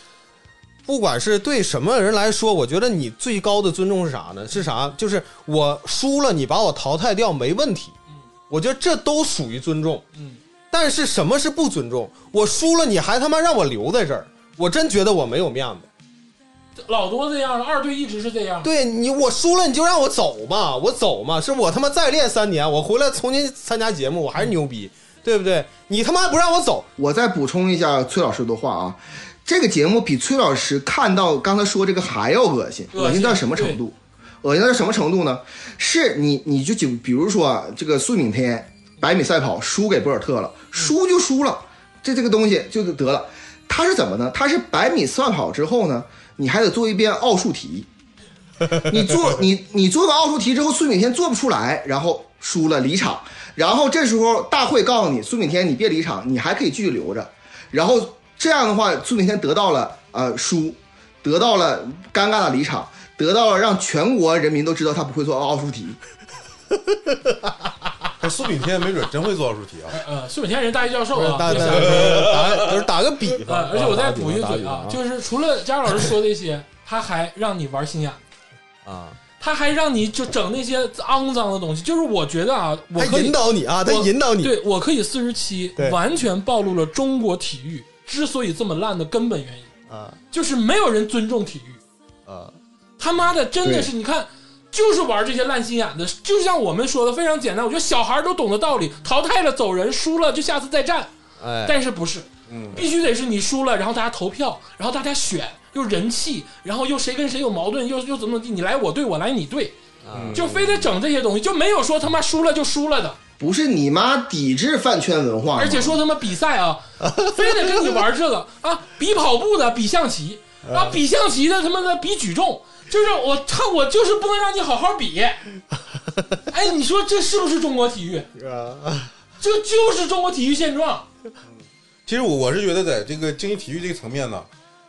Speaker 5: 不管是对什么人来说，我觉得你最高的尊重是啥呢？是啥？就是我输了，你把我淘汰掉没问题，我觉得这都属于尊重。
Speaker 2: 嗯，
Speaker 5: 但是什么是不尊重？我输了，你还他妈让我留在这儿，我真觉得我没有面子。
Speaker 2: 老多这样了，二队一直是这样。
Speaker 5: 对你，我输了你就让我走嘛，我走嘛，是我他妈再练三年，我回来重新参加节目，我还是牛逼，对不对？你他妈不让我走，
Speaker 4: 我再补充一下崔老师的话啊，这个节目比崔老师看到刚才说这个还要恶心，
Speaker 2: 恶心
Speaker 4: 恶心到什么程度？恶心到什么程度呢？是你你就就比如说啊，这个苏炳添百米赛跑输给博尔特
Speaker 2: 嗯
Speaker 4: 了，输就输了，这这个东西就得了。他是怎么呢？他是百米赛跑之后呢，你还得做一遍奥数题。 你做你你做个奥数题之后，苏炳添做不出来，然后输了离场。然后这时候大会告诉你，苏炳添你别离场，你还可以继续留着。然后这样的话，苏炳添得到了呃输，得到了尴尬的离场，得到了让全国人民都知道他不会做奥数题。
Speaker 3: 可苏炳添没准真会做奥数题啊，
Speaker 2: 呃，苏炳添人大学教授啊，
Speaker 5: 打打打
Speaker 2: 对吧
Speaker 5: 打就是打个比方
Speaker 2: 呃，，而且我再
Speaker 5: 打个比
Speaker 2: 补
Speaker 5: 方
Speaker 2: 一
Speaker 5: 打个
Speaker 2: 嘴
Speaker 5: 比
Speaker 2: 啊
Speaker 5: 方，
Speaker 2: 就是除了佳儿老师说这些，他还让你玩心眼，
Speaker 5: 啊，
Speaker 2: 他还让你就整那些肮脏的东西。就是我觉得啊，我
Speaker 5: 他
Speaker 2: 可
Speaker 5: 引
Speaker 2: 以，
Speaker 5: 导你啊，他
Speaker 2: 我
Speaker 5: 引导你，
Speaker 2: 对我可以四十七
Speaker 5: 对，
Speaker 2: 完全暴露了中国体育之所以这么烂的根本原因，
Speaker 5: 啊
Speaker 2: 就是没有人尊重体育。
Speaker 5: 啊，
Speaker 2: 他妈的，真的
Speaker 4: 对
Speaker 2: 是你看，就是玩这些烂心眼的，就像我们说的非常简单，我觉得小孩都懂得道理，淘汰了走人，输了就下次再战。
Speaker 5: 哎，
Speaker 2: 但是不是，必须得是你输了，然后大家投票，然后大家选，又人气，然后又谁跟谁有矛盾，又又怎么怎么地，你来我队，我来你队，
Speaker 5: 啊
Speaker 2: 就非得整这些东西，就没有说他妈输了就输了的，
Speaker 4: 不是你妈抵制饭圈文化吗，
Speaker 2: 而且说他妈比赛啊，非得跟你玩这个啊，比跑步的，比象棋啊，比象棋的他妈的比举重，就是我操，我就是不能让你好好比。哎，你说这是不是中国体育？
Speaker 5: 是吧？
Speaker 2: 这就是中国体育现状。
Speaker 3: 其实我我是觉得，在这个竞技体育这个层面呢，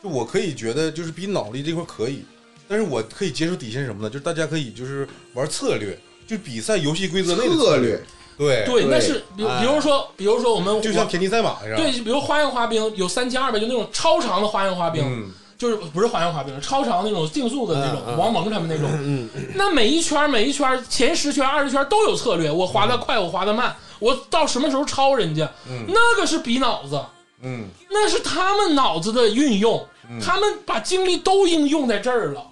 Speaker 3: 就我可以觉得就是比脑力这块可以，但是我可以接受底线是什么呢？就是大家可以就是玩策略，就比赛游戏规则类的
Speaker 4: 策略，
Speaker 3: 对，哎
Speaker 2: 对，
Speaker 4: 对
Speaker 2: 那是比比如说，比如说我们
Speaker 3: 就像田忌赛马似的，
Speaker 2: 对，比如花样滑冰有三千二百，就那种超长的花样滑冰，
Speaker 3: 嗯，
Speaker 2: 就是不是花样滑冰，超长那种竞速的那种，
Speaker 5: 嗯嗯
Speaker 2: 王蒙他们那种。
Speaker 3: 嗯
Speaker 2: 那每一圈每一圈前十圈二十圈都有策略，我滑得快，我滑得慢，我到什么时候超人家，
Speaker 3: 嗯
Speaker 2: 那个是比脑子，
Speaker 3: 嗯
Speaker 2: 那是他们脑子的运用，
Speaker 3: 嗯
Speaker 2: 他们把精力都应用在这儿了，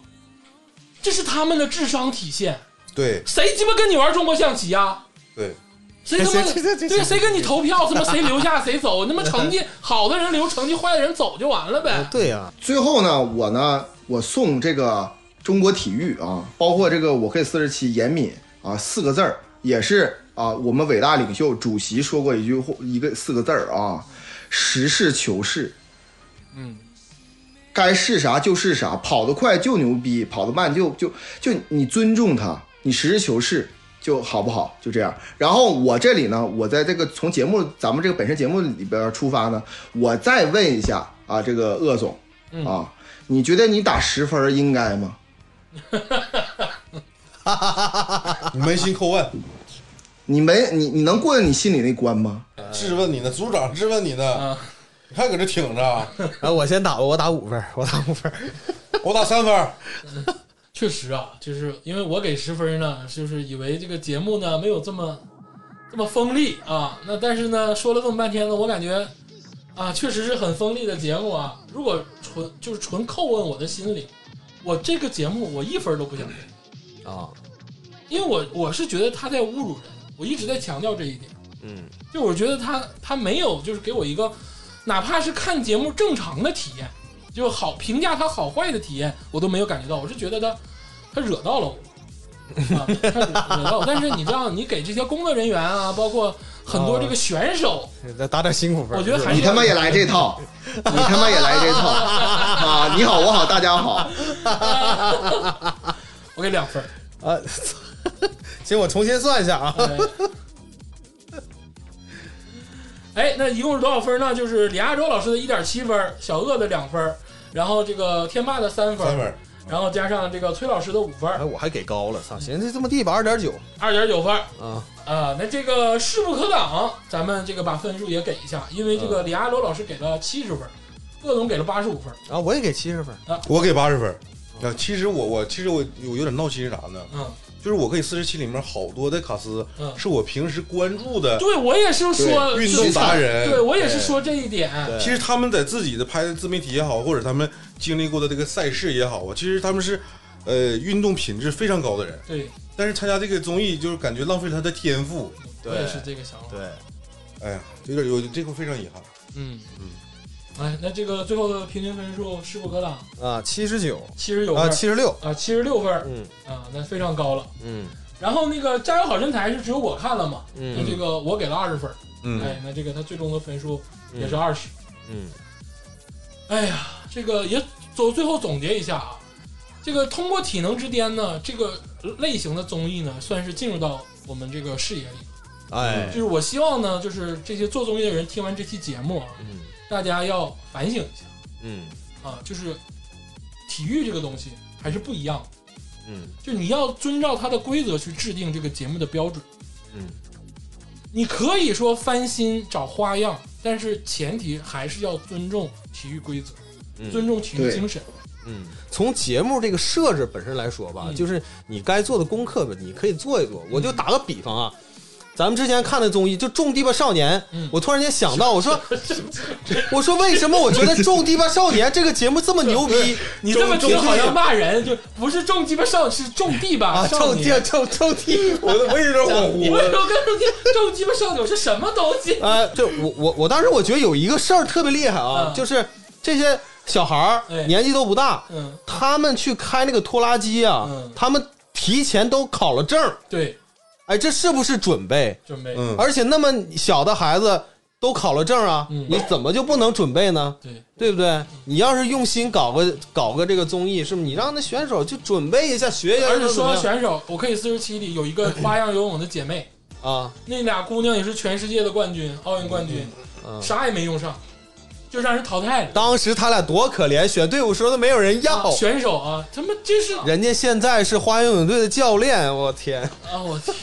Speaker 2: 这是他们的智商体现。
Speaker 3: 对
Speaker 2: 谁鸡巴跟你玩中国象棋啊？
Speaker 3: 对，
Speaker 2: 谁他妈
Speaker 5: 谁谁谁
Speaker 2: 对谁跟你投票，他妈谁留 下谁走，他妈成绩好的人留，成绩坏的人走就完了呗。
Speaker 5: 啊对呀，
Speaker 4: 最后呢，我呢，我送这个中国体育啊，包括这个我 K 四十七严敏啊，四个字儿也是啊，我们伟大领袖主席说过一句话，一个四个字儿啊，实事求是。
Speaker 2: 嗯，
Speaker 4: 该是啥就是啥，跑得快就牛逼，跑得慢就就就你尊重他，你实事求是就好不好？就这样。然后我这里呢，我在这个从节目咱们这个本身节目里边出发呢，我再问一下啊，这个鄂总
Speaker 2: 嗯
Speaker 4: 啊，你觉得你打十分儿应该吗？
Speaker 3: 你扪心叩问，
Speaker 4: 你没你你能过你心里那关吗？
Speaker 3: 质问你呢，组长质问你呢，
Speaker 2: 啊
Speaker 3: 你还搁这挺着啊，
Speaker 5: 啊，我先打吧，我打五分儿，我打五分儿。
Speaker 3: 我打三分儿，
Speaker 2: 确实啊，就是因为我给十分呢，就是以为这个节目呢没有这么这么锋利啊。那但是呢，说了这么半天呢，我感觉啊，确实是很锋利的节目啊。如果纯就是纯叩问我的心理，我这个节目我一分都不想给，
Speaker 5: 啊，
Speaker 2: 因为我我是觉得他在侮辱人，我一直在强调这一点。
Speaker 5: 嗯，
Speaker 2: 就我觉得他他没有就是给我一个，哪怕是看节目正常的体验，就好评价他好坏的体验，我都没有感觉到。我是觉得他他惹到了我，啊，他惹惹到我。但是你知道，你给这些工作人员啊，包括很多这个选手，
Speaker 5: 再打点辛苦分儿。
Speaker 2: 我觉得
Speaker 5: 是吧
Speaker 2: 还
Speaker 4: 你他妈也来这 套，你他妈也来这套啊！你好，我好，大家好，
Speaker 2: 我给两分儿。
Speaker 5: 啊， 行，我重新算一下啊。
Speaker 2: 哎，那一共是多少分呢？就是李亚洲老师的一点七分，小鳄的两分，然后这个天霸的三分，
Speaker 3: 三分儿，
Speaker 2: 然后加上这个崔老师的五分，
Speaker 5: 哎，我还给高了，操！寻思这么地吧，二点九
Speaker 2: 二点九分。
Speaker 5: 啊，
Speaker 2: 啊、那这个势不可挡，咱们这个把分数也给一下，因为这
Speaker 3: 嗯
Speaker 2: 个李阿罗老师给了七十分，鄂总给了八十五分。
Speaker 5: 啊，我也给七十分儿。
Speaker 3: 我给八十分儿。啊，其实我我其实我有有点闹心是啥呢？
Speaker 2: 嗯，
Speaker 3: 就是我可以四十七里面好多的卡斯
Speaker 2: 嗯
Speaker 3: 是我平时关注的
Speaker 2: 对我也是说
Speaker 3: 运
Speaker 2: 就
Speaker 3: 动
Speaker 2: 是
Speaker 3: 达人，
Speaker 2: 对我也是说这一点。
Speaker 5: 对
Speaker 3: 其实他们在自己的拍的自媒体也好，或者他们经历过的这个赛事也好啊，其实他们是，呃，运动品质非常高的人，
Speaker 2: 对，
Speaker 3: 但是参加这个综艺就是感觉浪费了他的天赋，
Speaker 2: 我也是这个想法。
Speaker 5: 对，
Speaker 3: 哎呀，有点有这个非常遗憾。
Speaker 2: 嗯
Speaker 3: 嗯，
Speaker 2: 哎，那这个最后的平均分数势不可挡，
Speaker 5: 啊，七十九
Speaker 2: 七十九
Speaker 5: 啊，
Speaker 2: 分
Speaker 5: 七十六。
Speaker 2: 啊，七十六分
Speaker 5: 嗯
Speaker 2: 啊，那非常高了。
Speaker 5: 嗯
Speaker 2: 然后那个《加油好身材》是只有我看了嘛？那
Speaker 5: 嗯
Speaker 2: 这个我给了二十分，
Speaker 3: 嗯，
Speaker 2: 哎，那这个他最终的分数也是二十。
Speaker 5: 嗯
Speaker 2: 哎呀，这个也走最后总结一下啊，这个通过体能之巅呢，这个类型的综艺呢，算是进入到我们这个视野里。就
Speaker 5: 哎
Speaker 2: 是我希望呢，就是这些做综艺的人听完这期节目啊，
Speaker 5: 嗯
Speaker 2: 大家要反省一下
Speaker 5: 嗯
Speaker 2: 啊，就是体育这个东西还是不一样的，
Speaker 5: 嗯
Speaker 2: 就你要遵照它的规则去制定这个节目的标准。
Speaker 5: 嗯，
Speaker 2: 你可以说翻新找花样，但是前提还是要尊重体育规则，
Speaker 5: 嗯
Speaker 2: 尊重体育
Speaker 4: 对
Speaker 2: 精神。
Speaker 5: 嗯，从节目这个设置本身来说吧，
Speaker 2: 嗯
Speaker 5: 就是你该做的功课吧，你可以做一做。我就打个比方啊，咱们之前看的综艺就《种地吧少年》
Speaker 2: 嗯
Speaker 5: 我突然间想到，我说，我说为什么我觉得《种地吧少年》这个节目这么牛逼？
Speaker 2: 你这么
Speaker 5: 种
Speaker 2: 听好像
Speaker 5: 种地
Speaker 2: 骂人，就不是种鸡巴少，是种地吧
Speaker 5: 啊，
Speaker 2: 少
Speaker 5: 种
Speaker 2: 年。
Speaker 5: 地种 种地。
Speaker 3: 我我也有点恍
Speaker 2: 我
Speaker 3: 惚
Speaker 2: 有跟你说，种鸡巴少女是什么东西？
Speaker 5: 啊，就我我我当时我觉得有一个事儿特别厉害啊，
Speaker 2: 嗯
Speaker 5: 就是这些小孩儿
Speaker 2: 哎
Speaker 5: 年纪都不大，
Speaker 2: 嗯，
Speaker 5: 他们去开那个拖拉机啊，
Speaker 2: 嗯
Speaker 5: 他们提前都考了证儿，
Speaker 2: 对，
Speaker 5: 哎，这是不是准备？
Speaker 2: 准备，
Speaker 3: 嗯，
Speaker 5: 而且那么小的孩子都考了证儿啊，
Speaker 2: 嗯
Speaker 5: 你怎么就不能准备呢？
Speaker 2: 对，
Speaker 5: 对不对？你要是用心搞个搞个这个综艺，是不是？你让那选手就准备一下，学一下
Speaker 2: 而且
Speaker 5: 是怎
Speaker 2: 说到
Speaker 5: 么样
Speaker 2: 选手，我可以四十七里有一个花样游泳的姐妹，
Speaker 5: 啊？
Speaker 2: 那俩姑娘也是全世界的冠军，奥运冠军，
Speaker 5: 嗯，
Speaker 2: 啥也没用上，就让人淘汰了。
Speaker 5: 当时他俩多可怜，选队伍时候都没有人要
Speaker 2: 啊，选手啊，他妈真是
Speaker 5: 人家现在是花样游泳队的教练，我天！
Speaker 2: 啊，我天！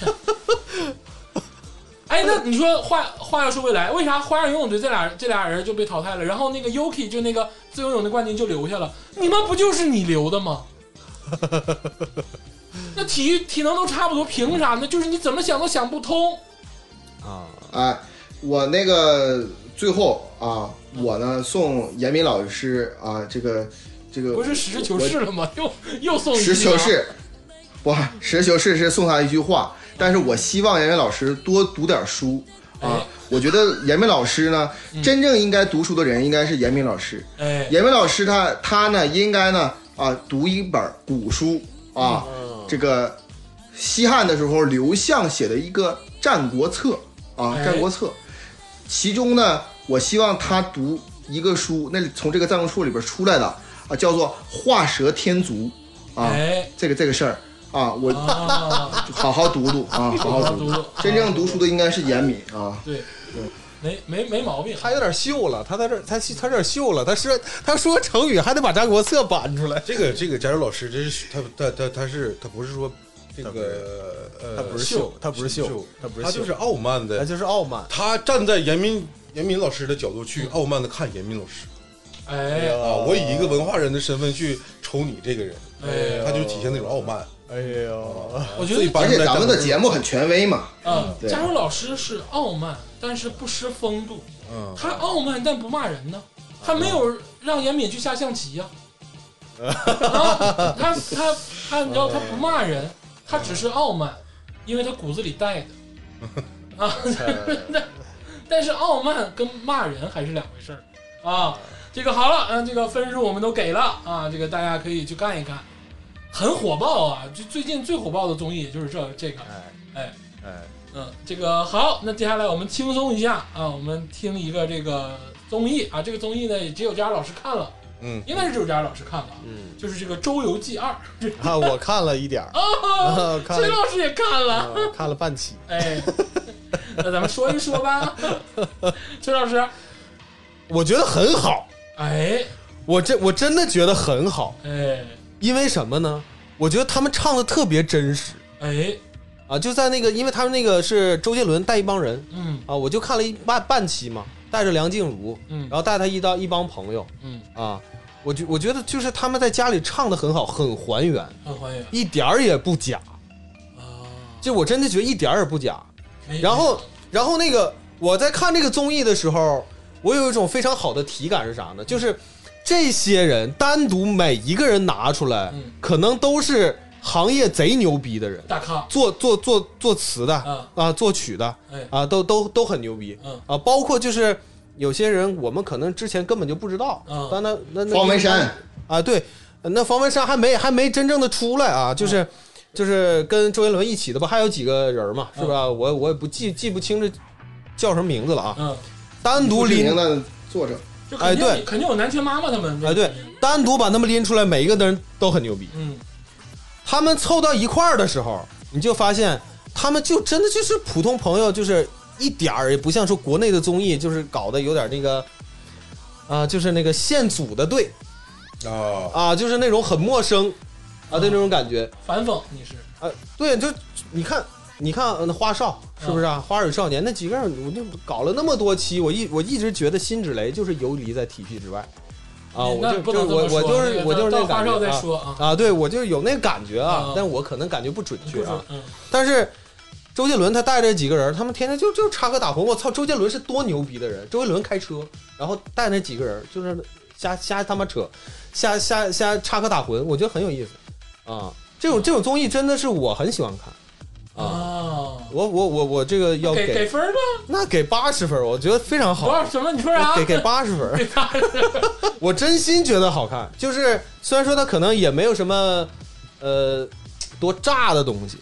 Speaker 2: 哎，那你说话话又说回来，为啥花样游泳队这俩这俩人就被淘汰了？然后那个 Yuki 就那个自由泳的冠军就留下了，你们不就是你留的吗？ 那体育体能都差不多，凭啥呢？就是你怎么想都想不通。
Speaker 5: 啊，
Speaker 4: 哎，我那个最后啊，我呢送严敏老师啊，这个这个
Speaker 2: 不是实事求是了吗？ 又又送一
Speaker 4: 实事求
Speaker 2: 条，
Speaker 4: 是，不，实事求是是送他一句话，但是我希望严明老师多读点书啊
Speaker 2: 哎。
Speaker 4: 我觉得严明老师呢，
Speaker 2: 嗯
Speaker 4: 真正应该读书的人应该是严明老师。
Speaker 2: 哎，
Speaker 4: 严明老师他他呢，应该呢啊读一本古书啊，
Speaker 2: 嗯
Speaker 4: 这个西汉的时候刘向写的一个《战国策》啊，
Speaker 2: 哎
Speaker 4: 《战国策》，其中呢，我希望他读一个书，那里从这个《战国策》里边出来的啊，叫做《画蛇添足》啊。
Speaker 2: 哎，
Speaker 4: 这个这个事儿啊，我
Speaker 2: 啊，
Speaker 4: 好好读读 啊，好好读。
Speaker 2: 读
Speaker 4: 读。真正读书的应该是严敏啊，
Speaker 2: 对，没没没毛病。
Speaker 5: 他有点秀了，他在这儿他他有点秀了，他说他说成语还得把《战国策》搬出来，
Speaker 3: 这个这个贾洲老师，这是他他他他是他不是说这个呃，
Speaker 5: 他不是秀，他不是秀，他不是
Speaker 3: 他
Speaker 5: 秀，
Speaker 3: 就是傲慢
Speaker 5: 他
Speaker 3: 的，
Speaker 5: 就是傲慢。
Speaker 3: 他站在严明严明老师的角度去傲慢的看严明老师
Speaker 2: 哎
Speaker 3: 啊，我以一个文化人的身份去瞅你这个人，
Speaker 2: 哎，
Speaker 3: 他就体现那种傲慢。
Speaker 5: 哎呦，
Speaker 2: 我觉得
Speaker 4: 而且咱们的节目很权威嘛，
Speaker 2: 啊，
Speaker 4: 对
Speaker 2: 加州老师是傲慢，但是不失风度。
Speaker 3: 嗯，
Speaker 2: 他傲慢但不骂人呢，他没有让严敏去下象棋呀、啊。他他他，你知道他不骂人，他只是傲慢，因为他骨子里带的啊。但是傲慢跟骂人还是两回事儿啊。这个好了，嗯、这个分数我们都给了啊，这个大家可以去看一看，很火爆啊！就最近最火爆的综艺也就是这这个，
Speaker 5: 哎
Speaker 2: 哎，
Speaker 5: 哎，
Speaker 2: 嗯，这个好，那接下来我们轻松一下啊，我们听一个这个综艺啊，这个综艺呢也只有佳老师看了，
Speaker 3: 嗯，
Speaker 2: 应该是只有佳老师看了，
Speaker 5: 嗯，
Speaker 2: 就是这个《周游记二》，
Speaker 5: 啊，我看了一点儿，啊看
Speaker 2: 崔
Speaker 5: 了
Speaker 2: 老师也看了，
Speaker 5: 啊看了半期，
Speaker 2: 哎，那咱们说一说吧，崔老师，
Speaker 5: 我觉得很好，
Speaker 2: 哎
Speaker 5: 我真我真的觉得很好，
Speaker 2: 哎
Speaker 5: 因为什么呢？我觉得他们唱的特别真实
Speaker 2: 哎，
Speaker 5: 啊，就在那个，因为他们那个是周杰伦带一帮人
Speaker 2: 嗯
Speaker 5: 啊，我就看了一半半期嘛，带着梁静茹，
Speaker 2: 嗯
Speaker 5: 然后带他一到一帮朋友
Speaker 2: 嗯，
Speaker 5: 啊，我觉我觉得就是他们在家里唱的很好，很还原，
Speaker 2: 很还原
Speaker 5: 一点儿也不假，
Speaker 2: 啊，哎
Speaker 5: 这我真的觉得一点儿也不假。
Speaker 2: 没
Speaker 5: 然后，然后那个我在看这个综艺的时候，我有一种非常好的体感是啥呢？就是这些人单独每一个人拿出来
Speaker 2: 嗯，
Speaker 5: 可能都是行业贼牛逼的人，
Speaker 2: 哎大咖，
Speaker 5: 做做做做词的
Speaker 2: 啊
Speaker 5: 啊，作曲的
Speaker 2: 哎
Speaker 5: 啊，都都都很牛逼
Speaker 2: 嗯
Speaker 5: 啊，包括就是。有些人我们可能之前根本就不知道
Speaker 2: 嗯，
Speaker 5: 但那那那
Speaker 4: 方文山
Speaker 5: 啊，对，那方文山还没还没真正的出来啊，就是、就是跟周杰伦一起的吧，还有几个人嘛，是吧？
Speaker 4: 嗯
Speaker 5: 我我也不记记不清这叫什么名字了啊，
Speaker 2: 嗯，
Speaker 5: 单独
Speaker 4: 不知
Speaker 5: 拎
Speaker 4: 名的作者，
Speaker 2: 就肯定
Speaker 5: 哎对
Speaker 2: 肯定有南拳妈妈他们，
Speaker 5: 哎对，单独把他们拎出来，每一个人都很牛逼。
Speaker 2: 嗯
Speaker 5: 他们凑到一块儿的时候，你就发现他们就真的就是普通朋友，就是一点儿也不像说国内的综艺就是搞得有点那个。啊，就是那个现组的队
Speaker 3: 啊，
Speaker 5: 啊，就是那种很陌生啊的那种感觉。
Speaker 2: 反讽你是，
Speaker 5: 呃，对，就你看，你看呃那花少是不是
Speaker 2: 嗯
Speaker 5: 啊？花儿与少年那几个人，我就搞了那么多期，我一我一直觉得辛芷蕾就是游离在体系之外啊，
Speaker 2: 那
Speaker 5: 我就
Speaker 2: 不
Speaker 5: 就
Speaker 2: 能
Speaker 5: 我
Speaker 2: 这么说
Speaker 5: 我就是
Speaker 2: 那个
Speaker 5: 我就是那
Speaker 2: 到
Speaker 5: 个
Speaker 2: 发
Speaker 5: 感
Speaker 2: 烧
Speaker 5: 觉
Speaker 2: 再
Speaker 5: 啊
Speaker 2: 说啊，
Speaker 5: 啊，对我就有那个感觉啊
Speaker 2: 啊，
Speaker 5: 但我可能感觉不准确啊。
Speaker 2: 嗯，
Speaker 5: 但是周杰伦他带着几个人，他们天天就就插科打诨，我操，周杰伦是多牛逼的人！周杰伦开车，然后带那几个人就是瞎瞎他妈扯，瞎瞎瞎插科打诨，我觉得很有意思啊。这种这种综艺真的是我很喜欢看啊。
Speaker 2: 啊，啊，
Speaker 5: 我我我我这个要
Speaker 2: 给给分儿吧，
Speaker 5: 那给八十分，我觉得非常
Speaker 2: 多
Speaker 5: 好
Speaker 2: 少，什么？你说啥？
Speaker 5: 给给八十 分，
Speaker 2: 给八十，
Speaker 5: 我真心觉得好看。就是虽然说它可能也没有什么呃多炸的东西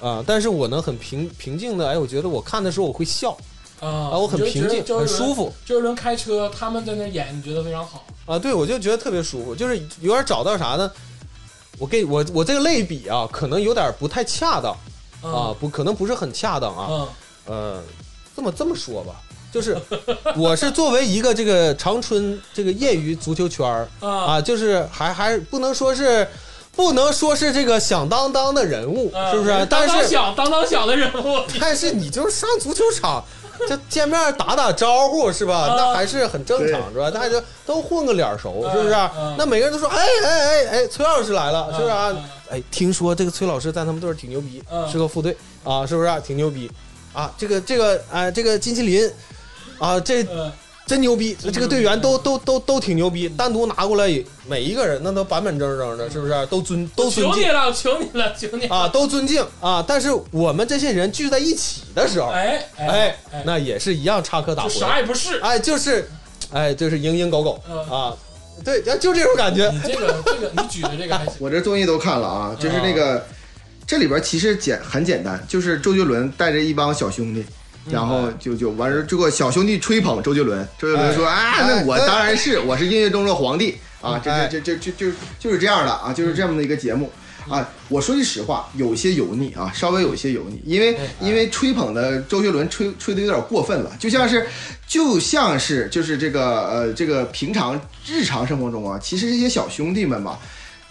Speaker 5: 啊，但是我能很平平静的，哎，我觉得我看的时候我会笑
Speaker 2: 啊
Speaker 5: 啊，我很平静，很舒
Speaker 2: 服。
Speaker 5: 服
Speaker 2: 周杰伦开车，他们在那儿演，你觉得非常好。
Speaker 5: 啊，对我就觉得特别舒服，就是有点找到啥呢？我给我我这个类比啊，可能有点不太恰当啊，不可能不是很恰当啊，
Speaker 2: 嗯
Speaker 5: 呃，这么这么说吧，就是我是作为一个这个长春这个业余足球圈儿
Speaker 2: 嗯啊
Speaker 5: 啊，就是还还不能说是不能说是这个响当当的人物，
Speaker 2: 啊
Speaker 5: 是不是？
Speaker 2: 当
Speaker 5: 但
Speaker 2: 当
Speaker 5: 是
Speaker 2: 响当当响的人物，
Speaker 5: 但是你就是上足球场。就见面打打招呼是吧？
Speaker 2: 啊
Speaker 5: 那还是很正常是吧？大家就都混个脸熟是不是
Speaker 2: 啊？
Speaker 5: 那每个人都说哎哎哎哎，崔老师来了是不是啊
Speaker 2: 啊？
Speaker 5: 哎，听说这个崔老师在他们队儿挺牛逼，
Speaker 2: 嗯
Speaker 5: 是个副队啊，是不是、挺牛逼啊？这个这个哎，这个金麒麟啊，这
Speaker 2: 嗯
Speaker 5: 真牛逼，
Speaker 2: 牛逼
Speaker 5: 这个队员都都都都挺牛逼，单独拿过来每一个人那都板板正正的，是不是？都尊都尊
Speaker 2: 求你
Speaker 5: 敬
Speaker 2: 了，求你了，求你了。
Speaker 5: 啊，都尊敬啊。但是我们这些人聚在一起的时候，
Speaker 2: 哎
Speaker 5: 哎
Speaker 2: 哎，哎，
Speaker 5: 那也是一样插科打
Speaker 2: 就
Speaker 5: 诨，
Speaker 2: 啥也不是。
Speaker 5: 哎，就是哎，就是蝇营狗苟
Speaker 2: 嗯
Speaker 5: 啊，对，就这种感觉。
Speaker 2: 你这个这个，你举的这个还 行。
Speaker 4: 我这综艺都看了啊，就是那个、这里边其实简很简单，就是周杰伦带着一帮小兄弟。然后就就完事儿，结果小兄弟吹捧周杰伦，周杰伦说啊，那我当然是我是音乐中的皇帝啊，这
Speaker 5: 哎
Speaker 4: 这这这这就就是这样的啊，就是这么的一个节目啊。我说句实话，有些油腻啊，稍微有些油腻，因为因为吹捧的周杰伦吹吹的有点过分了，就像是就像是就是这个呃这个平常日常生活中啊，其实这些小兄弟们吧，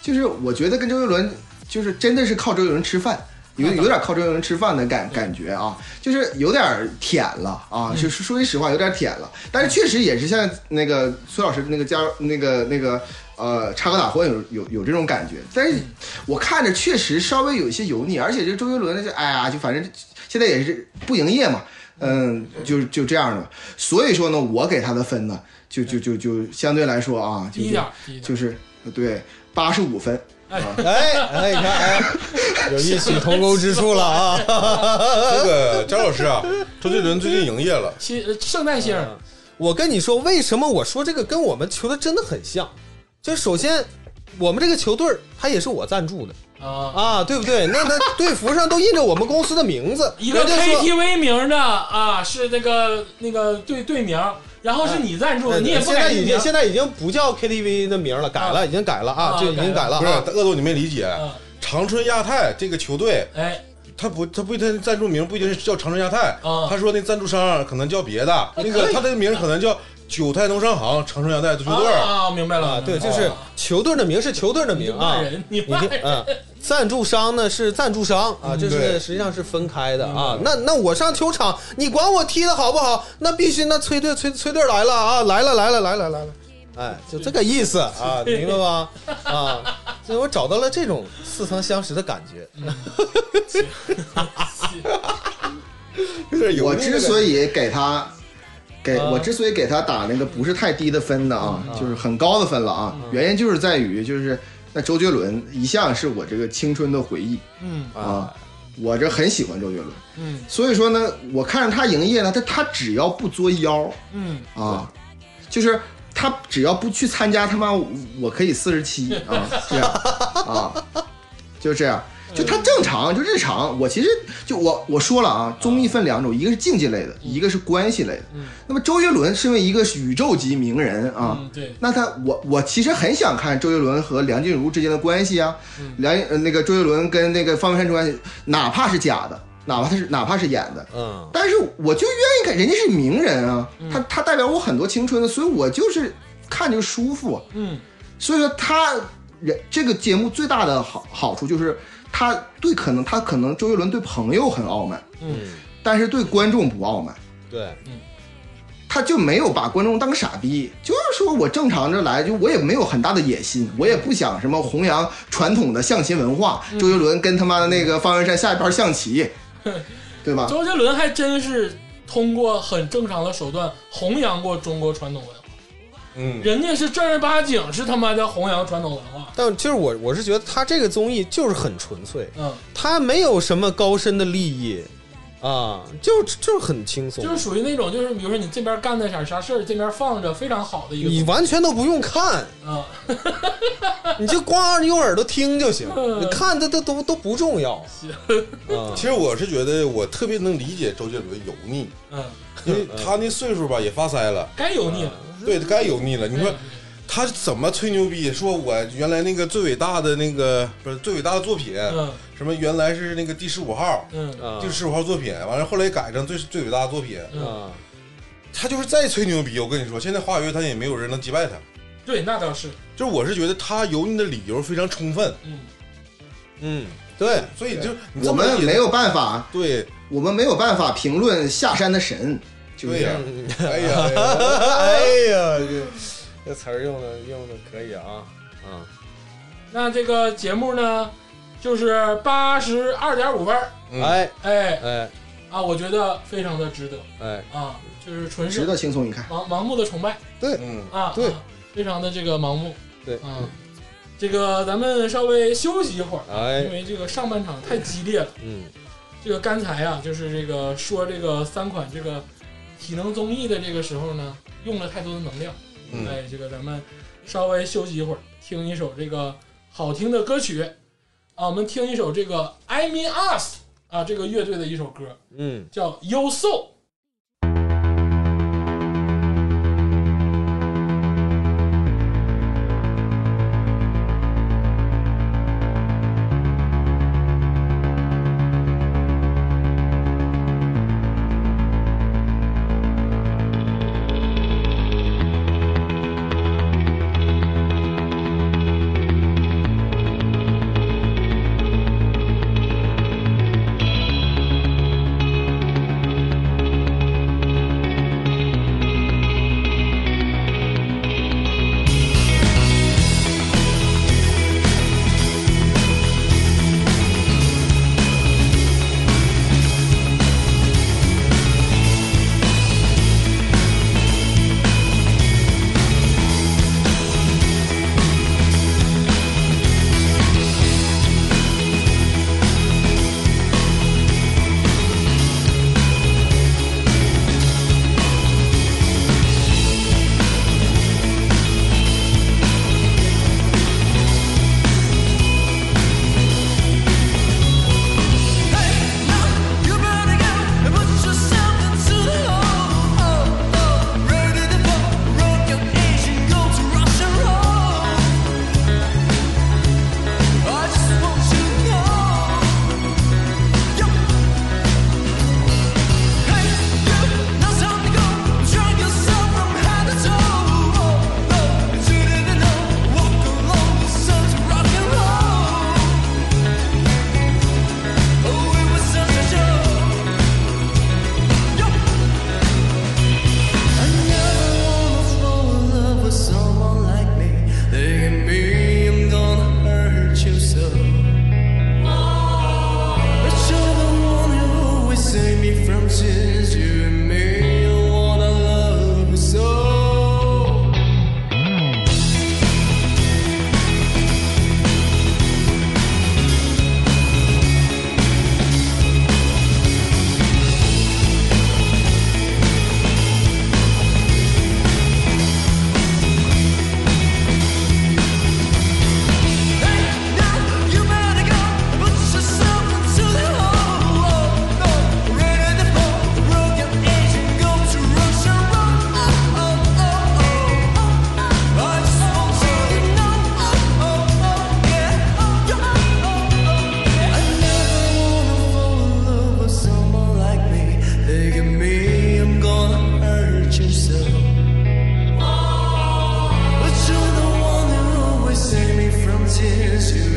Speaker 4: 就是我觉得跟周杰伦就是真的是靠周杰伦吃饭，有有点靠周杰伦吃饭的感感觉啊，就是有点舔了
Speaker 2: 嗯
Speaker 4: 啊，就是说句实话有点舔了，但是确实也是像那个崔老师那个加那个那个呃插科打诨有有有这种感觉，但
Speaker 2: 嗯
Speaker 4: 是我看着确实稍微有一些油腻，而且这周杰伦这哎呀就反正现在也是不营业嘛。嗯，就就这样的，所以说呢，我给他的分呢，就就就就相对来说啊，就
Speaker 2: 低一点，低一点。
Speaker 4: 就是呃对八十五分，
Speaker 5: 哎哎，你 看哎，有异曲同工之处了啊。
Speaker 3: 那个张老师啊，周杰伦最近营业 了，
Speaker 2: 其呃圣诞星，
Speaker 5: 嗯 我跟你说，为什么我说这个跟我们球队真的很像？就首先，我们这个球队儿它也是我赞助的
Speaker 2: 啊，
Speaker 5: 啊，对不对？那那队服上都印着我们公司的名字，
Speaker 2: 一个
Speaker 5: 人家说
Speaker 2: KTV 名的啊，是那个那个队队名，然后是你赞助的，
Speaker 5: 哎
Speaker 2: 你也不
Speaker 5: 现在
Speaker 2: 改
Speaker 5: 已
Speaker 2: 名
Speaker 5: 经。现在已经不叫 KTV 的名儿了，改了，已经改了啊，
Speaker 2: 啊
Speaker 5: 这已经改了
Speaker 3: 不是
Speaker 5: 啊。
Speaker 3: 恶斗你没理解，
Speaker 2: 嗯
Speaker 3: 长春亚泰这个球队，
Speaker 2: 哎，
Speaker 3: 他不他不他赞助名不一定是叫长春亚泰
Speaker 2: 啊，
Speaker 3: 他说那赞助商可能叫别的，那个他的名可能叫九泰农商行长春亚泰足球队。
Speaker 2: 啊，啊明白了
Speaker 5: 啊，，对，
Speaker 2: 明白
Speaker 5: 就
Speaker 2: 了
Speaker 5: 是球队的名是球队的
Speaker 2: 你
Speaker 5: 名啊
Speaker 2: 骂。人，你
Speaker 5: 你
Speaker 2: 骂
Speaker 5: 听
Speaker 2: 人，
Speaker 5: 嗯，赞助商呢是赞助商啊，
Speaker 2: 嗯
Speaker 5: 就
Speaker 3: 对
Speaker 5: 是实际上是分开的啊
Speaker 2: 嗯。
Speaker 5: 那那我上球场，你管我踢的好不好？那必须，那崔队崔崔队来了啊，来了来了来了来了，哎，就这个意思 啊，你明白吗？啊，所以我找到了这种似曾相识的感觉。
Speaker 3: 有点油
Speaker 4: 我
Speaker 3: 腻
Speaker 4: 之
Speaker 3: 的
Speaker 4: 所以给他给
Speaker 5: 啊
Speaker 2: 呃
Speaker 4: 我之所以给他打那个不是太低的分的啊，
Speaker 2: 嗯
Speaker 4: 就是很高的分了啊，原因就是在于就是那周杰伦一向是我这个青春的回忆
Speaker 2: 嗯
Speaker 4: 啊，我这很喜欢周杰伦，
Speaker 2: 嗯
Speaker 4: 所以说呢，我看着他营业呢，他他只要不作妖
Speaker 2: 嗯，
Speaker 4: 啊，就是。他只要不去参加他妈我我可以四十七啊，这样啊，就这样，就他正常就日常。我其实就我我说了啊，综艺分两种，一个是竞技类的，一个是关系类的。
Speaker 2: 嗯
Speaker 4: 那么周杰伦身为一个宇宙级名人啊，
Speaker 2: 嗯对，
Speaker 4: 那他我我其实很想看周杰伦和梁静茹之间的关系啊，梁呃那个周杰伦跟那个方文山之间的关系，哪怕是假的，哪怕是哪怕是演的，
Speaker 5: 嗯，
Speaker 4: 但是我就愿意看，人家是名人啊，
Speaker 2: 嗯
Speaker 4: 他他代表我很多青春的，所以我就是看就舒服。
Speaker 2: 嗯
Speaker 4: 所以说他人这个节目最大的好好处就是他对可能他可能周杰伦对朋友很傲慢，
Speaker 2: 嗯，
Speaker 4: 但是对观众不傲慢。
Speaker 5: 对，
Speaker 4: 他就没有把观众当傻逼，就是说我正常着来，就我也没有很大的野心，我也不想什么弘扬传统的象棋文化。
Speaker 2: 嗯
Speaker 4: 周杰伦跟他妈的那个方文山下一盘象棋，对吧？
Speaker 2: 周杰伦还真是通过很正常的手段弘扬过中国传统文化，
Speaker 3: 嗯，
Speaker 2: 人家是正儿八经是他妈的弘扬传统文化，
Speaker 5: 但就是我我是觉得他这个综艺就是很纯粹，
Speaker 2: 嗯
Speaker 5: 他没有什么高深的利益，啊，就就是很轻松
Speaker 2: 就，是属于那种，就是比如说你这边干的啥啥事儿，这边放着非常好的一个
Speaker 5: 你完全都不用看，
Speaker 2: 啊，
Speaker 5: 你就光用耳朵听就行，
Speaker 2: 嗯
Speaker 5: 你看它都都都不重要
Speaker 2: 行
Speaker 5: 啊
Speaker 3: 其实我是觉得我特别能理解周杰伦油腻，
Speaker 2: 嗯，
Speaker 3: 因为他那岁数吧也发腮了，
Speaker 2: 该油腻
Speaker 5: 啊
Speaker 2: 了。
Speaker 3: 对，该油腻了。你
Speaker 2: 嗯
Speaker 3: 说他怎么吹牛逼？说我原来那个最伟大的那个不是最伟大的作品，
Speaker 2: 嗯
Speaker 3: 什么原来是那个第十五号，
Speaker 2: 嗯
Speaker 5: 啊
Speaker 3: 第十五号作品，完了后来改成最最伟大的作品。
Speaker 2: 嗯，
Speaker 5: 啊，
Speaker 3: 他就是再吹牛逼，我跟你说，现在华语乐坛也没有人能击败他。
Speaker 2: 对，那倒是，
Speaker 3: 就是我是觉得他油腻的理由非常充分，
Speaker 2: 嗯，
Speaker 5: 嗯， 对，
Speaker 3: 所以就你这
Speaker 4: 我
Speaker 3: 么
Speaker 4: 们
Speaker 3: 理
Speaker 4: 没
Speaker 3: 解
Speaker 4: 有办法，
Speaker 3: 对，
Speaker 4: 我们没有办法评论下山的神，就是
Speaker 3: 对
Speaker 4: 这样。、
Speaker 3: 呀哎呀，哎呀
Speaker 5: 哎呀，这这词儿用的用的可以啊啊，
Speaker 2: 那这个节目呢，就是八十二点五分儿，
Speaker 3: 嗯
Speaker 5: 哎
Speaker 2: 哎
Speaker 5: 哎
Speaker 2: 啊，我觉得非常的值得
Speaker 5: 哎，
Speaker 2: 啊，就是纯
Speaker 4: 值
Speaker 2: 是
Speaker 4: 得轻松一看。
Speaker 2: 盲盲目的崇拜
Speaker 3: 嗯，
Speaker 2: 啊，
Speaker 5: 对
Speaker 2: 啊非常的这个盲目，
Speaker 5: 对
Speaker 2: 啊，这个咱们稍微休息一会儿，
Speaker 5: 哎
Speaker 2: 因为这个上半场太激烈了。
Speaker 5: 嗯
Speaker 2: 这个刚才啊，就是这个说这个三款这个体能综艺的这个时候呢，用了太多的能量。
Speaker 3: 嗯
Speaker 2: 哎，这个咱们稍微休息一会儿，听一首这个好听的歌曲啊，我们听一首这个 I Mean Us 啊这个乐队的一首歌，
Speaker 5: 嗯。
Speaker 2: 叫《You So》。
Speaker 6: Oh, Oh, it was such a show. I never wanna fall in love with someone like me. They can be I'm gonna hurt you so. But you're the one who always saved me from tears. You and me, I wanna love you so. I'm gonna hurt yourself but you're the one who always saved me from tears. You